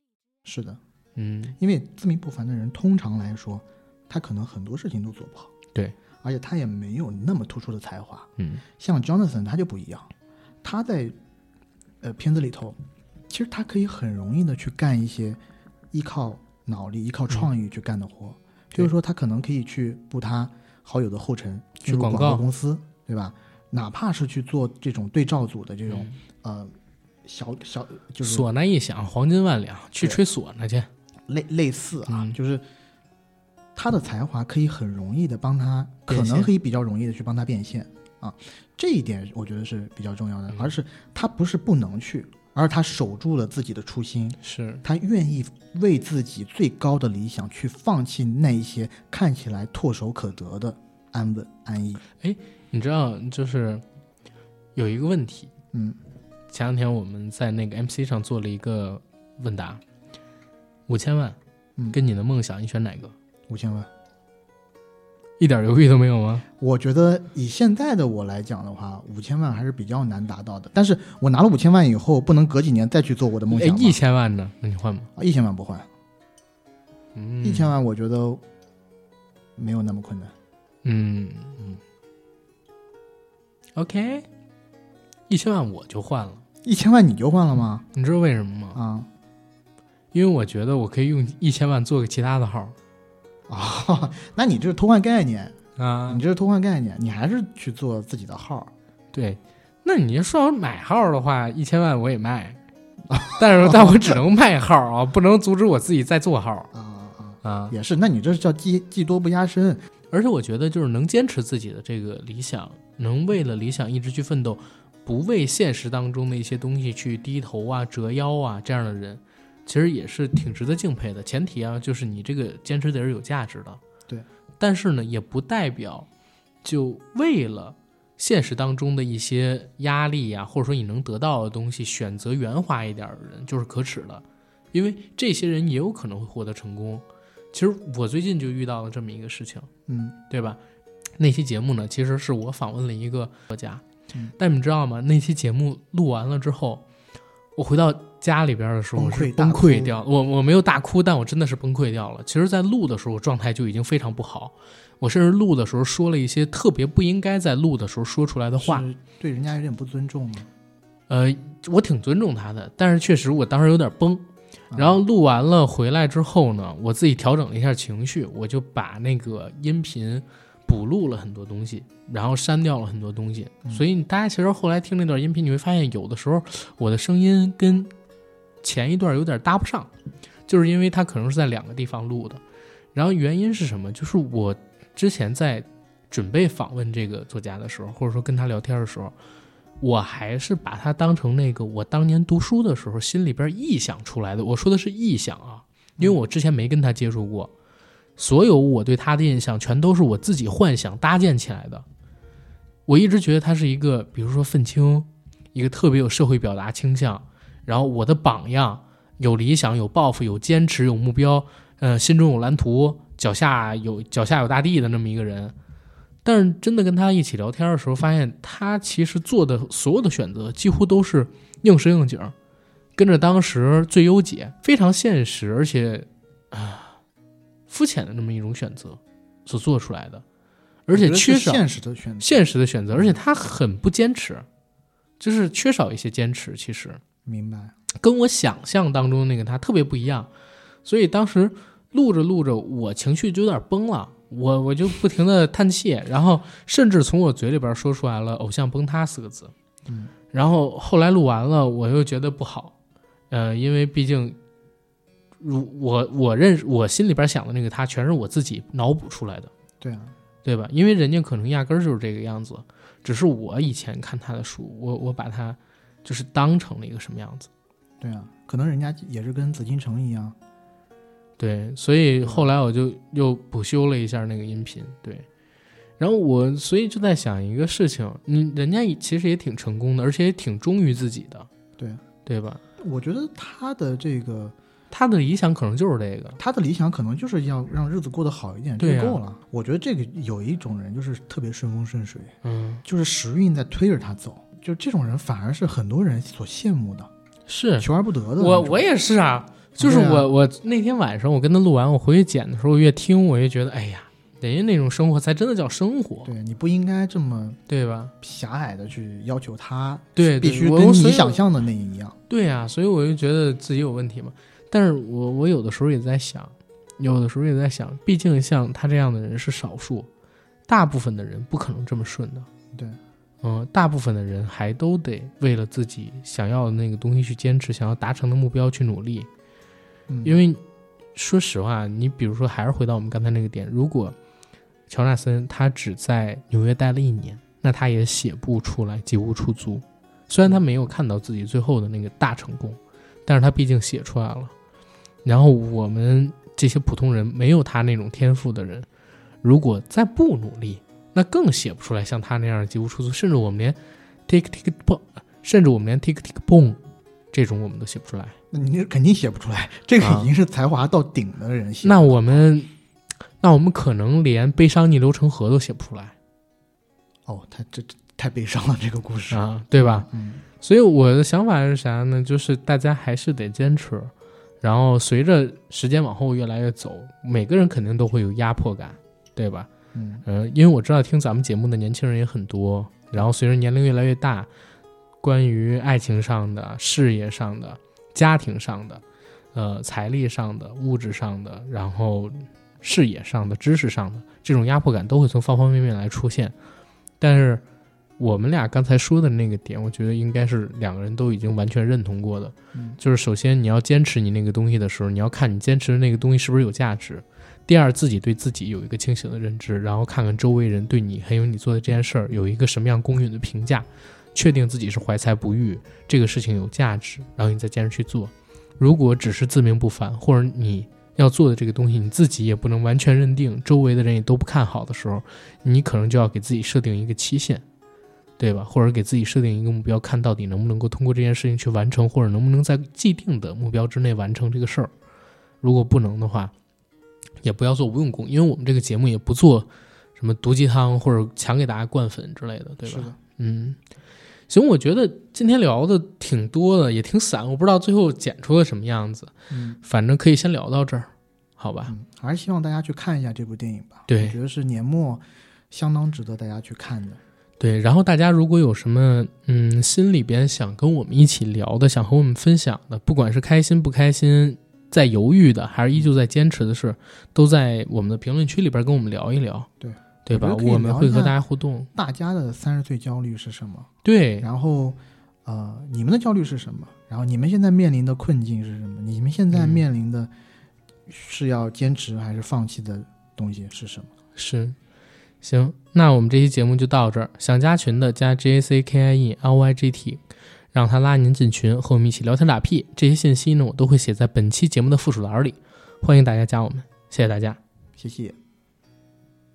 Speaker 2: 是的，
Speaker 1: 嗯，
Speaker 2: 因为自命不凡的人通常来说，他可能很多事情都做不好，
Speaker 1: 对，
Speaker 2: 而且他也没有那么突出的才华。
Speaker 1: 嗯，
Speaker 2: 像 Jonathan 他就不一样，他在呃片子里头，其实他可以很容易的去干一些依靠脑力、依靠创意去干的活，比如说他可能可以去步他好友的后尘，
Speaker 1: 去
Speaker 2: 去入
Speaker 1: 广
Speaker 2: 广告
Speaker 1: 告
Speaker 2: 公司，对吧？哪怕是去做这种对照组的这种、呃小小就是
Speaker 1: 唢呐一响，黄金万两，去
Speaker 2: 对啊
Speaker 1: 吹唢呐去。
Speaker 2: 类类似啊，
Speaker 1: 嗯
Speaker 2: 就是他的才华可以很容易的帮他，
Speaker 1: 变
Speaker 2: 可
Speaker 1: 现
Speaker 2: 能可以比较容易的去帮他变现啊，这一点我觉得是比较重要的，
Speaker 1: 嗯
Speaker 2: 而是他不是不能去，而是他守住了自己的初心，
Speaker 1: 是，
Speaker 2: 他愿意为自己最高的理想去放弃那一些看起来唾手可得的安稳安逸。
Speaker 1: 你知道，就是有一个问题，
Speaker 2: 嗯
Speaker 1: 前两天我们在那个 MC 上做了一个问答，五千万
Speaker 2: 嗯，
Speaker 1: 跟你的梦想，你选哪个？
Speaker 2: 五千万，
Speaker 1: 一点犹豫都没有吗？
Speaker 2: 我觉得以现在的我来讲的话，五千万还是比较难达到的。但是我拿了五千万以后，不能隔几年再去做我的梦
Speaker 1: 哎
Speaker 2: 想吗。，
Speaker 1: 一千万呢？那你换吗？
Speaker 2: 啊一千万不换。
Speaker 1: 嗯
Speaker 2: 一千万，我觉得没有那么困难。
Speaker 1: 嗯嗯。OK，一千万我就换了。
Speaker 2: 一千万你就换了吗？
Speaker 1: 你知道为什么吗？
Speaker 2: 啊
Speaker 1: 因为我觉得我可以用一千万做个其他的号
Speaker 2: 啊，那你这是偷换概念，
Speaker 1: 啊
Speaker 2: 你。这是偷换概念，你还是去做自己的号。
Speaker 1: 对，那你要说买号的话，一千万我也卖， 但是但我只能卖号啊，不能阻止我自己再做号
Speaker 2: 啊啊
Speaker 1: 啊
Speaker 2: 啊！。也是，那你这叫技技多不压身。
Speaker 1: 而且我觉得，就是能坚持自己的这个理想，能为了理想一直去奋斗，不为现实当中的一些东西去低头啊、折腰啊，这样的人，其实也是挺值得敬佩的。前提啊，就是你这个坚持得是有价值的。
Speaker 2: 对，
Speaker 1: 但是呢，也不代表就为了。现实当中的一些压力呀、或者说你能得到的东西，选择圆滑一点的人就是可耻的，因为这些人也有可能会获得成功。其实我最近就遇到了这么一个事情，
Speaker 2: 嗯
Speaker 1: 对吧？那期节目呢，其实是我访问了一个作家，
Speaker 2: 嗯
Speaker 1: 但你知道吗？那期节目录完了之后，我回到家里边的时候，我
Speaker 2: 崩溃
Speaker 1: 是
Speaker 2: 大
Speaker 1: 崩溃
Speaker 2: 哭
Speaker 1: 掉。我我没有大哭，但我真的是崩溃掉了。其实，在录的时候，我状态就已经非常不好。我甚至录的时候说了一些特别不应该在录的时候说出来的话。
Speaker 2: 是对人家有点不尊重嘛。
Speaker 1: 呃，我挺尊重他的，但是确实我当时有点崩。
Speaker 2: 啊
Speaker 1: 然后录完了回来之后呢，我自己调整了一下情绪，我就把那个音频补录了很多东西，然后删掉了很多东西。
Speaker 2: 嗯
Speaker 1: 所以大家其实后来听那段音频，你会发现有的时候我的声音跟前一段有点搭不上，就是因为它可能是在两个地方录的。然后原因是什么？就是我之前在准备访问这个作家的时候，或者说跟他聊天的时候，我还是把它当成那个我当年读书的时候心里边臆想出来的。我说的是臆想啊，因为我之前没跟他接触过，所有我对他的印象全都是我自己幻想搭建起来的。我一直觉得他是一个，比如说愤青，一个特别有社会表达倾向，然后我的榜样，有理想、有抱负、有坚持、有目标，呃，心中有蓝图，脚下有脚下有大地的那么一个人。但是真的跟他一起聊天的时候，发现他其实做的所有的选择几乎都是应时应景儿，跟着当时最优解，非常现实，而且啊肤浅的那么一种选择所做出来的，而且
Speaker 2: 我觉得
Speaker 1: 缺
Speaker 2: 是
Speaker 1: 少
Speaker 2: 现实的选择，
Speaker 1: 现实的选择，而且他很不坚持，就是缺少一些坚持。其实
Speaker 2: 明白。
Speaker 1: 跟我想象当中那个他特别不一样，所以当时录着录着，我情绪就有点崩了，我我就不停的叹气，然后甚至从我嘴里边说出来了“偶像崩塌”四个字。
Speaker 2: 嗯，
Speaker 1: 然后后来录完了，我又觉得不好，呃，因为毕竟。如我我认识我心里边想的那个他，全是我自己脑补出来的。
Speaker 2: 对啊，
Speaker 1: 对吧？因为人家可能压根儿就是这个样子，只是我以前看他的书，我我把他就是当成了一个什么样子。
Speaker 2: 对啊，可能人家也是跟紫禁城一样，
Speaker 1: 对，所
Speaker 2: 嗯
Speaker 1: 以后来我就又补修了一下那个音频，对。然后我所以就在想一个事情，你人家也其实也挺成功的，而且也挺忠于自己的，
Speaker 2: 对
Speaker 1: 对吧？
Speaker 2: 我觉得他的这个
Speaker 1: 他的理想可能就是这个，
Speaker 2: 他的理想可能就是要让日子过得好一点就
Speaker 1: 对啊
Speaker 2: 够了。我觉得这个有一种人就是特别顺风顺水，
Speaker 1: 嗯，
Speaker 2: 就是时运在推着他走，就这种人反而是很多人所羡慕的，
Speaker 1: 是
Speaker 2: 求而不得的那种。
Speaker 1: 我我也是啊，就是
Speaker 2: 对啊
Speaker 1: 我、我那天晚上我跟他录完，我回去剪的时候，我越听我越觉得，哎呀，人家那种生活才真的叫生活，
Speaker 2: 对你不应该这么
Speaker 1: 对吧？
Speaker 2: 狭隘的去要求他，
Speaker 1: 对，
Speaker 2: 必
Speaker 1: 对
Speaker 2: 须
Speaker 1: 我
Speaker 2: 跟
Speaker 1: 我所
Speaker 2: 你
Speaker 1: 以
Speaker 2: 想象的那一样。
Speaker 1: 对呀、所以我就觉得自己有问题嘛。但是我我有的时候也在想，有的时候也在想，毕竟像他这样的人是少数，大部分的人不可能这么顺的。
Speaker 2: 对，
Speaker 1: 嗯，大部分的人还都得为了自己想要的那个东西去坚持，想要达成的目标去努力。
Speaker 2: 嗯，
Speaker 1: 因为说实话，你比如说，还是回到我们刚才那个点，如果乔纳森他只在纽约待了一年，那他也写不出来《吉屋出租》。虽然他没有看到自己最后的那个大成功，但是他毕竟写出来了。然后我们这些普通人，没有他那种天赋的人，如果再不努力，那更写不出来像他那样的《吉屋出租》，甚至我们连 “tick tick boom”，甚至我们连 “tick tick boom” 这种我们都写不出来。
Speaker 2: 那你肯定写不出来，这个
Speaker 1: 啊
Speaker 2: 已经是才华到顶的人写。
Speaker 1: 那我们，那我们可能连《悲伤逆流成河》都写不出来
Speaker 2: 哦，他这这太悲伤了，这个故事。
Speaker 1: 啊，对吧？
Speaker 2: 嗯，
Speaker 1: 所以我的想法是啥呢？就是大家还是得坚持，然后随着时间往后越来越走，每个人肯定都会有压迫感，对吧？
Speaker 2: 嗯，
Speaker 1: 呃，因为我知道听咱们节目的年轻人也很多，然后随着年龄越来越大，关于爱情上的、事业上的、家庭上的、呃财力上的、物质上的，然后视野上的、知识上的这种压迫感，都会从方方面面来出现。但是我们俩刚才说的那个点，我觉得应该是两个人都已经完全认同过的，
Speaker 2: 嗯
Speaker 1: 就是首先你要坚持你那个东西的时候，你要看你坚持的那个东西是不是有价值。第二，自己对自己有一个清醒的认知，然后看看周围人对你还有你做的这件事儿有一个什么样公允的评价，确定自己是怀才不遇，这个事情有价值，然后你再坚持去做。如果只是自命不凡，或者你要做的这个东西你自己也不能完全认定，周围的人也都不看好的时候，你可能就要给自己设定一个期限，对吧？或者给自己设定一个目标，看到底能不能够通过这件事情去完成，或者能不能在既定的目标之内完成这个事儿。如果不能的话，也不要做无用功，因为我们这个节目也不做什么毒鸡汤或者强给大家灌粉之类的，对吧？
Speaker 2: 是的。
Speaker 1: 嗯，行，我觉得今天聊的挺多的，也挺散，我不知道最后剪出个什么样子，
Speaker 2: 嗯
Speaker 1: 反正可以先聊到这儿，好吧？
Speaker 2: 嗯，还是希望大家去看一下这部电影吧。
Speaker 1: 对
Speaker 2: 我觉得是年末相当值得大家去看的。
Speaker 1: 对，然后大家如果有什么嗯心里边想跟我们一起聊的，想和我们分享的，不管是开心不开心，在犹豫的，还是依旧在坚持的事，都在我们的评论区里边跟我们聊一聊，
Speaker 2: 对
Speaker 1: 对吧
Speaker 2: 我觉得？可以
Speaker 1: 我们
Speaker 2: 聊一
Speaker 1: 会和
Speaker 2: 下
Speaker 1: 大家互动，
Speaker 2: 大家的三十岁焦虑是什么？
Speaker 1: 对
Speaker 2: 然后，呃，你们的焦虑是什么？然后你们现在面临的困境是什么？你们现在
Speaker 1: 嗯
Speaker 2: 面临的是要坚持还是放弃的东西是什么？
Speaker 1: 是。行，那我们这期节目就到这儿。想加群的加 J A C K I E L Y G T，让他拉您进群，和我们一起聊天打屁。这些信息呢，我都会写在本期节目的附属栏里，欢迎大家加我们，谢谢大家。
Speaker 2: 谢谢。